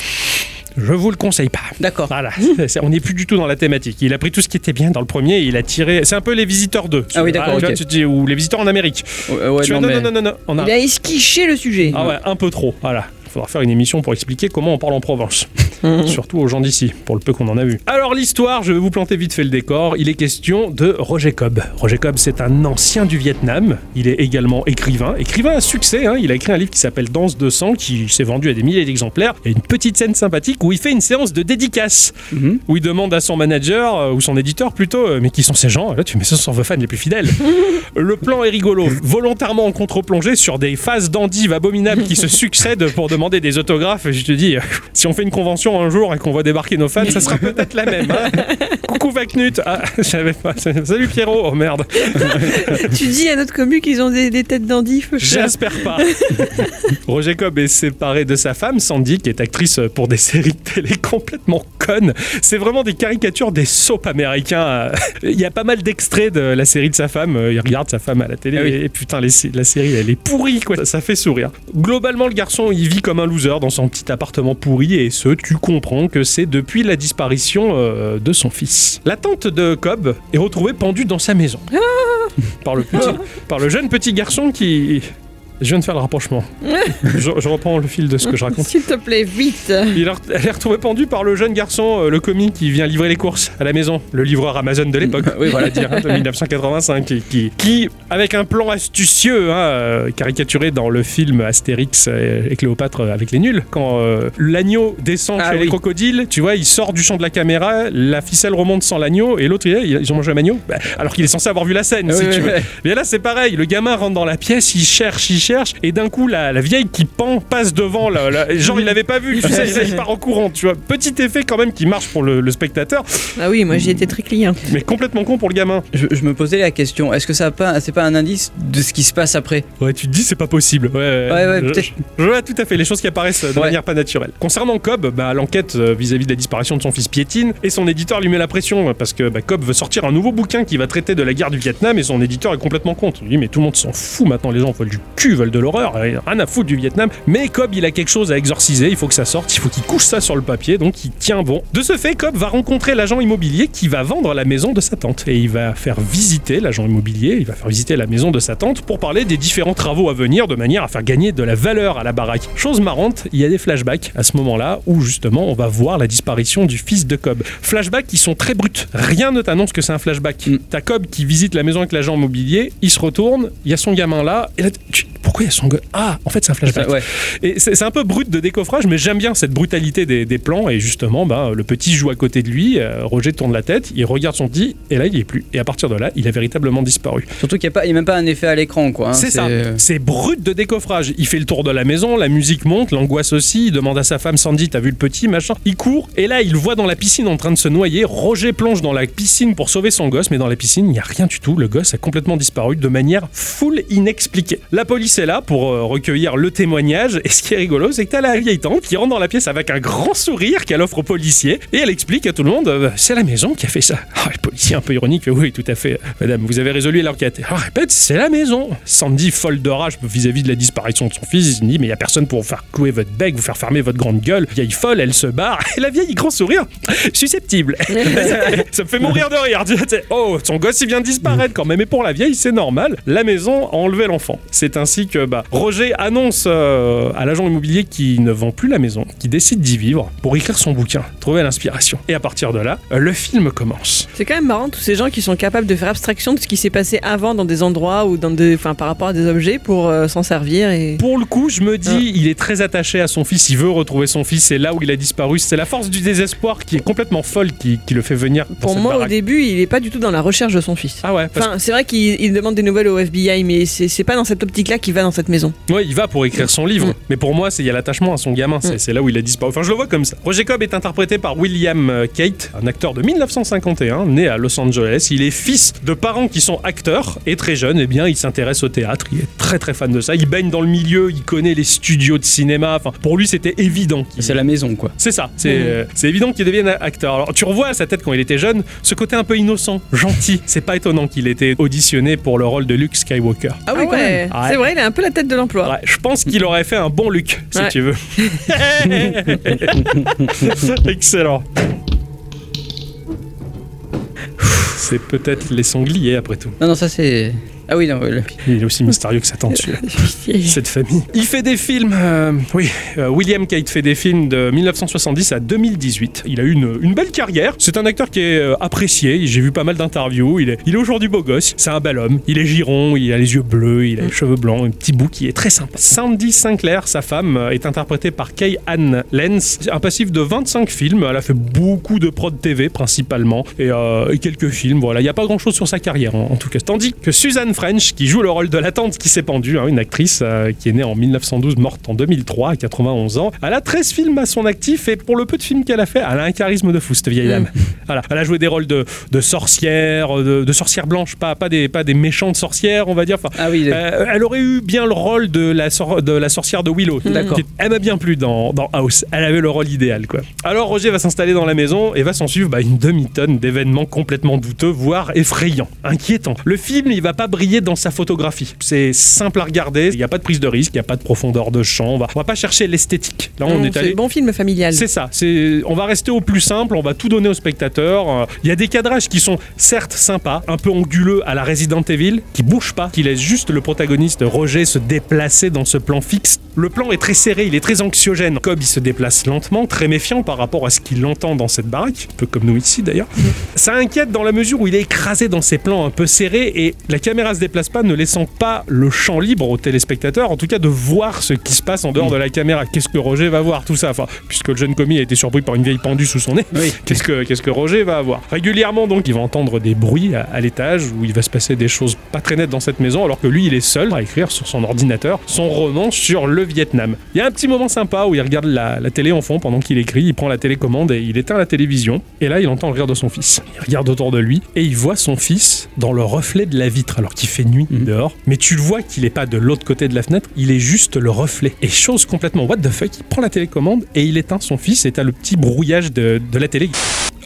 Speaker 4: Je vous le conseille pas.
Speaker 3: D'accord.
Speaker 4: Voilà, C'est- on n'est plus du tout dans la thématique. Il a pris tout ce qui était bien dans le premier, et il a tiré. C'est un peu les visiteurs 2.
Speaker 3: Ah oui, d'accord,
Speaker 4: tu vois,
Speaker 3: ok.
Speaker 4: tu te dis- Ou les visiteurs en Amérique.
Speaker 3: Ouais, ouais,
Speaker 4: Tu
Speaker 3: non,
Speaker 4: vois, non,
Speaker 3: mais-
Speaker 4: non, non, non, non, on a-
Speaker 2: Il a esquiché le sujet.
Speaker 4: ah ouais, un peu trop. Voilà. Il faudra faire une émission pour expliquer comment on parle en Provence. Surtout aux gens d'ici, pour le peu qu'on en a vu. Alors l'histoire, je vais vous planter vite fait le décor. Il est question de Roger Cobb. Roger Cobb, c'est un ancien du Vietnam. Il est également écrivain. Écrivain à succès, hein. il a écrit un livre qui s'appelle Danse de sang, qui s'est vendu à des milliers d'exemplaires. Et une petite scène sympathique où il fait une séance de dédicace
Speaker 3: Mhm.
Speaker 4: où il demande à son manager euh, ou son éditeur plutôt euh, mais qui sont ces gens là tu mets ça sur vos fans les plus fidèles le plan est rigolo volontairement en contre-plongée sur des phases d'endives abominables qui se succèdent pour demander des autographes je te dis euh, si on fait une convention un jour et qu'on voit débarquer nos fans ça sera peut-être la même hein. coucou Vacnut ah j'avais pas salut Pierrot oh merde
Speaker 2: tu dis à notre commu qu'ils ont des, des têtes d'andif.
Speaker 4: J'espère pas. Roger Cobb est séparé de sa femme, Sandy, qui est actrice pour des séries de télé complètement connes. C'est vraiment des caricatures des soaps américains. euh. Il y a pas mal d'extraits de la série de sa femme. Euh, Il regarde sa femme à la télé
Speaker 3: Ah oui.
Speaker 4: et putain, les- la série, elle est pourrie, quoi. Ça, ça fait sourire. Globalement, le garçon, il vit comme un loser dans son petit appartement pourri et ce, tu comprends que c'est depuis la disparition euh, de son fils. La tante de Cobb est
Speaker 3: Ah.
Speaker 4: retrouvée pendue dans sa maison par le petit, par le jeune petit garçon qui Je viens de faire le rapprochement. je, je reprends le fil de ce que je raconte.
Speaker 2: S'il te plaît, vite
Speaker 4: Il a- elle est retrouvée pendue par le jeune garçon, euh, le commis, qui vient livrer les courses à la maison. Le livreur Amazon de
Speaker 3: Ah
Speaker 4: l'époque, oui, voilà, dire,
Speaker 3: hein.
Speaker 4: de 1985, et qui, qui, avec un plan astucieux, hein, euh, caricaturé dans le film Astérix et, et Cléopâtre avec les nuls, quand euh, l'agneau descend
Speaker 3: Ah
Speaker 4: chez les
Speaker 3: oui.
Speaker 4: crocodiles, tu vois, il sort du champ de la caméra, la ficelle remonte sans l'agneau, et l'autre, il est, ils ont mangé un agneau, Bah, alors qu'il est censé avoir vu la scène, si
Speaker 3: Ah Oui,
Speaker 4: tu
Speaker 3: oui,
Speaker 4: veux.
Speaker 3: oui.
Speaker 4: Mais là, c'est pareil. Le gamin rentre dans la pièce, il cherche, il cherche, et d'un coup, la, la vieille qui pend passe devant. la- la- genre, il l'avait pas vu. Tu sais, il part en courant. Tu vois, petit effet quand même qui marche pour le, le spectateur,
Speaker 2: Ah oui, moi j'y étais très cliente.
Speaker 4: mais complètement con pour le gamin.
Speaker 3: Je, je me posais la question, est-ce que ça a pas, c'est pas un indice de ce qui se passe après
Speaker 4: Ouais, tu te dis, c'est pas possible. Ouais, ouais,
Speaker 3: Ouais, ouais,
Speaker 4: Euh, Je-
Speaker 3: peut-être.
Speaker 4: je- ouais, tout à fait. Les choses qui apparaissent de
Speaker 3: Ouais.
Speaker 4: manière pas naturelle. Concernant Cobb, bah, l'enquête euh, vis-à-vis de la disparition de son fils piétine, et son éditeur lui met la pression parce que bah, Cobb veut sortir un nouveau bouquin qui va traiter de la guerre du Vietnam, et son éditeur est complètement contre. Il dit, mais tout le monde s'en fout maintenant, les gens veulent du cul, veulent de l'horreur, euh, rien à foutre du Vietnam. Mais Cobb, il a quelque chose à exorciser, il faut que ça sorte, il faut qu'il couche ça sur le papier, donc il tient bon. De ce fait, Cobb va rencontrer l'agent immobilier qui va vendre la maison de sa tante, et il va faire visiter l'agent immobilier, il va faire visiter la maison de sa tante pour parler des différents travaux à venir de manière à faire gagner de la valeur à la baraque. Chose marrante, il y a des flashbacks à ce moment-là où justement on va voir la disparition du fils de Cobb. Flashbacks qui sont très bruts. Rien ne t'annonce que c'est un flashback.
Speaker 3: Mm.
Speaker 4: T'as Cobb qui visite la maison avec l'agent immobilier, il se retourne, il y a son gamin là, et là tu- pourquoi il y a son gamin Ah, en fait c'est un flashback.
Speaker 3: Ça- ouais.
Speaker 4: Et c'est c'est un peu brut de décoffrage, mais j'aime bien cette brutalité des, des plans. Et justement, bah, le petit joue à côté de lui, euh, Roger tourne la tête, il regarde son petit, et là il y est plus. Et à partir de là, il a véritablement disparu.
Speaker 3: Surtout qu'il n'y a, pas- il y a même pas un effet à l'écran, quoi. hein.
Speaker 4: C'est ça.
Speaker 3: euh,
Speaker 4: C'est brut de décoffrage. Il fait le tour de la maison, la musique monte, l'angoisse aussi. Il demande à sa femme Sandy, t'as vu le petit, machin. Il court et là, il le voit dans la piscine en train de se noyer. Roger plonge dans la piscine pour sauver son gosse, mais dans la piscine, il n'y a rien du tout. Le gosse a complètement disparu de manière full inexpliquée. La police est là pour euh, recueillir le témoignage. Et ce qui est rigolo, c'est que t'as la vieille tante qui rentre dans la pièce avec un grand sourire qu'elle offre au policier et elle explique à tout le monde euh, c'est la maison qui a fait ça. Ah, le policier un peu ironique fait, oui, tout à fait, euh, madame, vous avez résolu l'enquête. Ah, répète, c'est la maison. Sandy, folle de rage vis-à-vis de la disparition de son fils, il dit mais il n'y a personne pour vous faire clouer votre bec, vous faire fermer votre grande gueule. Vieille folle, elle se barre et la vieille, grand sourire, susceptible. ça me fait mourir de rire. Tu sais, Oh, son gosse, il vient de disparaître quand même. Et pour la vieille, c'est normal. La maison a enlevé l'enfant. C'est ainsi que bah, Roger annonce euh, à l'agent immobilier qui ne vend plus la maison, qui décide d'y vivre pour écrire son bouquin, trouver l'inspiration. Et à partir de là, euh, le film commence.
Speaker 2: C'est quand même marrant tous ces gens qui sont capables de faire abstraction de ce qui s'est passé avant dans des endroits ou dans des, enfin par rapport à des objets pour euh, s'en servir et.
Speaker 4: Pour le coup, je me dis,
Speaker 2: Ah.
Speaker 4: il est très attaché à son fils, il veut retrouver son fils, c'est là où il a disparu. C'est la force du désespoir qui est complètement folle qui, qui le fait venir. dans
Speaker 2: Pour
Speaker 4: cette
Speaker 2: moi, au
Speaker 4: baraque.
Speaker 2: début, il est pas du tout dans la recherche de son fils.
Speaker 4: Ah ouais, parce
Speaker 2: Enfin, c'est vrai qu'il il demande des nouvelles au FBI, mais c'est c'est pas dans cette optique-là qu'il va dans cette maison.
Speaker 4: Ouais, il va pour écrire son livre,
Speaker 2: Mm.
Speaker 4: mais pour moi, c'est il y a l'attachement à son gamin,
Speaker 3: Mm.
Speaker 4: c'est c'est là où il a disparu. Enfin, je le vois comme ça. Roger Cobb est interprété par William euh, Kate, un acteur de 1951, né à Los Angeles. Il est fils de parents qui sont acteurs et très jeune, eh bien, il s'intéresse au théâtre, il est très très fan de ça, il baigne dans le milieu, il connaît les studios de cinéma, enfin, pour lui, c'était évident qu'il
Speaker 3: C'est la Mm. maison, quoi.
Speaker 4: c'est ça, c'est euh, c'est évident qu'il devienne acteur. Alors tu revois à sa tête quand il était jeune, ce côté un peu innocent, gentil. C'est pas étonnant qu'il ait été auditionné pour le rôle de Luke Skywalker.
Speaker 2: Ah
Speaker 3: oui, quand même.
Speaker 4: Ah ouais.
Speaker 2: C'est vrai, il a un peu la tête de l'emploi.
Speaker 4: Ouais, je pense qu'il aurait fait un bon Luc, si
Speaker 2: Ouais.
Speaker 4: tu veux. Excellent. C'est peut-être les sangliers après tout.
Speaker 3: Non, non, ça c'est. Ah oui, non, le-
Speaker 4: Il est aussi mystérieux que sa tante, celui-là. cette famille. Il fait des films, euh, oui, euh, William Kate fait des films de 1970 à 2018. Il a eu une, une belle carrière. C'est un acteur qui est euh, apprécié. J'ai vu pas mal d'interviews. Il est, il est aujourd'hui beau gosse. C'est un bel homme. Il est giron, il a les yeux bleus, il a les cheveux blancs, un petit bout qui est très sympa. Sandy Sinclair, sa femme, euh, est interprétée par Kay Ann Lenz. Un passif de 25 films. Elle a fait beaucoup de prod TV principalement et, euh, et quelques films. Voilà, il n'y a pas grand chose sur sa carrière en, en tout cas. Tandis que Suzanne French, qui joue le rôle de la tante qui s'est pendue, hein, une actrice euh, qui est née en 1912, morte en 2003 à 91 ans, elle a 13 films à son actif et pour le peu de films qu'elle a fait, elle a un charisme de fou cette vieille dame. Voilà, elle a joué des rôles de, de sorcière, euh, de, de sorcière blanche, pas, pas, des, pas des méchantes sorcières, on va dire. Enfin,
Speaker 3: Ah oui,
Speaker 4: euh, elle aurait eu bien le rôle de la, sor- de la sorcière de Willow.
Speaker 3: D'accord.
Speaker 4: Qui- Elle m'a bien plu dans, dans House. Elle avait le rôle idéal, quoi. Alors Roger va s'installer dans la maison et va s'en suivre bah, une demi-tonne d'événements complètement douteux, voire effrayants, inquiétants. Le film, il va pas briller dans sa photographie. C'est simple à regarder. Il n'y a pas de prise de risque, il n'y a pas de profondeur de champ. On va, on va pas chercher l'esthétique. Là, on
Speaker 2: Non,
Speaker 4: est
Speaker 2: c'est
Speaker 4: allé.
Speaker 2: bon film familial.
Speaker 4: C'est ça. C'est, on va rester au plus simple. On va tout donner au hauteur. euh. Il y a des cadrages qui sont certes sympas, un peu anguleux à la Resident Evil, qui bougent pas, qui laissent juste le protagoniste Roger se déplacer dans ce plan fixe. Le plan est très serré, il est très anxiogène. Cobb il se déplace lentement, très méfiant par rapport à ce qu'il entend dans cette baraque, un peu comme nous ici d'ailleurs. Ça inquiète dans la mesure où il est écrasé dans ses plans un peu serrés et la caméra se déplace pas, ne laissant pas le champ libre aux téléspectateurs, en tout cas de voir ce qui se passe en dehors de la caméra. Qu'est-ce que Roger va voir, tout ça. Enfin, puisque le jeune commis a été surpris par une vieille pendue sous son nez,
Speaker 3: Oui.
Speaker 4: qu'est-ce que qu'est-ce que Roger va avoir Régulièrement, donc, il va entendre des bruits à, à l'étage où il va se passer des choses pas très nettes dans cette maison, alors que lui, il est seul à écrire sur son ordinateur son roman sur le Vietnam. Il y a un petit moment sympa où il regarde la, la télé en fond pendant qu'il écrit, il prend la télécommande et il éteint la télévision. Et là, il entend le rire de son fils. Il regarde autour de lui et il voit son fils dans le reflet de la vitre, alors qu'il fait nuit
Speaker 3: Mhm.
Speaker 4: dehors. Mais tu le vois qu'il est pas de l'autre côté de la fenêtre, il est juste le reflet. Et chose complètement what the fuck, il prend la télécommande et il éteint son fils et t'as le petit brouillage de, de la télé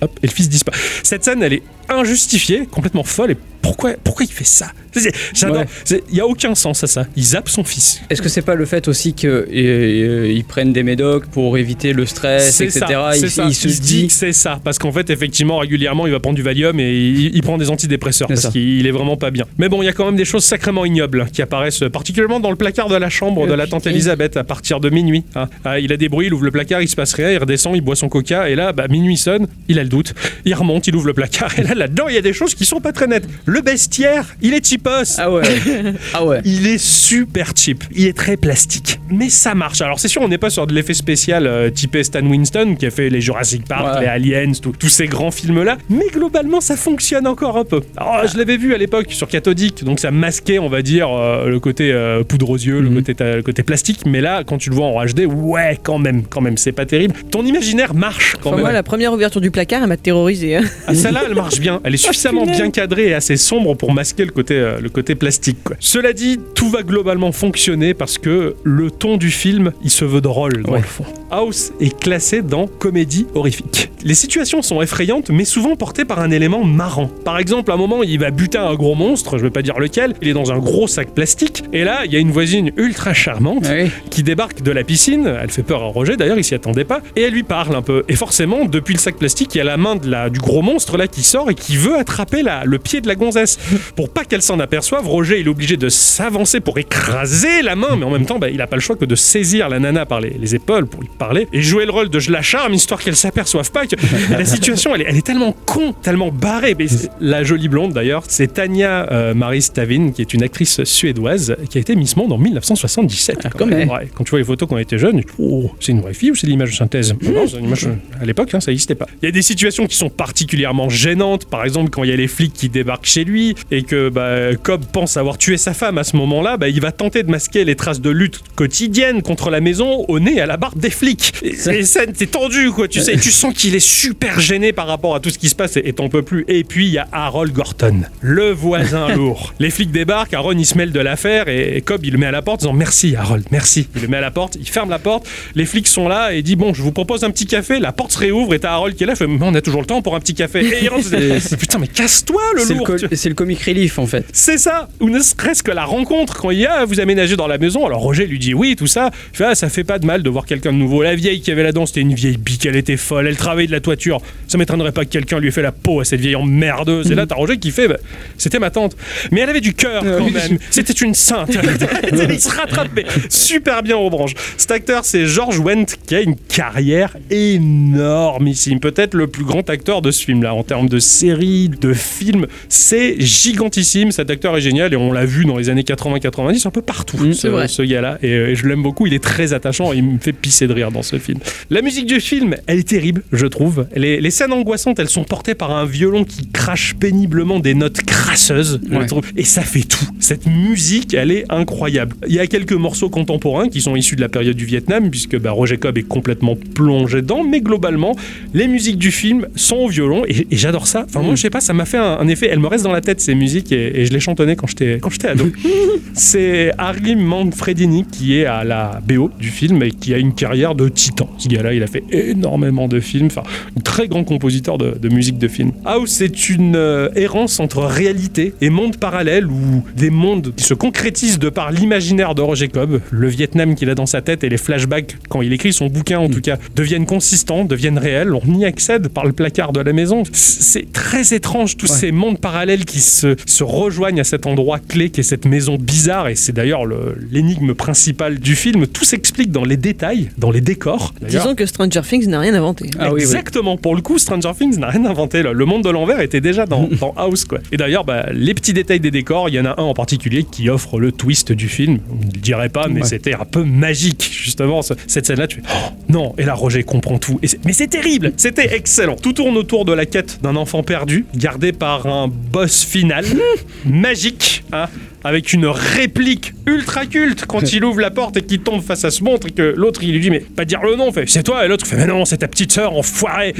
Speaker 4: Hop, et le fils disparaît. Cette scène, elle est injustifiée, complètement folle. Et pourquoi, pourquoi il fait ça C'est- J'adore.
Speaker 3: Ouais.
Speaker 4: C'est- Il y a aucun sens à ça. Il zappe son fils.
Speaker 3: Est-ce que c'est pas le fait aussi qu'ils prennent des médocs pour éviter le stress, etc.
Speaker 4: ça, c'est
Speaker 3: il,
Speaker 4: ça.
Speaker 3: il se
Speaker 4: dit
Speaker 3: dit.
Speaker 4: que c'est ça. Parce qu'en fait, effectivement, régulièrement, il va prendre du Valium et il, il prend des antidépresseurs
Speaker 3: C'est
Speaker 4: parce
Speaker 3: ça.
Speaker 4: qu'il il est vraiment pas bien. Mais bon, il y a quand même des choses sacrément ignobles qui apparaissent, euh, particulièrement dans le placard de la chambre de la tante Elisabeth à partir de minuit. hein. Ah, il a des bruits, il ouvre le placard, il se passe rien, il redescend, il boit son coca et là, bah, minuit sonne, il a le doute. Il remonte, il ouvre le placard et là, là-dedans, il y a des choses qui sont pas très nettes. Le bestiaire, il est typos.
Speaker 3: Ah ouais. ah ouais.
Speaker 4: Il est super cheap, il est très plastique, mais ça marche. Alors c'est sûr, on n'est pas sur de l'effet spécial euh, typé Stan Winston qui a fait les Jurassic Park,
Speaker 3: Ouais.
Speaker 4: les Aliens, tout- tous ces grands films-là, mais globalement ça fonctionne encore un peu. Alors, je l'avais vu à l'époque sur Cathodique, donc ça masquait, on va dire, euh, le côté euh, poudre aux yeux, le,
Speaker 3: Mhm.
Speaker 4: côté, ta- le côté plastique, mais là, quand tu le vois en HD, ouais, quand même, quand même, c'est pas terrible. Ton imaginaire marche quand
Speaker 2: Enfin,
Speaker 4: même.
Speaker 2: moi, la première ouverture du placard, elle m'a terrorisé. hein.
Speaker 4: Ah, celle-là, elle marche bien. Elle est suffisamment bien cadrée et assez sombre pour masquer le côté, euh, le côté plastique. quoi. Cela dit, tout va globalement fonctionner parce que le ton du film, il se veut drôle dans
Speaker 3: Ouais.
Speaker 4: le fond. House est classé dans comédie horrifique. Les situations sont effrayantes, mais souvent portées par un élément marrant. Par exemple, à un moment, il va buter un gros monstre, je vais pas dire lequel, il est dans un gros sac plastique, et là, il y a une voisine ultra charmante
Speaker 3: Ah Oui.
Speaker 4: qui débarque de la piscine. Elle fait peur à Roger, d'ailleurs, il s'y attendait pas. Et elle lui parle un peu. Et forcément, depuis le sac plastique, il y a la main de la, du gros monstre là qui sort et qui veut attraper la, le pied de la gonzesse. Pour pas qu'elle s'en aperçoive, Roger il est obligé de s'avancer pour écraser la main, mais en même temps, bah, il a pas le choix que de saisir la nana par les, les épaules pour lui parler et jouer le rôle de je la charme histoire qu'elle s'aperçoive pas que la situation elle est, elle est tellement con, tellement barrée. Mais c'est- la jolie blonde d'ailleurs, c'est Tania euh, Marie Stavin qui est une actrice suédoise qui a été Miss Monde en 1977.
Speaker 3: Ah, quand même.
Speaker 4: Ouais, quand tu vois les photos quand on était jeune, tu te dis, oh, c'est une vraie fille ou c'est de l'image de synthèse Non, c'est une image. À l'époque, hein, ça n'existait pas. Il y a des situations qui sont particulièrement gênantes. Par exemple, quand il y a les flics qui débarquent chez lui et que bah, Cobb pense avoir tué sa femme à ce moment-là, bah, il va tenter de masquer les traces de lutte quotidienne contre la maison au nez et à la barbe des flics. Et, et ça, t'es tendu, quoi. Tu sais, tu sens qu'il est super gêné par rapport à tout ce qui se passe et et t'en peux plus. Et puis, il y a Harold Gorton, le voisin lourd. Les flics débarquent, Aaron il se mêle de l'affaire et et Cobb il le met à la porte en disant merci Harold, merci. Il le met à la porte, il ferme la porte, les flics sont là et il dit bon je vous propose un petit café, la porte se réouvre et t'as Harold qui est là, il fait mais on a toujours le temps pour un petit café. Et il rentre, c'est- putain mais casse-toi le
Speaker 3: C'est le,
Speaker 4: lourd.
Speaker 3: co-
Speaker 4: tu-
Speaker 3: c'est le comic relief en fait.
Speaker 4: c'est ça, ou ne serait-ce que la rencontre quand il y a vous aménagez dans la maison. Alors Roger lui dit oui, tout ça. Il fait, ah, ça fait pas de mal de voir quelqu'un de nouveau. La vieille qui avait la dent, c'était une vieille bique, elle était folle, elle travaillait de la toiture. Ça m'étonnerait pas que quelqu'un lui ait fait la peau à cette vieille emmerdeuse. Et là, t'as Roger qui fait, bah, c'était ma tante. Mais elle avait du cœur quand
Speaker 3: oui.
Speaker 4: même. C'était une sainte. il se rattrape, mais super bien aux branches. Cet acteur, c'est George Wendt qui a une carrière énormissime. Peut-être le plus grand acteur de ce film-là en termes de série, de film. C'est gigantissime. Cet acteur est génial et on l'a vu dans les années 80-90 un peu partout.
Speaker 3: Mm,
Speaker 4: ce
Speaker 3: c'est vrai.
Speaker 4: ce gars-là et, euh, et je l'aime beaucoup. Il est très attachant et il me fait pisser de rire dans ce film. La musique du film, elle est terrible, je trouve. Les, les scènes angoissantes, elles sont portées par un violon qui crache péniblement des notes crasseuses. je
Speaker 3: Ouais.
Speaker 4: trouve. Et ça fait tout. Cette musique, elle est incroyable. Il y a quelques morceaux contemporains qui sont issus de la période du Vietnam, puisque bah, Roger Cobb est complètement plongé dedans. Mais globalement, les musiques du film sont au violon et, et j'adore ça. Enfin, moi, je sais pas, ça m'a fait un, un effet. Elles me restent dans la tête, ces musiques, et, et je les chantonnais quand j'étais quand j'étais ado. C'est Harry Manfredini qui est à la BO du film et qui a une carrière compositeur de titan. Ce gars-là, il a fait énormément de films, enfin, un très grand compositeur de, de musique de film. House, c'est une euh, errance entre réalité et monde parallèle ou des mondes qui se concrétisent de par l'imaginaire de Roger Cobb. Le Vietnam qu'il a dans sa tête et les flashbacks, quand il écrit son bouquin en tout cas, deviennent consistants, deviennent réels. On y accède par le placard de la maison. C- C'est très étrange, tous
Speaker 3: Ouais.
Speaker 4: ces mondes parallèles qui se, se rejoignent à cet endroit clé qui est cette maison bizarre. Et c'est d'ailleurs le- l'énigme principale du film. Tout s'explique dans les détails, dans les décors. D'ailleurs,
Speaker 2: Disons que Stranger Things n'a rien inventé.
Speaker 3: Ah oui, oui.
Speaker 4: Exactement. Pour le coup, Stranger Things n'a rien inventé. là. Le monde de l'envers était déjà dans, dans House, quoi. Et d'ailleurs, bah, les petits détails des décors, il y en a un en particulier qui offre le twist du film. On ne le dirait pas, mais
Speaker 3: Ouais.
Speaker 4: c'était un peu magique, justement. ce- cette scène-là, tu fais Oh, non. Et là, Roger comprend tout. Et c'est- mais c'est terrible. C'était excellent. Tout tourne autour de la quête d'un enfant perdu, gardé par un boss final magique. hein, avec une réplique ultra culte quand il ouvre la porte et qu'il tombe face à ce montre et que l'autre il lui dit mais pas dire le nom on fait c'est toi et l'autre fait mais non c'est ta petite sœur enfoiré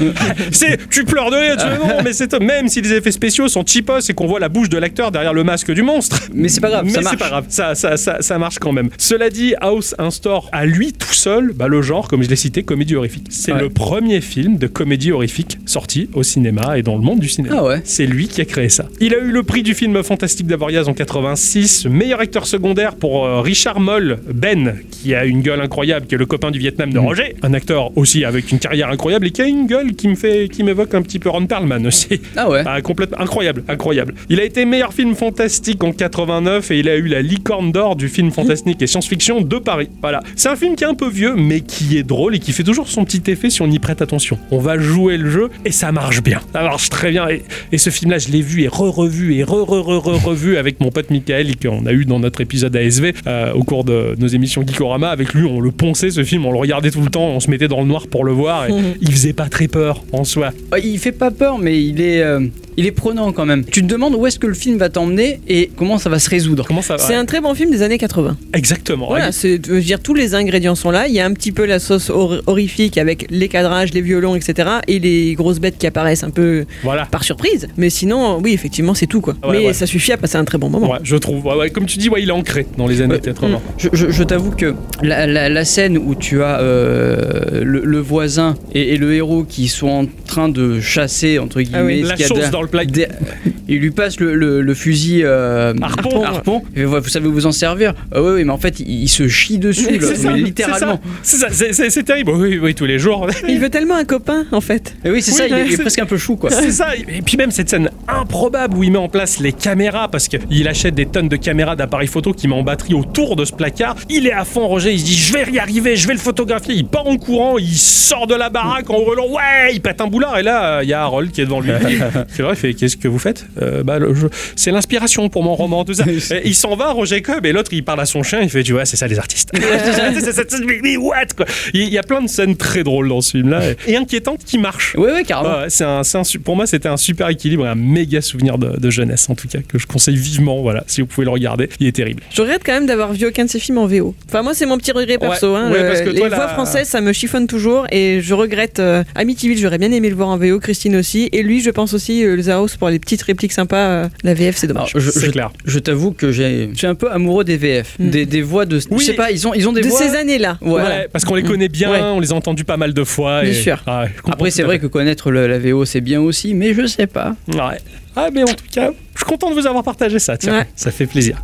Speaker 4: c'est tu pleures de rire tu fais, non mais c'est toi même si les effets spéciaux sont cheapos et qu'on voit la bouche de l'acteur derrière le masque du monstre
Speaker 3: Mais c'est pas grave,
Speaker 4: mais
Speaker 3: ça
Speaker 4: c'est
Speaker 3: marche.
Speaker 4: pas grave, ça, ça, ça, ça marche quand même. Cela dit, House instaure à lui tout seul bah, le genre, comme je l'ai cité, comédie horrifique. C'est
Speaker 3: Ouais.
Speaker 4: le premier film de comédie horrifique sorti au cinéma et dans le monde du cinéma.
Speaker 3: Ah ouais.
Speaker 4: C'est lui qui a créé ça. Il a eu le prix du film Fantastique d'Avoriaz en 86, meilleur acteur secondaire pour euh, Richard Moll, Ben, qui a une gueule incroyable, qui est le copain du Vietnam de Roger, un acteur aussi avec une carrière incroyable et qui a une gueule qui me fait, qui m'évoque un petit peu Ron Perlman aussi.
Speaker 3: Ah ouais.
Speaker 4: Ah, complètement incroyable, incroyable. Il a été meilleur film fantastique en 89 et il a eu la licorne d'or du film fantastique et science-fiction de Paris. Voilà. C'est un film qui est un peu vieux mais qui est drôle et qui fait toujours son petit effet si on y prête attention. On va jouer le jeu et ça marche bien. Ça marche très bien et, et ce film là je l'ai vu et re-revu et re-re-re-re-revu avec mon pote Michael qu'on a eu dans notre épisode ASV euh, au cours de nos émissions Geekorama avec lui on le ponçait ce film, on le regardait tout le temps, on se mettait dans le noir pour le voir et il faisait pas très peur en soi.
Speaker 3: Ouais, Il fait pas peur, mais il est, euh, il est prenant quand même. Tu te demandes où est-ce que le film va t'emmener et comment ça va se résoudre.
Speaker 4: Comment ça va
Speaker 2: C'est un très bon film des années 80.
Speaker 4: Exactement.
Speaker 2: Voilà, c'est, je veux dire, tous les ingrédients sont là. Il y a un petit peu la sauce hor- horrifique avec les cadrages, les violons, etc. Et les grosses bêtes qui apparaissent un peu
Speaker 4: Voilà.
Speaker 2: par surprise. Mais sinon, oui, effectivement, c'est tout quoi.
Speaker 4: Ouais,
Speaker 2: Mais
Speaker 4: ouais.
Speaker 2: ça suffit à passer un très bon moment.
Speaker 4: Ouais, je trouve. Ouais, ouais, comme tu dis, ouais, Mm. il est ancré dans les années 80.
Speaker 3: Je, je- je t'avoue que la, la- la scène où tu as euh, le, le voisin et, et le héros qui sont en train de chasser, entre guillemets,
Speaker 2: Ah oui.
Speaker 3: ce
Speaker 4: La
Speaker 3: qu'il y a
Speaker 4: chose
Speaker 3: derrière-
Speaker 4: dans le plat.
Speaker 3: Des- Il lui passe le, le- le fusil euh,
Speaker 4: Harpon.
Speaker 3: Et voilà, vous savez vous en servir. Ah oui, mais en fait, il, il se chie dessus, là,
Speaker 4: C'est ça,
Speaker 3: mais
Speaker 4: c'est
Speaker 3: littéralement.
Speaker 4: ça, C'est ça, c'est- c'est- c'est terrible. Oui, oui, tous les jours.
Speaker 2: Il veut tellement un copain en fait.
Speaker 3: Et oui, c'est
Speaker 4: Oui,
Speaker 3: ça, il est, il est
Speaker 4: c'est-
Speaker 3: presque un peu chou, quoi.
Speaker 4: C'est ça. Et puis même cette scène improbable où il met en place les caméras parce qu'il achète des tonnes de caméras d'appareils photo qui met en batterie autour de ce placard. Il est à fond, Roger. Il se dit Je vais y arriver, je vais le photographier. Il part en courant, il sort de la baraque en hurlant Ouais, il pète un boulard. Et là, euh, il y a Harold qui est devant lui. C'est vrai, il fait Qu'est-ce que vous faites Euh, bah, le- je- C'est l'inspiration pour mon roman, tout ça. Et il s'en va, Roger Cobb, et l'autre il parle à son chien. Il fait Tu vois, c'est ça les artistes. C'est ça, c'est ça, c'est- mais what, quoi. Il y a plein de scènes très drôles dans ce film-là et et inquiétantes qui marchent.
Speaker 3: Oui, oui, carrément.
Speaker 4: Ouais, c'est un, c'est un su- pour moi, c'était un super équilibre et un méga souvenir de, de jeunesse, en tout cas, que je conseille vivement. Voilà, si vous pouvez le regarder, il est terrible.
Speaker 2: Je regrette quand même d'avoir vu aucun de ces films en VO. Enfin, moi, c'est mon petit regret perso. hein.
Speaker 4: ouais,
Speaker 2: Le-
Speaker 4: parce que
Speaker 2: les
Speaker 4: toi, la-
Speaker 2: voix françaises, ça me chiffonne toujours et je regrette. euh, Amityville, j'aurais bien aimé le voir en VO, Christine aussi. Et lui, je pense aussi, euh, le Zaos pour les petites répliques sympas. euh, la VF, c'est
Speaker 3: Alors,
Speaker 2: dommage.
Speaker 3: je,
Speaker 4: C'est
Speaker 3: je-
Speaker 4: clair. Hmm.
Speaker 3: je t'avoue que j'ai, je suis un peu amoureux des VF,
Speaker 2: Mm.
Speaker 3: des, des voix de,
Speaker 4: Oui.
Speaker 3: je sais pas, ils ont, ils ont des
Speaker 2: de
Speaker 3: voix.
Speaker 2: ces années-là.
Speaker 3: Ouais. Mm.
Speaker 4: Ouais, parce qu'on les connaît bien,
Speaker 2: Ouais.
Speaker 4: on les a entendus pas mal de fois.
Speaker 2: Bien
Speaker 4: et-
Speaker 2: sûr.
Speaker 4: Ah, je comprends
Speaker 3: Après, c'est
Speaker 4: tout à
Speaker 3: vrai que connaître le- la VO c'est bien aussi, mais je sais pas.
Speaker 4: fait. Ouais. Ah, mais en tout cas, je suis content de vous avoir partagé ça. Tiens,
Speaker 2: Ouais.
Speaker 4: ça fait plaisir.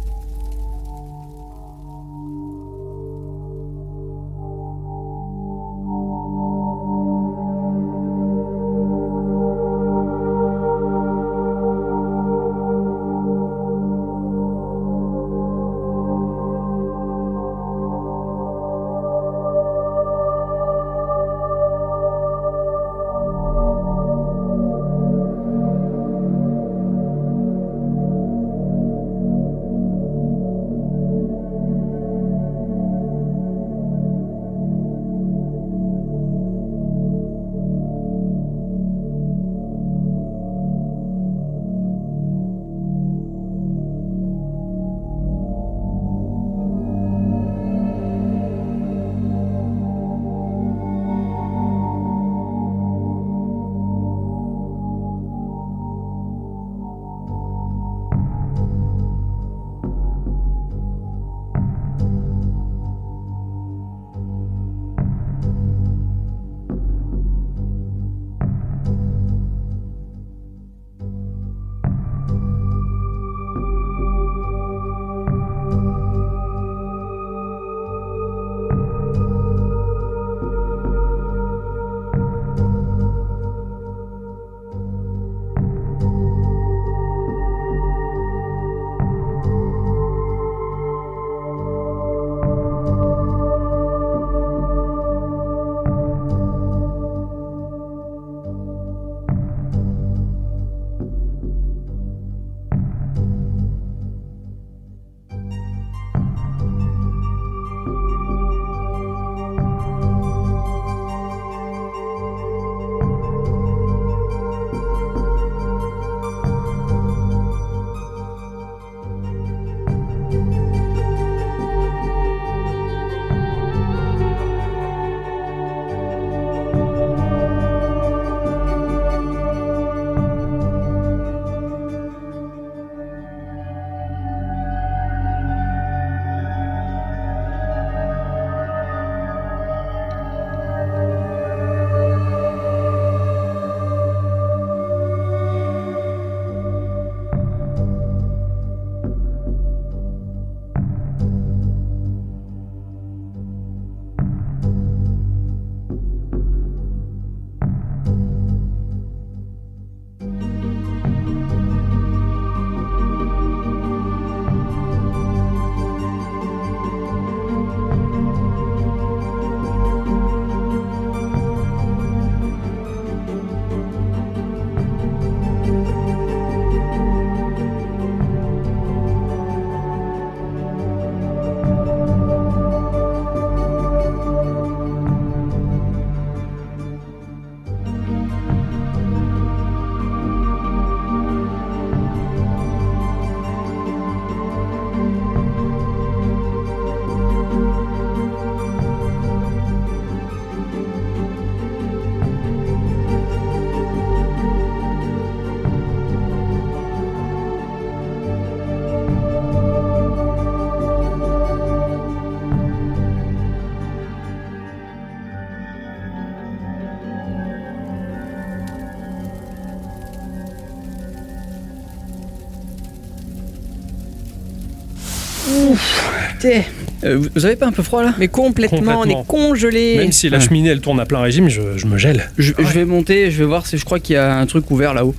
Speaker 3: Ouf. T'es- Euh, vous- vous avez pas un peu froid là
Speaker 2: Mais complètement, on
Speaker 4: Complètement.
Speaker 2: est congelé.
Speaker 4: Même si la
Speaker 3: Ouais.
Speaker 4: cheminée elle tourne à plein régime, je, je me gèle.
Speaker 3: je, je vais monter, je vais voir si je crois qu'il y a un truc ouvert là-haut.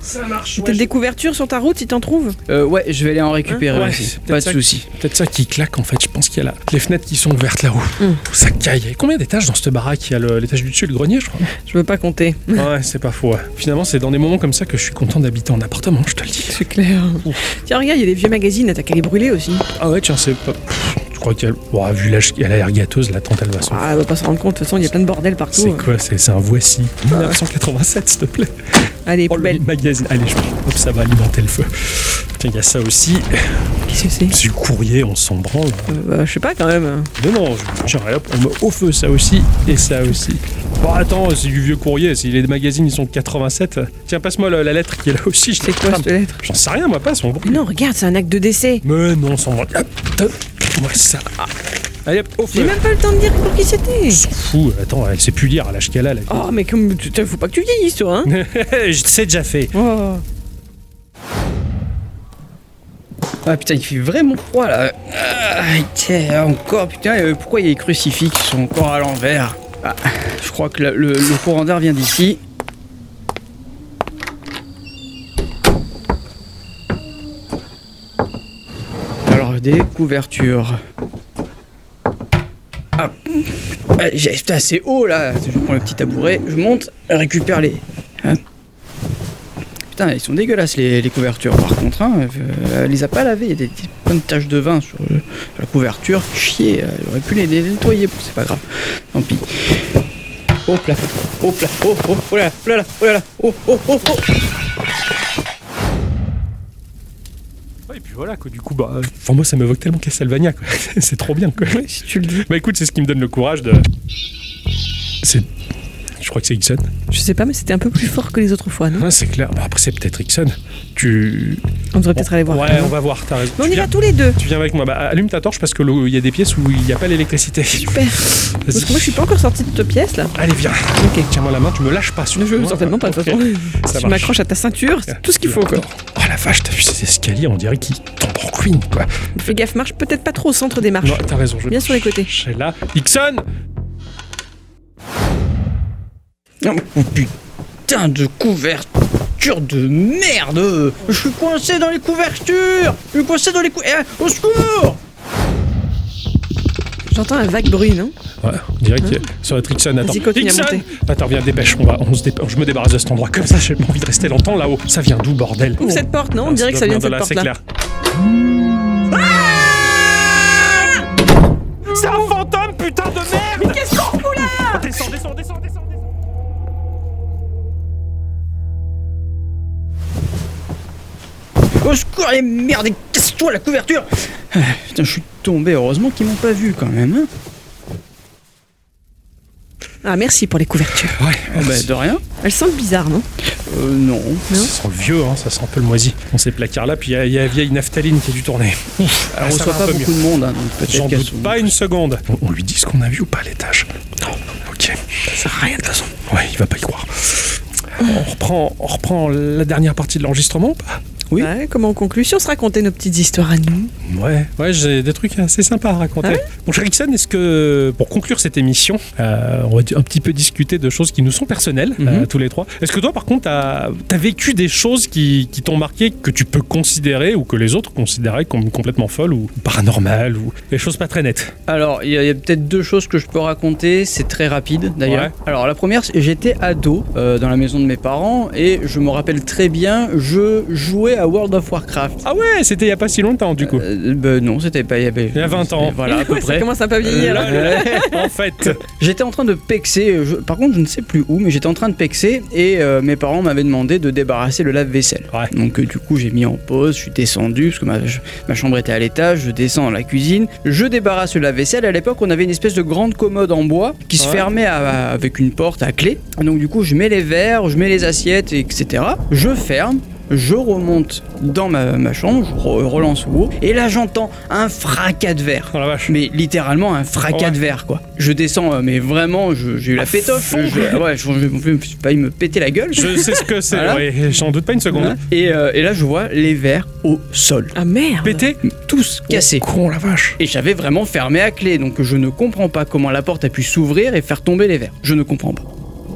Speaker 2: T'as des couvertures sur ta route si t'en trouves
Speaker 3: Euh, ouais, je vais aller en récupérer
Speaker 4: Hein Ouais,
Speaker 3: aussi.
Speaker 4: c'est peut-être
Speaker 3: Pas de
Speaker 4: ça
Speaker 3: souci.
Speaker 4: Peut-être ça qui claque en fait. Je pense qu'il y a là, les fenêtres qui sont ouvertes là-haut.
Speaker 3: Mm.
Speaker 2: Hum.
Speaker 4: Tout ça caille. Et Combien d'étages dans cette baraque Il y a le- l'étage du dessus, et le grenier, je crois.
Speaker 2: Je veux pas compter.
Speaker 4: ouais, c'est pas faux. ouais. Finalement, c'est dans des moments comme ça que je suis content d'habiter en appartement, je te le dis.
Speaker 2: C'est clair. Tiens, regarde, il y a des vieux magazines, t'as qu'à les brûler aussi.
Speaker 4: Ah ouais, tiens, c'est pas. Pff, Je crois qu'elle. Ouah, vu l'âge qu'elle a l'air gâteuse, la tante elle va s'en
Speaker 2: Ah, elle va pas se rendre compte, de toute façon, il y a plein de bordel
Speaker 4: C'est
Speaker 2: partout.
Speaker 4: quoi C'est c'est un voici
Speaker 2: Ah
Speaker 4: 1987, s'il te plaît.
Speaker 2: Allez,
Speaker 4: Oh, le
Speaker 2: poubelle.
Speaker 4: magazine. Allez, je prends. Hop, ça va alimenter le feu. Tiens, il y a ça aussi.
Speaker 2: Qu'est-ce que c'est
Speaker 4: C'est le courrier, on s'en branle.
Speaker 2: Euh, bah, Je sais pas quand même.
Speaker 4: Non, non, je- tiens, allez, hop, on met au feu ça aussi et ça aussi. Bon, attends, c'est du vieux courrier. Si les magazines, ils sont de 87. Tiens, passe-moi la, la lettre qui est là aussi. Je
Speaker 2: C'est quoi cette lettre
Speaker 4: J'en sais rien, moi, passe. On...
Speaker 2: Mais non, regarde, c'est un acte de décès.
Speaker 4: Mais non, on s'en branle. Hop, hop, moi ça. Ah. Allez, hop, au
Speaker 2: J'ai
Speaker 4: feu.
Speaker 2: même pas le temps de dire pour qui c'était.
Speaker 4: On s'en fout. Attends, elle sait plus lire à l'âge qu'elle a, la
Speaker 2: Oh, mais comme. putain, Faut pas que tu vieillisses, toi, hein
Speaker 4: Je sais déjà fait.
Speaker 2: Oh.
Speaker 3: Ah putain, il fait vraiment froid là. Ah, tiens, encore putain, euh, pourquoi il y a les crucifix qui sont encore à l'envers Ah, Je crois que le, le- le courant d'air vient d'ici. Alors des couvertures. Ah, ah, j'ai- putain, c'est haut là. Je prends le petit tabouret, je monte, récupère les. Hein. Putain, ils sont dégueulasses les, les couvertures par contre. Hein, Euh, elle les a pas lavées, il y a des, des- plein de taches de vin sur, le- sur la couverture. Chier, euh, j'aurais pu les, les nettoyer, bon, c'est pas grave. Tant pis. Hop là, hop là, oh, oh, oh là, là, oh là là, oh là là, oh, oh, oh, oh.
Speaker 4: Et puis voilà, quoi, du coup, bah. euh, Enfin, moi, ça m'évoque tellement Castlevania, quoi. c'est trop bien, quoi.
Speaker 3: Si tu le dis.
Speaker 4: Bah écoute, c'est ce qui me donne le courage de. C'est. Je crois que c'est Ixon.
Speaker 2: Je sais pas, mais c'était un peu plus fort que les autres fois, non
Speaker 4: Ouais, c'est clair. Bah, après, c'est peut-être Ixon. Tu.
Speaker 2: On devrait peut-être aller voir.
Speaker 4: Ouais, on va voir, t'as raison.
Speaker 2: Mais on
Speaker 4: tu,
Speaker 2: y
Speaker 4: viens,
Speaker 2: va tous les deux.
Speaker 4: tu viens avec moi. Bah, allume ta torche parce que le- il y a des pièces où il n'y a pas l'électricité.
Speaker 2: Super. Parce que moi, je suis pas encore sortie de cette pièce là.
Speaker 4: Allez, viens.
Speaker 2: Ok.
Speaker 4: Tiens-moi la main, tu me lâches pas.
Speaker 2: Je veux
Speaker 4: surtout, hein.
Speaker 2: certainement pas. de toute
Speaker 4: Ok.
Speaker 2: façon.
Speaker 4: Ça
Speaker 2: Tu
Speaker 4: marche.
Speaker 2: m'accroches à ta ceinture, c'est tout ce qu'il faut quoi.
Speaker 4: Oh la vache, t'as vu ces escaliers, on dirait qu'ils tombent en ruine, quoi.
Speaker 2: Fais gaffe, marche peut-être pas trop au centre des marches.
Speaker 4: Non, t'as raison. Je...
Speaker 2: Bien sur les côtés.
Speaker 4: Je- Là. Ixon
Speaker 3: Oh, putain de couverture de merde Je suis coincé dans les couvertures Je suis coincé dans les cou... Eh, au secours
Speaker 2: J'entends un vague bruit, non
Speaker 4: Ouais, on dirait que ça va être Ixon. Attends,
Speaker 2: Hein Vas-y, continue à
Speaker 4: Ixon
Speaker 2: monter.
Speaker 4: Attends, viens, dépêche, on va, on se dépêche, je me débarrasse de cet endroit comme ça, j'ai pas envie de rester longtemps là-haut. Ça vient d'où, bordel
Speaker 2: Ouvre cette porte, non On dirait que ça vient de cette
Speaker 4: là,
Speaker 2: porte
Speaker 4: Oh. Ah, c'est
Speaker 2: là.
Speaker 4: clair. C'est un fantôme, putain de merde Mais qu'est-ce qu'on fout là Descends, descends, descends, descends descends.
Speaker 3: Au secours les merdes et casse-toi la couverture Ah, Putain, je suis tombé, heureusement qu'ils m'ont pas vu quand même. hein.
Speaker 2: Ah, merci pour les couvertures.
Speaker 4: Ouais,
Speaker 3: Ah bah, de rien
Speaker 2: Elles sentent bizarre, non
Speaker 3: Euh, non.
Speaker 4: ça sent le vieux, hein, ça sent un peu le moisi. Dans ces placards-là, puis il y a- il y, a la vieille naphtaline qui a dû tourner. Ouf,
Speaker 2: Ah,
Speaker 3: Alors, on
Speaker 4: Ah, ça
Speaker 3: reçoit
Speaker 4: va un
Speaker 3: pas
Speaker 4: peu
Speaker 3: beaucoup
Speaker 4: mieux.
Speaker 3: de monde, hein, donc
Speaker 4: J'en
Speaker 3: peut-être qu'elles sont-
Speaker 4: doute pas une seconde. On, on lui dit ce qu'on a vu ou pas à l'étage Non, ok. Ça sert à rien de toute façon. Ouais, il va pas y croire. On reprend, on reprend la dernière partie de l'enregistrement ou pas
Speaker 3: Oui.
Speaker 2: Ouais, comment on conclut Si on se racontait nos petites histoires à nous.
Speaker 4: Ouais, ouais, j'ai des trucs assez sympas à raconter.
Speaker 2: Ah
Speaker 4: Bon, cher Ixon, est-ce que, pour conclure cette émission, euh, on va di- un petit peu discuter de choses qui nous sont personnelles,
Speaker 3: Mhm.
Speaker 4: euh, tous les trois. Est-ce que toi, par contre, t'as as vécu des choses qui, qui t'ont marqué, que tu peux considérer ou que les autres considéraient comme complètement folles ou paranormales ou des choses pas très nettes
Speaker 3: Alors, il y a, il y a peut-être deux choses que je peux raconter, c'est très rapide d'ailleurs.
Speaker 4: Ouais.
Speaker 3: Alors, la première, c'est- j'étais ado euh, dans la maison de mes parents et je me rappelle très bien, je jouais à World of Warcraft.
Speaker 4: Ah ouais, c'était il y a pas si longtemps, du coup.
Speaker 3: Euh, ben non, c'était pas.
Speaker 4: Il y a 20 ans.
Speaker 3: Voilà, à peu
Speaker 2: Ça
Speaker 3: près.
Speaker 2: commence à pas vieillir.
Speaker 3: Euh,
Speaker 4: en fait,
Speaker 3: J'étais en train de pexer, euh, je- par contre je ne sais plus où, mais j'étais en train de pexer et euh, mes parents m'avaient demandé de débarrasser le lave-vaisselle.
Speaker 4: Ouais.
Speaker 3: Donc euh, du coup j'ai mis en pause, je suis descendu parce que ma, je- ma chambre était à l'étage, je descends dans la cuisine, je débarrasse le lave-vaisselle. À l'époque on avait une espèce de grande commode en bois qui se
Speaker 4: Ouais.
Speaker 3: fermait à- à- avec une porte à clé. Donc du coup je mets les verres, je mets les assiettes, etc. Je ferme. Je remonte dans ma, ma chambre, je re- relance haut, et là j'entends un fracas de verre.
Speaker 4: Oh la vache. Oh
Speaker 3: Mais littéralement un fracas
Speaker 4: Ouais.
Speaker 3: de verre quoi. Je descends, euh, mais vraiment, je- j'ai eu la pétoche.
Speaker 4: fond,
Speaker 3: je- ouais, je, je- je- je- j'ai failli me péter la gueule.
Speaker 4: Je sais ce que c'est.
Speaker 3: Voilà.
Speaker 4: ouais, J'en doute pas une seconde.
Speaker 3: Voilà. Et, euh, et là je vois les verres au sol.
Speaker 2: Ah merde
Speaker 4: Pété
Speaker 3: Tous cassés.
Speaker 4: Con la vache.
Speaker 3: Et j'avais vraiment fermé à clé, donc je ne comprends pas comment la porte a pu s'ouvrir et faire tomber les verres. Je ne comprends pas.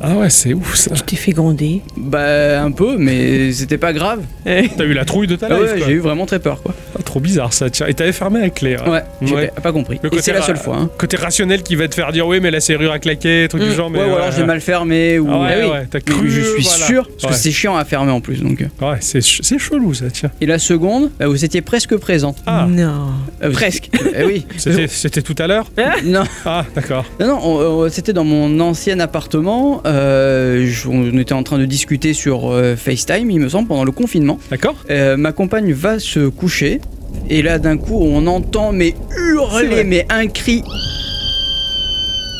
Speaker 4: Ah ouais, c'est ouf ça.
Speaker 2: Tu t'es fait gronder.
Speaker 3: Bah un peu, mais c'était pas grave.
Speaker 4: T'as eu la trouille de ta
Speaker 3: Ah
Speaker 4: life.
Speaker 3: ouais,
Speaker 4: quoi.
Speaker 3: j'ai eu vraiment très peur quoi.
Speaker 4: Ah, trop bizarre ça. Tiens, et t'avais fermé avec clé.
Speaker 3: Ouais, j'ai
Speaker 4: Ah. Ouais.
Speaker 3: pas- pas compris.
Speaker 4: Le
Speaker 3: Et c'est la
Speaker 4: ra-
Speaker 3: seule fois. Hein. Mm.
Speaker 4: Côté rationnel qui va te faire dire oui, mais la serrure a claqué, truc du genre. Mais euh,
Speaker 3: ouais, ou alors j'ai mal fermé ou
Speaker 4: Ah ouais,
Speaker 3: Ah oui.
Speaker 4: ouais, t'as
Speaker 3: Mais
Speaker 4: cru,
Speaker 3: je suis
Speaker 4: voilà.
Speaker 3: sûr parce
Speaker 4: Ouais.
Speaker 3: que c'est chiant à fermer en plus donc. euh,
Speaker 4: Ouais, c'est ch- c'est chelou ça, tiens.
Speaker 3: Et la seconde, bah, vous étiez presque présent.
Speaker 4: Ah.
Speaker 2: Non.
Speaker 3: Euh, vous-
Speaker 2: Presque.
Speaker 3: Eh oui.
Speaker 4: C'était c'était tout à l'heure
Speaker 3: non,
Speaker 4: Ah, d'accord.
Speaker 3: non, non, on- on- c'était dans mon ancien appartement. euh, je- on était en train de discuter sur euh, FaceTime, il me semble, pendant le confinement.
Speaker 4: D'accord
Speaker 3: Euh, ma compagne va se coucher. Et là, d'un coup, on entend mais
Speaker 4: C'est vrai.
Speaker 3: hurler, mais un cri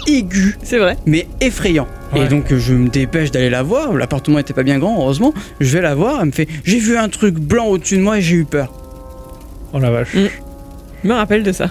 Speaker 3: aigu,
Speaker 2: C'est vrai.
Speaker 3: mais effrayant.
Speaker 4: Ouais.
Speaker 3: Et donc, euh, je me dépêche d'aller la voir. L'appartement était pas bien grand, heureusement. Je vais la voir. Elle me fait J'ai vu un truc blanc au-dessus de moi et j'ai eu peur.
Speaker 4: Oh la
Speaker 3: Mm.
Speaker 4: vache.
Speaker 2: Je me rappelle de ça.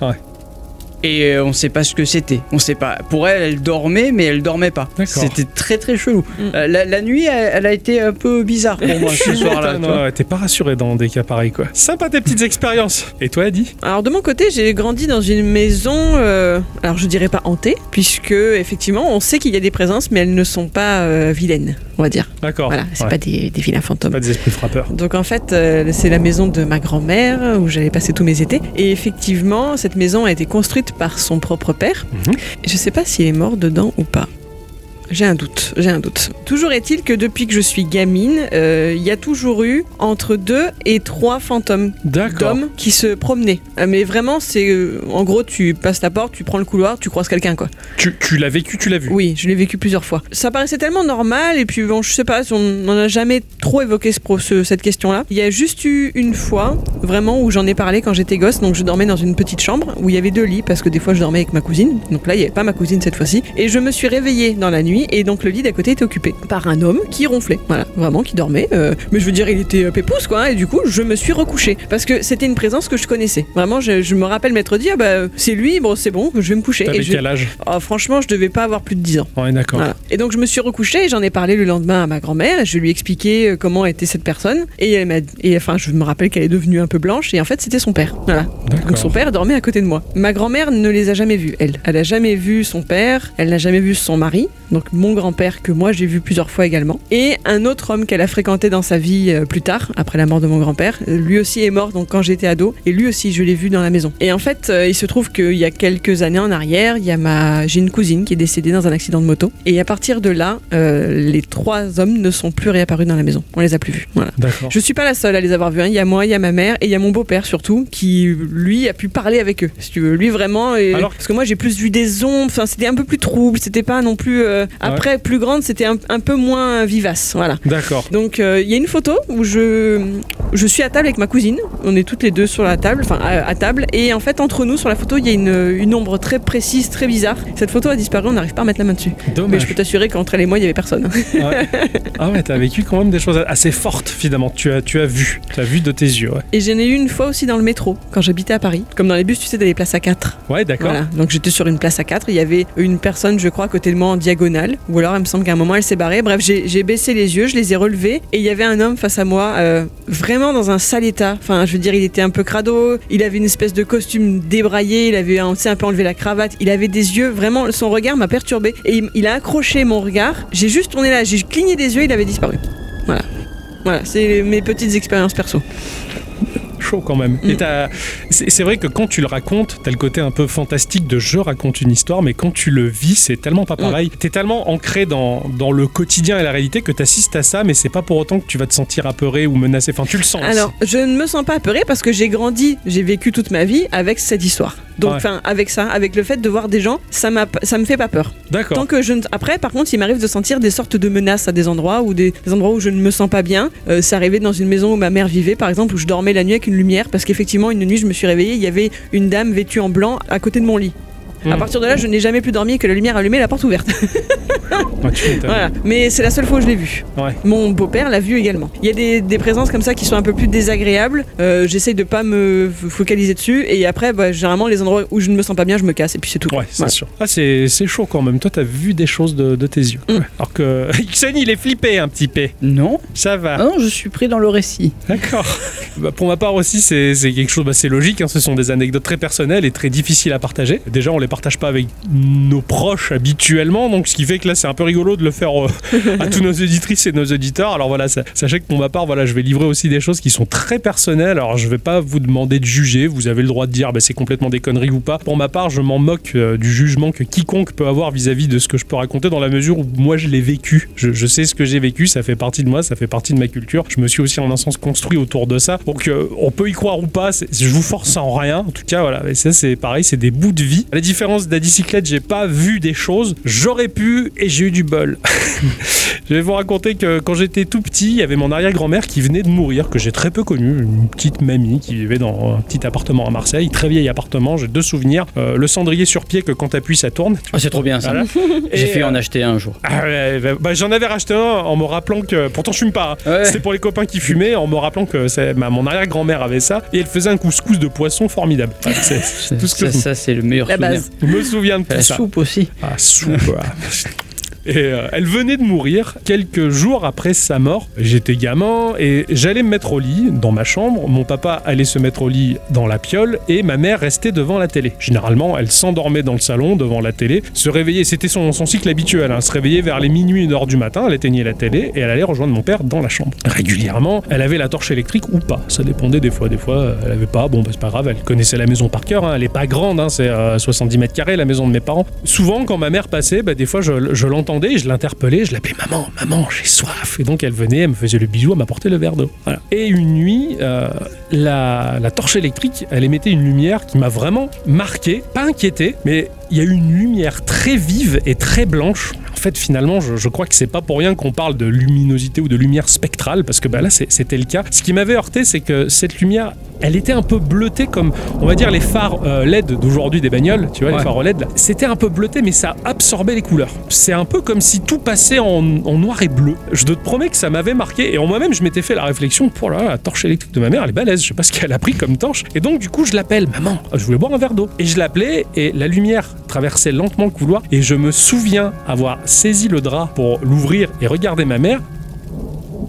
Speaker 3: Et euh, on sait pas ce que c'était. On sait pas. Pour elle, elle dormait, mais elle dormait pas.
Speaker 4: D'accord.
Speaker 3: C'était très très chelou.
Speaker 2: Mm.
Speaker 3: Euh, La, la nuit, elle, elle a été un peu bizarre pour moi ce soir-là.
Speaker 4: Putain,
Speaker 3: tu vois.
Speaker 4: ouais, T'es pas rassuré dans des cas pareils, quoi. Sympa tes petites expériences. Et toi, Adi
Speaker 2: Alors de mon côté, j'ai grandi dans une maison, euh, alors je dirais pas hantée, puisque effectivement, on sait qu'il y a des présences, mais elles ne sont pas euh, vilaines, on va dire.
Speaker 4: D'accord.
Speaker 2: Voilà, c'est
Speaker 4: Oh, Ouais.
Speaker 2: pas des, des vilains fantômes.
Speaker 4: Pas des esprits frappeurs.
Speaker 2: Donc en fait, euh, c'est la maison de ma grand-mère où j'allais passer tous mes étés. Et effectivement, cette maison a été construite par son propre père.
Speaker 4: Mhm.
Speaker 2: Et Je sais pas s'il est mort dedans ou pas. J'ai un doute, j'ai un doute. Toujours est-il que depuis que je suis gamine, euh, il y a toujours eu entre deux et trois fantômes
Speaker 4: D'accord.
Speaker 2: d'hommes qui se promenaient. Euh, Mais vraiment, c'est euh, en gros, tu passes la porte, tu prends le couloir, tu croises quelqu'un quoi.
Speaker 4: Tu, tu l'as vécu, tu l'as vu.
Speaker 2: Oui, je l'ai vécu plusieurs fois. Ça paraissait tellement normal, et puis bon, je sais pas, on n'en a jamais trop évoqué ce, pro- ce- cette question-là. Il y a juste eu une fois, vraiment, où j'en ai parlé quand j'étais gosse, donc je dormais dans une petite chambre où il y avait deux lits, parce que des fois je dormais avec ma cousine, donc là il n'y avait pas ma cousine cette fois-ci, et je me suis réveillée dans la nuit, et donc le lit d'à côté était occupé par un homme qui ronflait, voilà, vraiment, qui dormait, euh, mais je veux dire, il était euh, pépouze quoi, hein, et du coup je me suis recouchée, parce que c'était une présence que je connaissais. Vraiment, je, je me rappelle m'être dit, ah bah c'est lui, bon c'est bon, je vais me coucher.
Speaker 4: T'avais
Speaker 2: Et je- Ah,
Speaker 4: quel âge
Speaker 2: Oh, franchement, je devais pas avoir plus de 10 ans.
Speaker 4: Ouais, d'accord.
Speaker 2: Voilà. Et donc je me suis recouchée et j'en ai parlé le lendemain à ma grand-mère. et Je lui ai expliqué euh, comment était cette personne et elle m'a et enfin je me rappelle qu'elle est devenue un peu blanche et en fait c'était son père. Voilà. Donc son
Speaker 4: D'accord.
Speaker 2: père dormait à côté de moi. Ma grand-mère ne les a jamais vus. Elle, elle a jamais vu son père. Elle n'a jamais vu son mari. Donc mon grand-père que moi j'ai vu plusieurs fois également et un autre homme qu'elle a fréquenté dans sa vie euh, plus tard après la mort de mon grand-père. Euh, Lui aussi est mort donc quand j'étais ado et lui aussi je l'ai vu dans la maison. Et en fait euh, il se trouve qu'il y a quelques années en arrière il y a ma j'ai une cousine qui est décédée dans un accident de moto et à partir de là euh, les trois hommes ne sont plus réapparus dans la maison. On les a plus vus. Voilà.
Speaker 4: D'accord.
Speaker 2: Je suis pas la seule à les avoir vus. hein. Il y a moi, il y a ma mère et il y a mon beau-père surtout qui lui a pu parler avec eux. Si tu veux, lui vraiment. et-
Speaker 4: Alors-
Speaker 2: parce que moi j'ai plus vu des ombres. Enfin, c'était un peu plus trouble. C'était pas non plus. euh, Après, plus grande, c'était un, un peu moins vivace. Voilà.
Speaker 4: D'accord.
Speaker 2: Donc euh, il y a une photo où je je suis à table avec ma cousine. On est toutes les deux sur la table, enfin à, à table. Et en fait, entre nous sur la photo, il y a une, une ombre très précise, très bizarre. Cette photo a disparu. On n'arrive pas à mettre la main dessus. Mais je
Speaker 4: Dommage.
Speaker 2: peux t'assurer qu'entre elle et moi, il y avait personne.
Speaker 4: Ouais. Ah ouais, t'as vécu quand même des choses assez fortes finalement. Tu as, tu as vu, tu as vu de tes yeux. Ouais,
Speaker 2: Et j'en ai eu une fois aussi dans le métro, quand j'habitais à Paris. Comme dans les bus, tu sais, t'as des places à 4.
Speaker 4: ouais d'accord.
Speaker 2: Voilà. Donc j'étais sur une place à 4. Il y avait une personne, je crois, à côté de moi en diagonale. Ou alors, il me semble qu'à un moment, elle s'est barrée. Bref, j'ai j'ai baissé les yeux, je les ai relevés. Et il y avait un homme face à moi, euh, vraiment dans un sale état. Enfin, je veux dire, il était un peu crado. Il avait une espèce de costume débraillé. Il avait un, tu sais, un peu enlevé la cravate. Il avait des yeux, vraiment, son regard m'a perturbé. Et il, il a accroché mon regard. J'ai juste tourné là, j'ai cligné des yeux, il avait disparu. Voilà. Voilà, c'est mes petites expériences perso.
Speaker 4: Chaud quand même.
Speaker 2: Mm.
Speaker 4: Et t'as- c'est c'est vrai que quand tu le racontes, t'as le côté un peu fantastique de je raconte une histoire, mais quand tu le vis, c'est tellement
Speaker 2: Mm.
Speaker 4: pas pareil. T'es tellement ancré dans, dans le quotidien et la réalité que t'assistes à ça, mais c'est pas pour autant que tu vas te sentir apeuré ou menacé. Enfin, tu le sens.
Speaker 2: Alors, je ne me sens pas apeurée parce que j'ai grandi, j'ai vécu toute ma vie avec cette histoire. Donc,
Speaker 4: Ouais.
Speaker 2: enfin, avec ça, avec le fait de voir des gens, ça m'a, ça me fait pas peur.
Speaker 4: aussi. d'accord.
Speaker 2: Tant que je ne... Après, par contre, il m'arrive de sentir des sortes de menaces à des endroits ou des, des endroits où je ne me sens pas bien. Euh, c'est arrivé dans une maison où ma mère vivait, par exemple, où je dormais la nuit avec une lumière parce qu'effectivement, une nuit, je me suis réveillée, il y avait une dame vêtue en blanc à côté de mon lit. À partir de là, je n'ai jamais plus dormi que la lumière allumée et la porte ouverte.
Speaker 4: Ouais, tu m'étonnes.
Speaker 2: voilà. Mais c'est la seule fois où je l'ai vu.
Speaker 4: Ouais.
Speaker 2: Mon beau-père l'a vu également. Il y a des, des présences comme ça qui sont un peu plus désagréables. Euh, J'essaye de pas me f- focaliser dessus. Et après, bah, généralement, les endroits où je ne me sens pas bien, je me casse et puis c'est tout.
Speaker 4: Ouais, c'est
Speaker 2: Voilà.
Speaker 4: sûr. Ah, c'est c'est chaud quand même. Toi, t'as vu des choses de, de tes yeux. Ouais. Alors que Ixon, il est flippé un petit peu.
Speaker 3: Non.
Speaker 4: Ça va.
Speaker 3: Ah non, je suis pris dans le récit.
Speaker 4: D'accord. Bah, pour ma part aussi, c'est c'est quelque chose, bah, c'est logique. hein, ce sont des anecdotes très personnelles et très difficiles à partager. Déjà, on les partage pas avec nos proches habituellement, donc ce qui fait que là, c'est un peu rigolo de le faire euh, à tous nos auditrices et nos auditeurs. Alors voilà, sa- sachez que pour ma part, voilà, je vais livrer aussi des choses qui sont très personnelles. Alors je vais pas vous demander de juger. Vous avez le droit de dire, bah, c'est complètement des conneries ou pas. Pour ma part, je m'en moque euh, du jugement que quiconque peut avoir vis-à-vis de ce que je peux raconter dans la mesure où moi je l'ai vécu. Je, je sais ce que j'ai vécu, ça fait partie de moi, ça fait partie de ma culture. Je me suis aussi en un sens construit autour de ça. Donc euh, on peut y croire ou pas, c'est- je vous force en rien. En tout cas, voilà. Et ça, c'est pareil, c'est des bouts de vie. À la différence d'Adicyclette, j'ai pas vu des choses. J'aurais pu et j'ai eu du bol. Je vais vous raconter que quand j'étais tout petit, il y avait mon arrière-grand-mère qui venait de mourir, que j'ai très peu connue, une petite mamie qui vivait dans un petit appartement à Marseille, très vieil appartement, j'ai deux souvenirs, Euh, le cendrier sur pied que quand t'appuies ça tourne.
Speaker 3: Ah, c'est trop bien ça.
Speaker 4: Voilà.
Speaker 3: J'ai
Speaker 4: Et,
Speaker 3: fait en
Speaker 4: euh,
Speaker 3: acheter un jour.
Speaker 4: Ah ouais, bah, bah, j'en avais racheté un en me rappelant que pourtant je fume pas. hein.
Speaker 3: Ouais.
Speaker 4: C'était pour les copains qui fumaient en me rappelant que c'est- ma- mon arrière-grand-mère avait ça et elle faisait un couscous de poisson formidable. Voilà, c'est- c'est tout ce que
Speaker 3: ça,
Speaker 4: je
Speaker 3: ça, c'est Euh, le meilleur
Speaker 2: La
Speaker 3: souvenir.
Speaker 2: base.
Speaker 4: je me souviens de tout
Speaker 3: La
Speaker 4: ça.
Speaker 3: soupe aussi.
Speaker 4: Ah, soupe. ah. Et euh, elle venait de mourir quelques jours après sa mort. J'étais gamin et j'allais me mettre au lit dans ma chambre. Mon papa allait se mettre au lit dans la piole et ma mère restait devant la télé. Généralement, elle s'endormait dans le salon devant la télé, se réveillait. C'était son, son cycle habituel. hein, se réveillait vers les minuit, une heure du matin. Elle éteignait la télé et elle allait rejoindre mon père dans la chambre. Régulièrement, elle avait la torche électrique ou pas. Ça dépendait des fois. Des fois, euh, elle avait pas. Bon, bah, c'est pas grave. Elle connaissait la maison par cœur. hein, Elle est pas grande. hein, C'est euh, 70 mètres carrés la maison de mes parents. Souvent, quand ma mère passait, bah, des fois, je, je l'entendais, je l'interpellais, je l'appelais maman, maman, j'ai soif. Et donc, elle venait, elle me faisait le bisou, elle m'apportait le verre d'eau. Voilà. Et une nuit, euh, la, la torche électrique, elle émettait une lumière qui m'a vraiment marqué, pas inquiété, mais il y a eu une lumière très vive et très blanche. En fait, finalement, je, je crois que c'est pas pour rien qu'on parle de luminosité ou de lumière spectrale, parce que bah, là, c'est- c'était le cas. Ce qui m'avait heurté, c'est que cette lumière, elle était un peu bleutée, comme on va dire les phares euh, LED d'aujourd'hui des bagnoles, tu vois,
Speaker 3: Ouais.
Speaker 4: les phares LED. là. C'était un peu bleuté, mais ça absorbait les couleurs. C'est un peu comme si tout passait en, en noir et bleu. Je te promets que ça m'avait marqué, et en moi-même, je m'étais fait la réflexion pour la, la torche électrique de ma mère, elle est balèze, je sais pas ce qu'elle a pris comme torche. Et donc, du coup, je l'appelle, maman, je voulais boire un verre d'eau. Et je l'appelais, et la lumière traversait lentement le couloir, et je me souviens avoir saisi le drap pour l'ouvrir et regarder ma mère,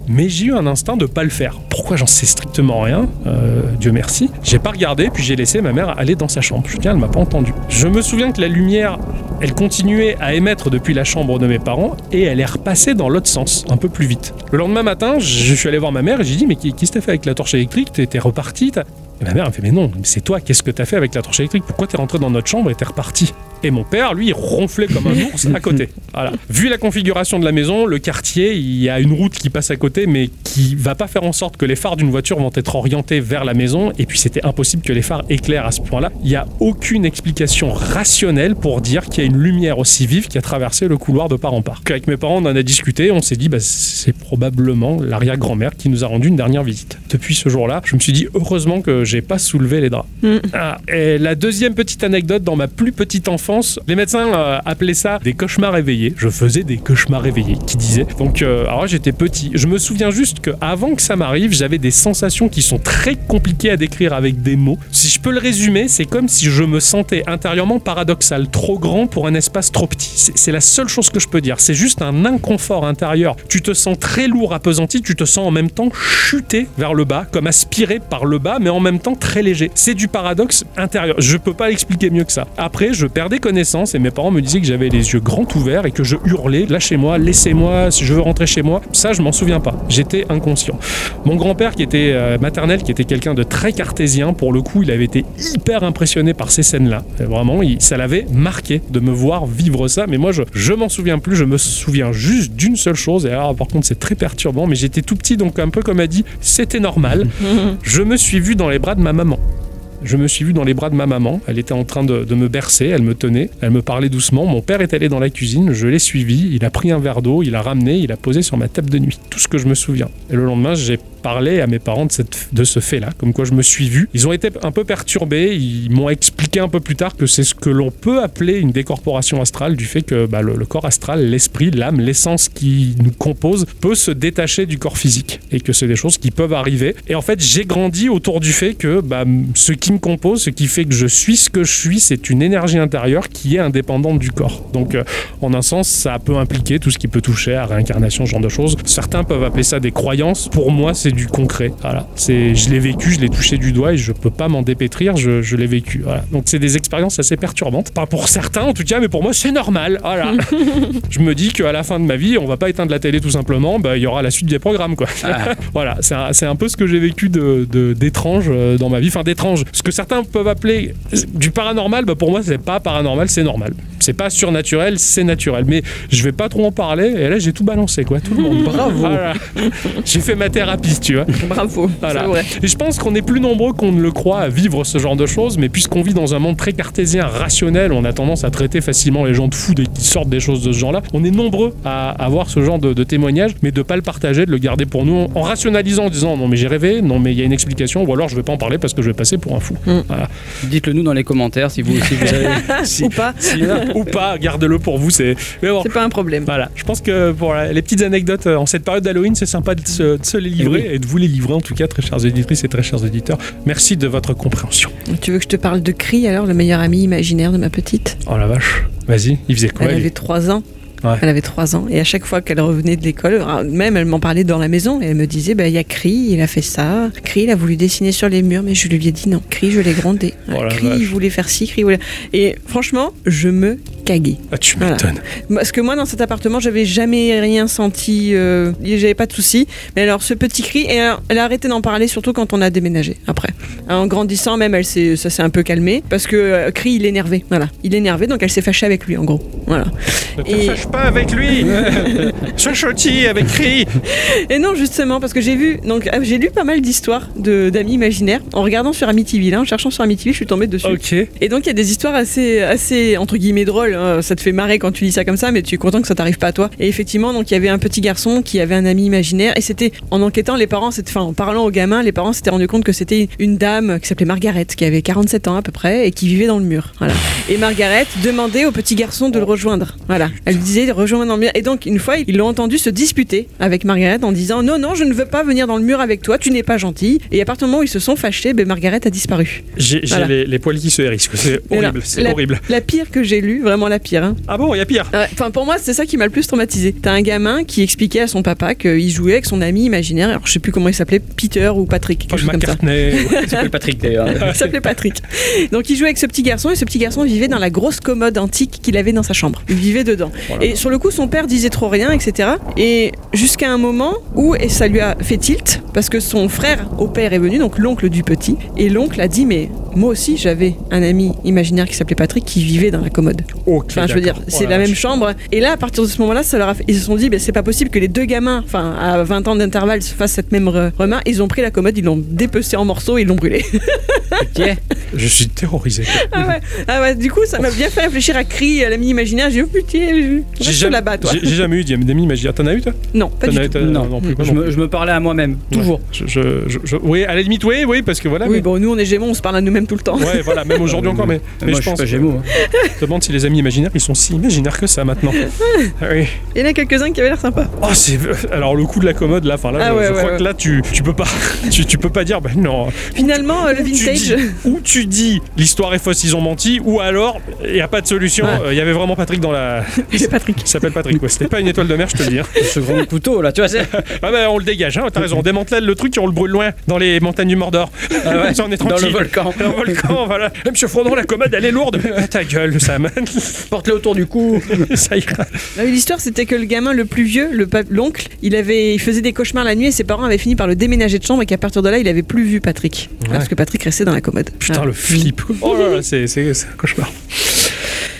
Speaker 4: mais j'ai eu un instinct de pas le faire. Pourquoi j'en sais strictement rien, euh, Dieu merci. J'ai pas regardé, puis j'ai laissé ma mère aller dans sa chambre. Je tiens, elle m'a pas entendu. Je me souviens que la lumière, elle continuait à émettre depuis la chambre de mes parents et elle est repassée dans l'autre sens, un peu plus vite. Le lendemain matin, je suis allé voir ma mère et j'ai dit Mais qu'est- qu'est-ce que t'as fait avec la torche électrique T'es t'es reparti t'as- et ma mère elle me fait Mais non, mais c'est toi, qu'est-ce que t'as fait avec la torche électrique Pourquoi t'es rentré dans notre chambre et t'es reparti Et mon père, lui, il ronflait comme un ours à côté. Voilà. Vu la configuration de la maison, le quartier, il y a une route qui passe à côté, mais qui va pas faire en sorte que les phares d'une voiture vont être orientés vers la maison. Et puis c'était impossible que les phares éclairent à ce point-là. Il n'y a aucune explication rationnelle pour dire qu'il y a une lumière aussi vive qui a traversé le couloir de part en part. Avec mes parents, on en a discuté, on s'est dit, bah, c'est probablement l'arrière-grand-mère qui nous a rendu une dernière visite. Depuis ce jour-là, je me suis dit, heureusement que j'ai pas soulevé les draps. Ah, et la deuxième petite anecdote, dans ma plus petite enfance, les médecins euh, appelaient ça des cauchemars réveillés. Je faisais des cauchemars réveillés, qui disaient. Donc, euh, alors j'étais petit. Je me souviens juste que avant que ça m'arrive, j'avais des sensations qui sont très compliquées à décrire avec des mots. Si je peux le résumer, c'est comme si je me sentais intérieurement paradoxal, trop grand pour un espace trop petit. C'est c'est la seule chose que je peux dire. C'est juste un inconfort intérieur. Tu te sens très lourd, appesanti, tu te sens en même temps chuté vers le bas, comme aspiré par le bas, mais en même temps très léger. C'est du paradoxe intérieur. Je peux pas l'expliquer mieux que ça. Après, je perdais connaissance et mes parents me disaient que j'avais les yeux grands ouverts et que je hurlais Lâchez-moi, laissez-moi, si je veux rentrer chez moi. Ça, je m'en souviens pas. J'étais inconscient. Mon grand-père, qui était euh, maternel, qui était quelqu'un de très cartésien, pour le coup, il avait été hyper impressionné par ces scènes-là. Euh, Vraiment, il- ça l'avait marqué de me voir vivre ça. Mais moi, je, je m'en souviens plus. Je me souviens juste d'une seule chose. Et alors, par contre, c'est très perturbant. Mais j'étais tout petit, donc un peu comme a dit, c'était normal. je me suis vu dans les bras de ma maman. je me suis vu dans les bras de ma maman. Elle était en train de, de me bercer, elle me tenait, elle me parlait doucement. Mon père est allé dans la cuisine, je l'ai suivi, il a pris un verre d'eau, il a ramené, il a posé sur ma table de nuit. Tout ce que je me souviens. Et le lendemain, j'ai parlé à mes parents de, cette- de ce fait-là, comme quoi je me suis vu. Ils ont été un peu perturbés, ils m'ont expliqué un peu plus tard que c'est ce que l'on peut appeler une décorporation astrale, du fait que bah, le, le corps astral, l'esprit, l'âme, l'essence qui nous compose peut se détacher du corps physique et que c'est des choses qui peuvent arriver. Et en fait, j'ai grandi autour du fait que bah, m- ce qui me compose, ce qui fait que je suis ce que je suis, c'est une énergie intérieure qui est indépendante du corps. Donc, euh, en un sens, ça peut impliquer tout ce qui peut toucher à réincarnation, ce genre de choses. Certains peuvent appeler ça des croyances. Pour moi, c'est du concret. Voilà. C'est, je l'ai vécu, je l'ai touché du doigt et je peux pas m'en dépétrir. Je, je l'ai vécu. Voilà. Donc, c'est des expériences assez perturbantes. Pas pour certains, en tout cas, mais pour moi, c'est normal. Voilà. je me dis qu'à la fin de ma vie, on va pas éteindre la télé tout simplement. Bah, il y aura la suite des programmes, quoi. voilà. C'est un, c'est un peu ce que j'ai vécu de, de- d'étrange euh, dans ma vie. Enfin, d'étrange. Ce que certains peuvent appeler euh, du paranormal, bah, pour moi, c'est pas paranormal, c'est normal. C'est pas surnaturel, c'est naturel. Mais je vais pas trop en parler. Et là, j'ai tout balancé, quoi. Tout le monde. Bravo. J'ai fait ma thérapie, tu vois.
Speaker 2: Bravo,
Speaker 4: Voilà.
Speaker 2: c'est vrai.
Speaker 4: Et je pense qu'on est plus nombreux qu'on ne le croit à vivre ce genre de choses, mais puisqu'on vit dans un monde très cartésien, rationnel, on a tendance à traiter facilement les gens de fous dès qu'ils sortent des choses de ce genre-là. On est nombreux à avoir ce genre de, de témoignage, mais de pas le partager, de le garder pour nous, en rationalisant, en disant non mais j'ai rêvé, non mais il y a une explication, ou alors je vais pas en parler parce que je vais passer pour un fou. Voilà.
Speaker 3: Dites-le nous dans les commentaires si vous, si vous avez.
Speaker 4: Si-
Speaker 2: Ah, Ou pas,
Speaker 4: s'il y en a, ou pas, gardez-le pour vous, c'est. Mais bon.
Speaker 2: c'est pas un problème.
Speaker 4: Voilà, je pense que pour la- les petites anecdotes euh, en cette période d'Halloween, c'est sympa de se, de se les livrer et de vous les livrer en tout cas, très chères éditrices et très chers éditeurs. Merci de votre compréhension.
Speaker 2: Tu veux que je te parle de Cri alors, le meilleur ami imaginaire de ma petite
Speaker 4: Oh la vache, vas-y, il faisait quoi
Speaker 2: Elle
Speaker 4: lui
Speaker 2: avait 3 ans.
Speaker 4: Ouais.
Speaker 2: Elle avait 3 ans. Et à chaque fois qu'elle revenait de l'école, euh, même elle m'en parlait dans la maison. Et elle me disait, bah, il y a Cri, il a fait ça. Cri, il a voulu dessiner sur les murs, mais je lui ai dit non. Cri, je l'ai grondé.
Speaker 4: Oh la
Speaker 2: Cri, il
Speaker 4: vache.
Speaker 2: voulait faire ci, Cri voulait... Et franchement, je me caguais.
Speaker 4: Ah, tu
Speaker 2: Voilà.
Speaker 4: m'étonnes.
Speaker 2: Parce que moi, dans cet appartement, j'avais jamais rien senti, euh, j'avais pas de soucis. Mais alors, ce petit cri, et alors, elle a arrêté d'en parler, surtout quand on a déménagé après. En grandissant, même, elle s'est, ça s'est un peu calmé. Parce que euh, cri, il énervait. Voilà. Il énervait, donc elle s'est fâchée avec lui, en gros. Voilà. Et,
Speaker 4: Fâche pas avec lui Sois choti avec cri
Speaker 2: et non, justement, parce que j'ai vu, donc ah, j'ai lu pas mal d'histoires de, d'amis imaginaires. En regardant sur Amityville, hein, en cherchant sur Amityville, je suis tombée dessus.
Speaker 4: Ok,
Speaker 2: Et donc il y a des histoires assez, assez entre guillemets drôles. hein. Ça te fait marrer quand tu lis ça comme ça, mais tu es content que ça t'arrive pas à toi. Et effectivement, donc il y avait un petit garçon qui avait un ami imaginaire. Et c'était en enquêtant, les parents, s'étaient- enfin en parlant aux gamins, les parents s'étaient rendu compte que c'était une dame qui s'appelait Margaret, qui avait 47 ans à peu près et qui vivait dans le mur. Voilà. Et Margaret demandait au petit garçon de le rejoindre. Voilà. Elle lui disait rejoins-moi dans le mur. Et donc une fois, ils l'ont entendu se disputer avec Margaret en disant non non, je ne veux pas venir dans le mur avec toi, tu n'es pas gentille. Et à partir du moment où ils se sont fâchés, ben, Margaret a disparu.
Speaker 4: j'ai j'ai
Speaker 2: Voilà.
Speaker 4: les, les poils qui se hérissent, quoi. c'est
Speaker 2: Mais là,
Speaker 4: horrible, c'est
Speaker 2: la-
Speaker 4: horrible.
Speaker 2: La pire que j'ai lue, vraiment la pire. hein.
Speaker 4: Ah bon, il y a pire
Speaker 2: Ouais, Enfin, pour moi, c'est ça qui m'a le plus traumatisé. T'as un gamin qui expliquait à son papa qu'il jouait avec son ami imaginaire. Alors, je sais plus comment il s'appelait, Peter ou Patrick, quelque
Speaker 4: Paul
Speaker 2: chose comme ça.
Speaker 4: McCartney.
Speaker 3: Il s'appelle Patrick d'ailleurs.
Speaker 2: Il s'appelait Patrick. Donc, il jouait avec ce petit garçon et ce petit garçon vivait dans la grosse commode antique qu'il avait dans sa chambre. Il vivait dedans. Et sur le coup, son père disait trop rien, etc. Et jusqu'à un moment où, et ça lui a fait tilt, parce que son frère au père est venu, donc l'oncle du petit, et l'oncle a dit Mais moi aussi, j'avais un ami imaginaire qui s'appelait Patrick qui vivait dans la commode.
Speaker 4: Ok,
Speaker 2: Enfin, je veux dire,
Speaker 4: d'accord.
Speaker 2: c'est
Speaker 4: Oh
Speaker 2: la même
Speaker 4: vache.
Speaker 2: chambre. Et là, à partir de ce moment-là, ça leur a fait- ils se sont dit, ben, c'est pas possible que les deux gamins, enfin, à 20 ans d'intervalle, se fassent cette même re- remarque. Ils ont pris la commode, ils l'ont dépecée en morceaux, ils l'ont brûlée.
Speaker 3: Ok.
Speaker 4: Je suis terrorisé.
Speaker 2: ah ouais, ah ouais. Du coup, ça m'a bien fait réfléchir à Cri, à l'ami imaginaire. J'ai dit, oh putain,
Speaker 4: J'ai
Speaker 2: reste
Speaker 4: jamais,
Speaker 2: là-bas, toi.
Speaker 4: j'ai- j'ai jamais eu d'amis imaginaires. T'en as eu, toi
Speaker 2: Non, pas
Speaker 4: T'en
Speaker 2: du
Speaker 4: as eu,
Speaker 2: tout.
Speaker 4: t'en-
Speaker 3: Non,
Speaker 4: non plus, moi
Speaker 3: je,
Speaker 4: non
Speaker 3: me, je me parlais à moi-même, toujours.
Speaker 4: Je- je- je- je- oui, à la limite, oui, oui, parce que voilà.
Speaker 2: Oui,
Speaker 4: mais-
Speaker 2: bon, nous, on est gémeaux, on se parle à nous-mêmes tout le temps.
Speaker 4: Ouais, voilà, même aujourd'hui encore, mais, mais
Speaker 3: moi,
Speaker 4: je pense.
Speaker 3: suis pas Gémeaux. hein.
Speaker 4: Je te demande si les amis imaginaires, ils sont si imaginaires que ça maintenant. Ah oui.
Speaker 2: Il y en a quelques-uns qui avaient l'air sympas.
Speaker 4: Oh, c'est. Alors, le coup de la commode, là, enfin, là,
Speaker 2: Ah
Speaker 4: je,
Speaker 2: ouais,
Speaker 4: je
Speaker 2: ouais,
Speaker 4: crois
Speaker 2: ouais.
Speaker 4: que là, tu, tu peux pas. Tu, tu peux pas dire, bah non.
Speaker 2: Finalement, euh, le
Speaker 4: Ou tu
Speaker 2: vintage.
Speaker 4: dis- Ou tu dis, l'histoire est fausse, ils ont menti, ou alors, il n'y a pas de solution.
Speaker 2: Ouais.
Speaker 4: Euh, Il y avait vraiment Patrick dans la.
Speaker 2: C'est Patrick.
Speaker 4: Il s'appelle Patrick, ouais. C'était pas une étoile de mer, je te le dis. hein.
Speaker 3: Ce grand couteau là, tu vois, c'est.
Speaker 4: Ah bah, on le dégage, hein, t'as raison. On démantèle le truc et on le brûle loin, dans les montagnes du Mordor.
Speaker 3: Ah ouais,
Speaker 4: Ça, on est
Speaker 3: dans le
Speaker 4: tranquille.
Speaker 3: volcan.
Speaker 4: Un volcan, voilà. Eh, Monsieur Frondon, la commode, elle est lourde. Ah, ta gueule, Sam.
Speaker 3: Porte-le autour du cou.
Speaker 4: ça ira.
Speaker 2: Ah oui, L'histoire, c'était que le gamin le plus vieux, le pa- l'oncle, il avait, il faisait des cauchemars la nuit et ses parents avaient fini par le déménager de chambre et qu'à partir de là, il avait plus vu Patrick parce que Patrick restait dans la commode.
Speaker 4: Putain,
Speaker 2: Ah.
Speaker 4: le flip. Oh là là, c'est c'est- c'est un cauchemar.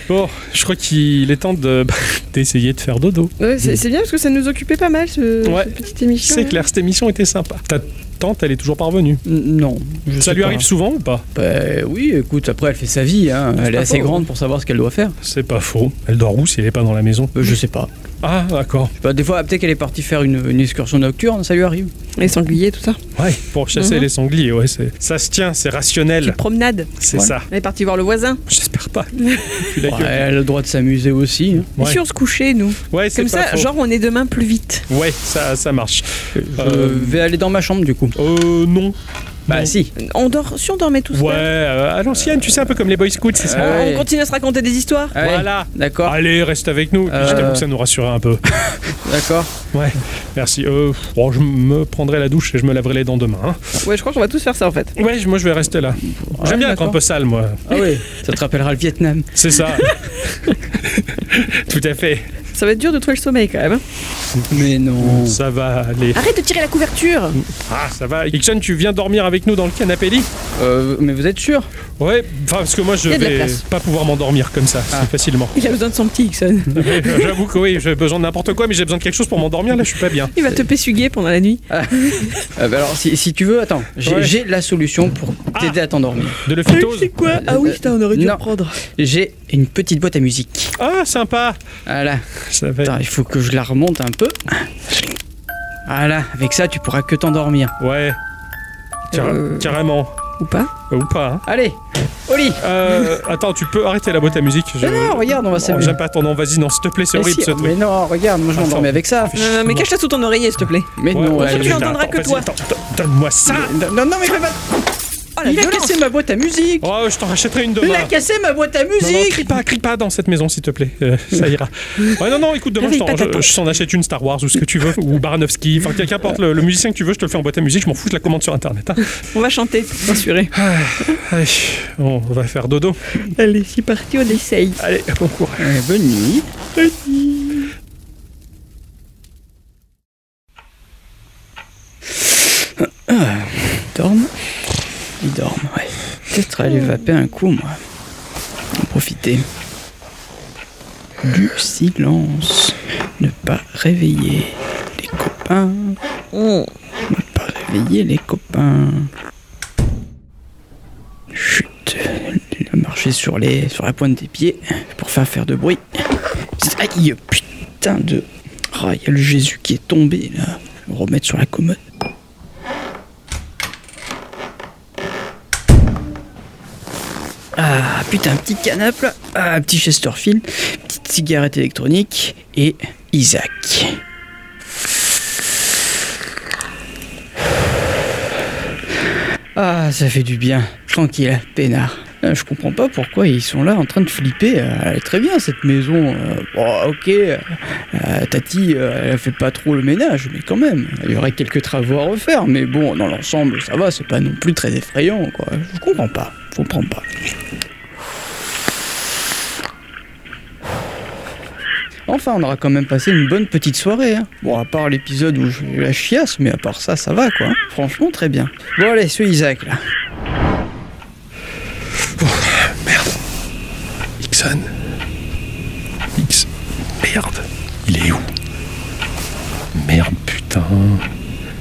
Speaker 4: Bon, je crois qu'il est temps de- d'essayer de faire dodo.
Speaker 2: Ouais, c'est c'est bien parce que ça nous occupait pas mal ce,
Speaker 4: Ouais.
Speaker 2: cette petite émission.
Speaker 4: C'est
Speaker 2: là.
Speaker 4: clair, cette émission était sympa. Ta tante, elle est toujours parvenue.
Speaker 3: N- Non. je
Speaker 4: Ça
Speaker 3: sais
Speaker 4: lui
Speaker 3: pas.
Speaker 4: arrive souvent ou pas
Speaker 3: Bah, Oui, écoute, après elle fait sa vie. hein.
Speaker 2: C'est
Speaker 3: Elle est
Speaker 2: pas
Speaker 3: assez
Speaker 2: faux.
Speaker 3: grande pour savoir ce qu'elle doit faire.
Speaker 4: C'est pas faux. Elle dort où si elle est pas dans la maison
Speaker 3: Euh, Je sais pas.
Speaker 4: Ah, d'accord.
Speaker 3: Je sais pas, des fois, peut-être qu'elle est partie faire une, une excursion nocturne, ça lui arrive.
Speaker 2: Les sangliers, tout ça.
Speaker 4: Ouais, pour chasser
Speaker 2: Mhm.
Speaker 4: les sangliers, ouais, c'est- ça se tient, c'est
Speaker 2: Petite
Speaker 4: rationnel.
Speaker 2: promenade.
Speaker 4: C'est
Speaker 3: Voilà.
Speaker 4: ça.
Speaker 2: On est parti voir le voisin.
Speaker 4: J'espère pas. Tu la
Speaker 3: Ouais,
Speaker 4: gueule.
Speaker 3: elle a le droit de s'amuser aussi. hein.
Speaker 2: Et
Speaker 4: Ouais.
Speaker 2: si on se couchait, nous
Speaker 4: Ouais, c'est
Speaker 2: Comme
Speaker 4: pas
Speaker 2: ça,
Speaker 4: faux.
Speaker 2: genre, on est demain plus vite.
Speaker 4: Ouais, ça, ça marche.
Speaker 3: Je
Speaker 4: Euh,
Speaker 3: vais aller dans ma chambre du coup.
Speaker 4: Euh, non.
Speaker 3: Bah
Speaker 4: non.
Speaker 3: si.
Speaker 2: On dort, si on dormait tous
Speaker 4: Ouais,
Speaker 2: là,
Speaker 4: euh, à l'ancienne, tu sais, un peu comme les Boy Scouts, c'est ça
Speaker 3: Euh, ouais.
Speaker 2: on continue à se raconter des histoires.
Speaker 4: Ah.
Speaker 3: Allez,
Speaker 4: Voilà.
Speaker 3: D'accord,
Speaker 2: Ah.
Speaker 4: Allez, reste avec nous. Puis Je
Speaker 3: Euh.
Speaker 4: t'avoue que ça nous rassurait un peu.
Speaker 3: d'accord.
Speaker 4: Ouais, merci. Euh, bon, je me prendrai la douche et je me laverai les dents demain. hein.
Speaker 2: Ouais, je crois qu'on va tous faire ça en fait.
Speaker 4: Ouais, je- moi je vais rester là. J'aime bien être un peu sale, moi.
Speaker 3: Ah oui, ça te rappellera le Vietnam.
Speaker 4: C'est ça. Tout à fait.
Speaker 2: Ça va être dur de trouver le sommeil quand même. hein.
Speaker 3: Mais non.
Speaker 4: Ça va aller.
Speaker 2: Arrête de tirer la couverture
Speaker 4: Ah, ça va. Ixon, tu viens dormir avec nous dans le canapé lit
Speaker 3: Euh, mais vous êtes sûr
Speaker 4: Ouais, enfin, parce que moi je
Speaker 2: Il y a de la
Speaker 4: vais
Speaker 2: place. Ah.
Speaker 4: pas pouvoir m'endormir comme ça, si facilement.
Speaker 2: Il a besoin de son petit Ixon.
Speaker 4: Euh, J'avoue que oui, j'ai besoin de n'importe quoi, mais j'ai besoin de quelque chose pour m'endormir, là je suis pas bien.
Speaker 2: Il va te pessuguer pendant la nuit.
Speaker 3: Euh, bah Alors si, si tu veux, attends, j'ai
Speaker 4: Ouais. Ah.
Speaker 3: j'ai la solution pour t'aider à t'endormir.
Speaker 4: De l'euphytose
Speaker 2: quoi
Speaker 3: Ah oui,
Speaker 2: putain, on aurait
Speaker 3: dû en
Speaker 2: prendre.
Speaker 3: J'ai une petite boîte à musique.
Speaker 4: Ah, sympa
Speaker 3: Voilà.
Speaker 4: Ça va être-
Speaker 3: Attends, il faut que je la remonte un peu. Voilà, avec ça tu pourras que t'endormir.
Speaker 4: Ouais. Car-
Speaker 2: Euh.
Speaker 4: Carrément.
Speaker 2: Ou pas
Speaker 4: Euh, Ou pas, hein.
Speaker 3: Allez, au lit
Speaker 4: Euh, attends, tu peux arrêter la boîte à musique je-
Speaker 3: Mais non, regarde, on va
Speaker 4: Oh,
Speaker 3: s'amuser.
Speaker 4: J'aime pas ton nom, vas-y, non, s'il te plaît, c'est
Speaker 3: Mais
Speaker 4: horrible
Speaker 3: Ah, si,
Speaker 4: ce
Speaker 3: Mais
Speaker 4: truc.
Speaker 3: non, regarde, moi je
Speaker 4: Attends.
Speaker 3: m'endormais avec ça.
Speaker 2: Euh, Mais cache-la sous ton oreiller s'il te plaît.
Speaker 3: Mais
Speaker 4: Ouais,
Speaker 3: non,
Speaker 2: sûr
Speaker 4: ouais,
Speaker 3: elle-
Speaker 2: que tu
Speaker 4: je-
Speaker 2: l'entendras
Speaker 4: attends,
Speaker 2: que
Speaker 4: vas-y,
Speaker 2: toi.
Speaker 4: attends, don- Donne-moi ça
Speaker 3: Non, non, non, mais fais pas.
Speaker 2: Oh la
Speaker 3: Il a
Speaker 2: violence
Speaker 3: cassé ma boîte à musique
Speaker 4: Oh, je t'en rachèterai une
Speaker 3: Il
Speaker 4: demain
Speaker 3: a cassé ma boîte à
Speaker 4: Non, non,
Speaker 3: musique
Speaker 4: crie pas, crie pas dans cette maison, s'il te plaît. Euh, ça ira. Ouais, non, non, écoute, demain, je
Speaker 2: Réveille
Speaker 4: t'en
Speaker 2: pas ta
Speaker 4: je-
Speaker 2: tante.
Speaker 4: je t'en achète une Star Wars ou ce que tu veux, ou Baranowski, enfin, quel- qu'importe le, le musicien que tu veux, je te le fais en boîte à musique, je m'en fous, je la commande sur internet. hein.
Speaker 2: On va chanter, c'est assuré.
Speaker 4: Allez, on va faire dodo.
Speaker 2: Allez, c'est parti, on essaye.
Speaker 4: Allez, bon courage.
Speaker 3: Eh, Bonne nuit Ah, Il dorme Il dorme, ouais. Peut-être aller vaper un coup, moi. En profiter. Du silence. Ne pas réveiller les copains. Ne pas réveiller les copains. Chut, il a marché sur, les, sur la pointe des pieds pour faire faire de bruit. Aïe, putain de... Ah, il y a le Jésus qui est tombé là. Je vais le remettre sur la commode. Ah, putain, un petit canap là. Ah, un petit Chesterfield. Petite cigarette électronique. Et Isaac. Ah, ça fait du bien. Tranquille, peinard. Euh, Je comprends pas pourquoi ils sont là en train de flipper. Euh, Elle est très bien cette maison. Euh, bon, ok, euh, Tati, euh, elle fait pas trop le ménage, mais quand même, il y aurait quelques travaux à refaire. Mais bon, dans l'ensemble, ça va, c'est pas non plus très effrayant, quoi. Je comprends pas, je comprends pas. Enfin, on aura quand même passé une bonne petite soirée. hein. Bon, à part l'épisode où j'ai eu la chiasse, mais à part ça, ça va quoi. hein. Franchement, très bien. Bon, allez, ce Isaac là.
Speaker 4: Ixon. Ix. Merde. Il est où Merde, putain.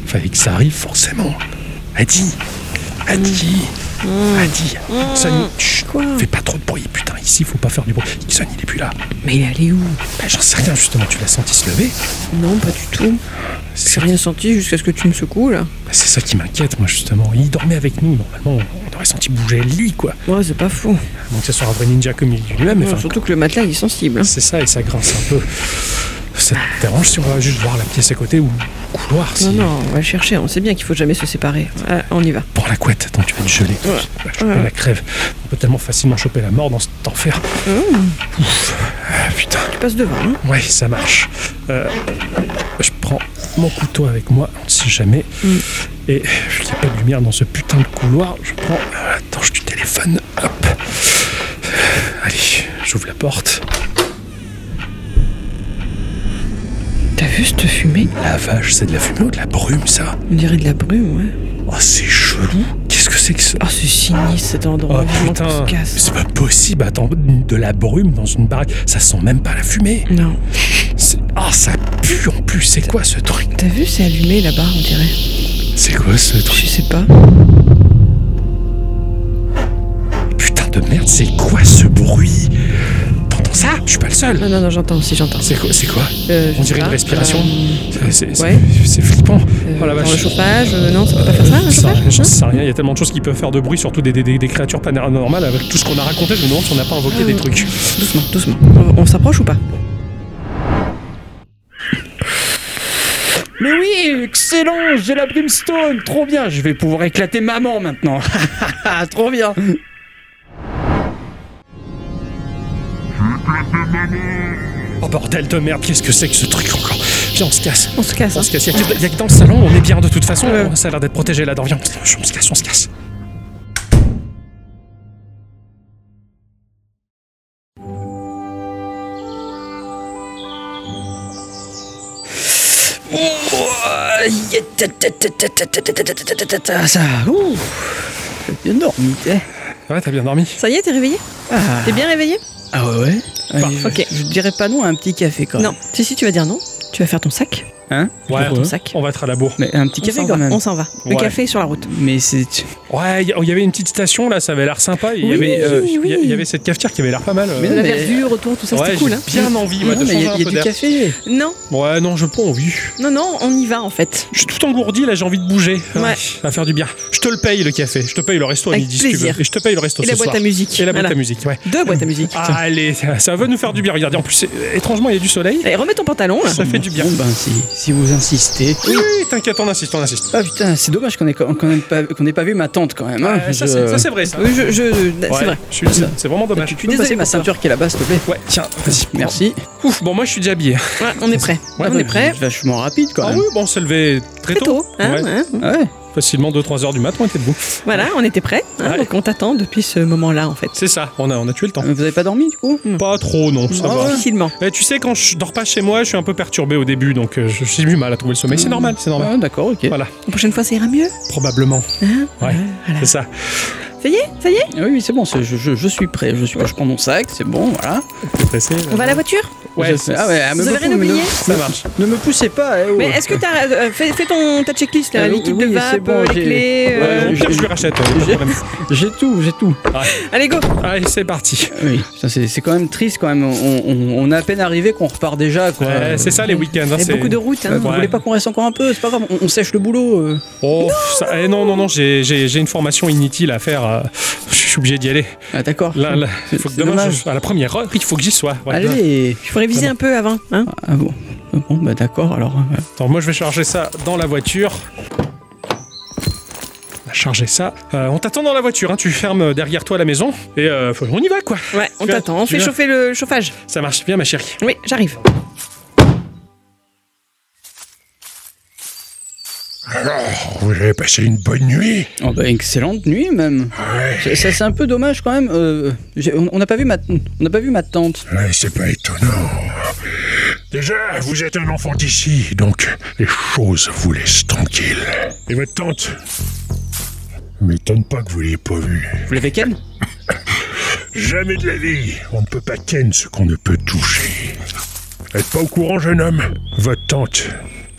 Speaker 4: Fallait que ça arrive, forcément. Adi Adi
Speaker 2: Mmh.
Speaker 4: Adi Ixon, chut, fais pas trop de bruit, putain. Ici, faut pas faire du bruit. Ixon, il est plus là.
Speaker 2: Mais il est allé où
Speaker 4: Bah, j'en sais rien, justement. Tu l'as senti se lever
Speaker 2: Non, pas du tout.
Speaker 4: C'est
Speaker 2: J'ai rien senti jusqu'à ce que tu me secoues là.
Speaker 4: bah, c'est ça qui m'inquiète, moi, justement. Il dormait avec nous, normalement. On aurait senti bouger le lit, quoi.
Speaker 2: Ouais, c'est pas fou.
Speaker 4: Bon, que ce soit un vrai ninja comme il est lui-même, mais
Speaker 2: Ouais,
Speaker 4: enfin,
Speaker 2: surtout que le matelas il est sensible. hein.
Speaker 4: C'est ça, et ça grince un peu. Ça te dérange si on va juste voir la pièce à côté ou le couloir si...
Speaker 2: Non, non, on va le chercher. On sait bien qu'il faut jamais se séparer. Ah, on y va.
Speaker 4: Prends la couette, attends, tu vas te geler.
Speaker 2: Ouais.
Speaker 4: Je choper
Speaker 2: Ouais.
Speaker 4: la crève. On peut tellement facilement choper la mort dans cet enfer. Ouf. Ah, putain,
Speaker 2: Tu passes devant. Hein.
Speaker 4: ouais, ça marche. Euh, je prends mon couteau avec moi, on ne sait jamais. Et il n'y a pas de lumière dans ce putain de couloir. Je prends euh, la torche du téléphone. Hop. Allez, j'ouvre la porte.
Speaker 2: T'as vu cette fumée
Speaker 4: La vache, c'est de la fumée ou de la brume, ça
Speaker 2: On dirait de la brume, ouais.
Speaker 4: Oh, c'est chelou. Qu'est-ce que c'est que ça
Speaker 2: Ah, c'est sinistre cet
Speaker 4: Oh
Speaker 2: endroit. Vraiment qu'on
Speaker 4: putain,
Speaker 2: se
Speaker 4: mais
Speaker 2: casse.
Speaker 4: c'est pas possible, attends, de la brume dans une baraque, ça sent même pas la fumée.
Speaker 2: Non.
Speaker 4: C'est- Ah, ça pue en plus, c'est quoi ce truc
Speaker 2: T'as vu, c'est allumé là-bas, on dirait.
Speaker 4: C'est quoi ce truc
Speaker 2: Je sais pas.
Speaker 4: Putain de merde, c'est quoi ce bruit T'entends ça Je suis pas le seul.
Speaker 2: Non, non, non, j'entends aussi, j'entends.
Speaker 4: C'est quoi, c'est quoi
Speaker 2: Euh, je
Speaker 4: On
Speaker 2: sais
Speaker 4: dirait une
Speaker 2: pas.
Speaker 4: respiration.
Speaker 2: Euh,
Speaker 4: C'est- C'est c'est-
Speaker 2: ouais.
Speaker 4: c'est flippant.
Speaker 2: euh,
Speaker 4: Oh la
Speaker 2: genre le
Speaker 4: vache.
Speaker 2: chauffage, euh, non, ça peut pas faire ça,
Speaker 4: Euh,
Speaker 2: le
Speaker 4: ça,
Speaker 2: chauffage
Speaker 4: j'en
Speaker 2: hein
Speaker 4: sais rien, il y a tellement de choses qui peuvent faire de bruit, surtout des, des- des- des créatures paranormales. Avec tout ce qu'on a raconté, je me demande si on n'a pas invoqué
Speaker 2: Ah
Speaker 4: des trucs.
Speaker 2: Doucement, doucement. On, on s'approche ou pas
Speaker 3: Mais oui, excellent, j'ai la brimstone, trop bien, je vais pouvoir éclater maman maintenant. trop bien.
Speaker 4: Oh bordel de merde, qu'est-ce que c'est que ce truc encore Viens, on se casse.
Speaker 2: On se casse.
Speaker 4: On
Speaker 2: hein.
Speaker 4: se casse. Il y, a que dans le salon, on est bien de toute façon.
Speaker 2: Ouais.
Speaker 4: Ça a l'air d'être protégé là-dedans. Viens, on se- on se casse, on se casse.
Speaker 3: Ça, ouh, j'ai bien dormi. eh.
Speaker 4: Ouais, t'as bien dormi.
Speaker 2: Ça y est, t'es réveillé
Speaker 3: Ah,
Speaker 2: T'es bien réveillé
Speaker 3: ah ouais, ouais.
Speaker 2: Parfait.
Speaker 3: Ok. Je dirais pas non à un petit café quand même.
Speaker 2: Non. Si, si, tu vas dire non. Tu vas faire ton sac.
Speaker 3: Hein
Speaker 4: Ouais,
Speaker 2: Ton sac.
Speaker 4: on va être à la bourre.
Speaker 3: Mais un petit
Speaker 2: On
Speaker 3: café
Speaker 2: s'en
Speaker 3: quand
Speaker 2: va.
Speaker 3: même.
Speaker 2: On s'en va. Le
Speaker 4: Ouais.
Speaker 2: café est sur la route.
Speaker 3: Mais c'est.
Speaker 4: Ouais, il y, il y avait une petite station là, ça avait l'air sympa. Il y,
Speaker 2: Oui,
Speaker 4: avait, euh, il y a-
Speaker 2: oui.
Speaker 4: il y avait cette cafetière qui avait l'air pas mal. euh.
Speaker 3: Mais non,
Speaker 2: La verdure, autour, tout ça,
Speaker 4: ouais,
Speaker 2: c'était cool.
Speaker 4: j'ai
Speaker 2: Hein.
Speaker 4: bien envie ouais,
Speaker 3: Non, mais
Speaker 4: de
Speaker 3: il
Speaker 4: changer
Speaker 3: y a,
Speaker 4: un
Speaker 3: il y a
Speaker 4: peu
Speaker 3: du
Speaker 4: d'air.
Speaker 3: café.
Speaker 2: Non,
Speaker 4: Ouais, non, je pas envie.
Speaker 2: non, non, on y va en fait.
Speaker 4: Je suis tout engourdi là, j'ai envie de bouger.
Speaker 2: Ouais.
Speaker 4: Ça va faire du bien. Je te le paye le café. Je te paye le resto à
Speaker 2: Avec
Speaker 4: midi si tu
Speaker 2: plaisir.
Speaker 4: veux. Et je te paye le resto
Speaker 2: Et
Speaker 4: ce
Speaker 2: la boîte
Speaker 4: soir.
Speaker 2: à musique.
Speaker 4: Et la boîte
Speaker 2: Voilà.
Speaker 4: à musique, ouais.
Speaker 2: Deux boîtes à musique.
Speaker 4: Ah, allez, ça ça va nous faire du bien. Regardez, en plus, c'est- étrangement, il y a du soleil.
Speaker 2: Allez, remets ton pantalon là.
Speaker 4: Ça fait du bien.
Speaker 3: Bon, ben, si, si vous insistez.
Speaker 4: Oui, t'inquiète, on insiste, on insiste.
Speaker 3: Ah putain, c'est dommage qu'on ait, qu'on ait pas, qu'on ait pas vu ma tante quand même. hein.
Speaker 4: Euh, ça,
Speaker 3: Je-
Speaker 4: c'est- ça, c'est vrai, ça.
Speaker 2: Oui, je, je- c'est
Speaker 4: Ouais,
Speaker 2: vrai.
Speaker 4: je suis- C'est c'est vraiment dommage.
Speaker 3: Tu
Speaker 2: Je
Speaker 3: peux
Speaker 2: suis
Speaker 3: passer
Speaker 2: désolée
Speaker 3: ma
Speaker 2: pour toi.
Speaker 3: ceinture qui est là-bas, s'il te plaît
Speaker 4: Ouais, tiens, vas-y.
Speaker 3: Merci.
Speaker 4: Ouf, bon, moi, je suis déjà habillé.
Speaker 2: Ouais, on est prêt.
Speaker 4: Ouais,
Speaker 2: on
Speaker 4: bah,
Speaker 2: est prêt.
Speaker 3: Vachement rapide quand
Speaker 4: Ah
Speaker 3: même.
Speaker 4: oui, bon, on s'est levé très
Speaker 2: Très
Speaker 4: tôt.
Speaker 2: tôt. hein,
Speaker 4: Ouais.
Speaker 2: hein.
Speaker 3: Ah Ouais.
Speaker 4: Facilement 2-3 heures du matin, on était debout.
Speaker 2: Voilà, on était prêts. hein,
Speaker 4: Ouais.
Speaker 2: Donc on t'attend depuis ce moment-là en fait.
Speaker 4: C'est ça, on a, on a tué le temps.
Speaker 3: Mais Vous avez pas dormi du coup
Speaker 4: Pas trop, non, ça
Speaker 2: Oh,
Speaker 4: va.
Speaker 2: Difficilement.
Speaker 4: Eh, tu sais, quand je dors pas chez moi, je suis un peu perturbé au début, donc euh, je- j'ai du mal à trouver le sommeil. C'est normal, c'est normal.
Speaker 3: Ah, D'accord, ok.
Speaker 4: Voilà,
Speaker 2: La prochaine fois, ça ira mieux.
Speaker 4: probablement.
Speaker 2: hein.
Speaker 4: Ouais,
Speaker 2: voilà.
Speaker 4: c'est ça.
Speaker 2: Ça y est, ça y est.
Speaker 3: Ah Oui, oui, c'est bon, c'est- je, je- je suis prêt. Je, suis, prêt. je prends mon sac, c'est bon, voilà.
Speaker 4: Pressé,
Speaker 2: On va à la voiture.
Speaker 4: Ouais,
Speaker 3: Je- ah ouais, ah,
Speaker 2: Vous
Speaker 3: me
Speaker 2: avez
Speaker 3: beaucoup,
Speaker 2: rien
Speaker 3: mais
Speaker 2: oublié
Speaker 3: ne-
Speaker 4: hein. ça marche.
Speaker 3: Ne me poussez pas, eh, oh.
Speaker 2: Mais est-ce que t'as euh, fait, fait ton ta checklist, là,
Speaker 3: Euh, oui,
Speaker 2: liquide
Speaker 3: oui,
Speaker 2: de
Speaker 3: c'est
Speaker 2: vape,
Speaker 3: bon,
Speaker 2: euh,
Speaker 3: j'ai-
Speaker 2: les clés. euh,
Speaker 4: Ouais, au pire, je lui rachète. euh, pas de
Speaker 3: j'ai-
Speaker 4: problème.
Speaker 3: J'ai tout, j'ai tout.
Speaker 2: Allez go.
Speaker 4: Allez, c'est parti.
Speaker 3: Oui, putain, c'est c'est quand même triste quand même. On, on- on est à peine arrivé qu'on repart déjà, quoi.
Speaker 4: Ouais, c'est ça les week-ends. hein,
Speaker 2: Il y
Speaker 4: c'est-
Speaker 2: a beaucoup de routes.
Speaker 3: Euh,
Speaker 2: Hein.
Speaker 3: Vous
Speaker 4: Ouais.
Speaker 3: voulez pas qu'on reste encore un peu C'est pas grave, on, on sèche le boulot. euh.
Speaker 4: Oh, ça- eh, non, non, non, j'ai j'ai- j'ai une formation inutile à faire. euh, Je suis obligé d'y aller.
Speaker 3: Ah, D'accord.
Speaker 4: Là, là,
Speaker 3: C'est-
Speaker 4: faut que
Speaker 3: c'est
Speaker 4: demain,
Speaker 3: dommage.
Speaker 4: je- à la première heure, il faut que j'y sois. Ouais, là.
Speaker 3: Allez
Speaker 2: Il faut réviser un peu avant. Hein.
Speaker 3: Ah bon Ah Bon, bah d'accord, alors. euh,
Speaker 4: Attends, moi je vais charger ça dans la voiture. On va Charger ça. Euh, on t'attend dans la voiture, hein, tu fermes derrière toi la maison et euh, faut- on y va quoi.
Speaker 2: Ouais, on
Speaker 4: Tu vas-
Speaker 2: t'attend. On
Speaker 4: tu
Speaker 2: fait
Speaker 4: vas-
Speaker 2: chauffer le chauffage.
Speaker 4: Ça marche bien ma chérie.
Speaker 2: Oui, j'arrive.
Speaker 5: Alors, vous avez passé une bonne nuit
Speaker 3: Oh bah excellente nuit même.
Speaker 5: Ouais,
Speaker 3: Ça, ça, c'est un peu dommage quand même. euh, j'ai- on on n'a pas vu ma, on n'a pas vu ma tante.
Speaker 5: ouais, c'est pas étonnant. Déjà, vous êtes un enfant d'ici, donc les choses vous laissent tranquille. Et votre tante M'étonne pas que vous l'ayez pas vue.
Speaker 3: Vous l'avez ken
Speaker 5: Jamais de la vie On ne peut pas ken ce qu'on ne peut toucher. Êtes pas au courant, jeune homme Votre tante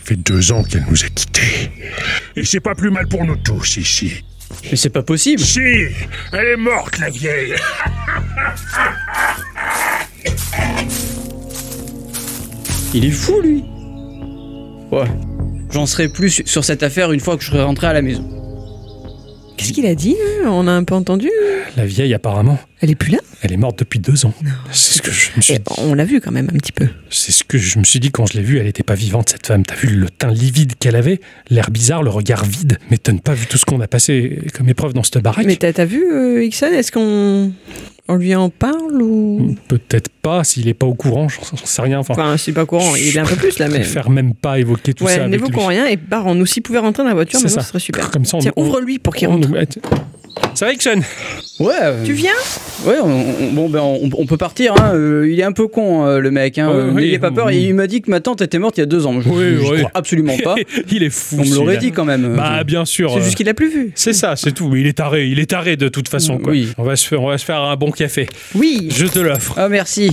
Speaker 5: fait deux ans qu'elle nous a quittés. Et c'est pas plus mal pour nous tous ici.
Speaker 3: Mais c'est pas possible.
Speaker 5: Si Elle est morte, la vieille
Speaker 3: Il est fou lui. Ouais. J'en serai plus su- sur cette affaire une fois que je serai rentré à la maison.
Speaker 2: Qu'est-ce qu'il a dit là On a un peu entendu.
Speaker 4: La vieille apparemment,
Speaker 2: Elle est plus là.
Speaker 4: elle est morte depuis deux ans. C'est ce que je me suis,
Speaker 2: Eh, on l'a vu quand même un petit peu.
Speaker 4: c'est ce que je me suis dit quand je l'ai vue. Elle était pas vivante cette femme. T'as vu le teint livide qu'elle avait, l'air bizarre, le regard vide. M'étonne pas vu tout ce qu'on a passé comme épreuve dans cette baraque.
Speaker 2: Mais t'as t'as vu euh, Ixon Est-ce qu'on on lui en parle
Speaker 4: Hmm.
Speaker 2: ou
Speaker 4: Peut-être pas s'il est pas au courant. J'en j'en sais rien. Enfin,
Speaker 2: Enfin, je suis pas courant. Il est un peu plus là,
Speaker 4: je
Speaker 2: mais.
Speaker 4: préfère même pas évoquer tout ça
Speaker 2: Ouais,
Speaker 4: avec lui.
Speaker 2: n'évoquons rien et barrons-nous. S'il pouvait rentrer dans la voiture,
Speaker 4: C'est
Speaker 2: maintenant,
Speaker 4: ça.
Speaker 2: ce serait super.
Speaker 4: Comme ça, on,
Speaker 2: Tiens,
Speaker 4: on-
Speaker 2: ouvre-lui pour qu'il
Speaker 4: on-
Speaker 2: rentre.
Speaker 4: ouais, t- Ça va, Ixon
Speaker 3: Ouais. euh,
Speaker 2: Tu viens
Speaker 3: Ouais, on, on- bon, ben, on, on peut partir. Hein. euh, il est un peu con, euh, le mec. Hein.
Speaker 4: Ouais,
Speaker 3: euh,
Speaker 4: ouais,
Speaker 3: N'ayez pas peur.
Speaker 4: ouais.
Speaker 3: Il m'a dit que ma tante était morte il y a deux ans. Je,
Speaker 4: Ouais,
Speaker 3: je
Speaker 4: ouais.
Speaker 3: crois absolument pas.
Speaker 4: Il est fou.
Speaker 3: on me l'aurait
Speaker 4: celui-là.
Speaker 3: dit quand même.
Speaker 4: Bah, bien sûr.
Speaker 2: C'est
Speaker 4: euh,
Speaker 2: juste qu'il a plus vu.
Speaker 4: C'est ça, c'est tout. Mais il est taré, il est taré de toute façon. Quoi.
Speaker 3: Oui.
Speaker 4: On, va se faire, on va se faire un bon café.
Speaker 2: Oui.
Speaker 4: Je te l'offre.
Speaker 3: Ah, merci.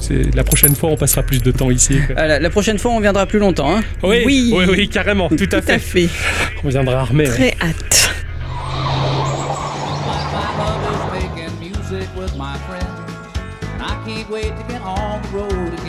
Speaker 4: C'est- La prochaine fois, on passera plus de temps ici. quoi.
Speaker 3: Ah, la, la prochaine fois, on viendra plus longtemps. Hein.
Speaker 4: Oui, oui,
Speaker 2: oui.
Speaker 4: oui, carrément, tout, à fait. On viendra armé. ouais.
Speaker 2: Très hâte.
Speaker 8: I love is making music with my friends. And I can't wait to get on the road again.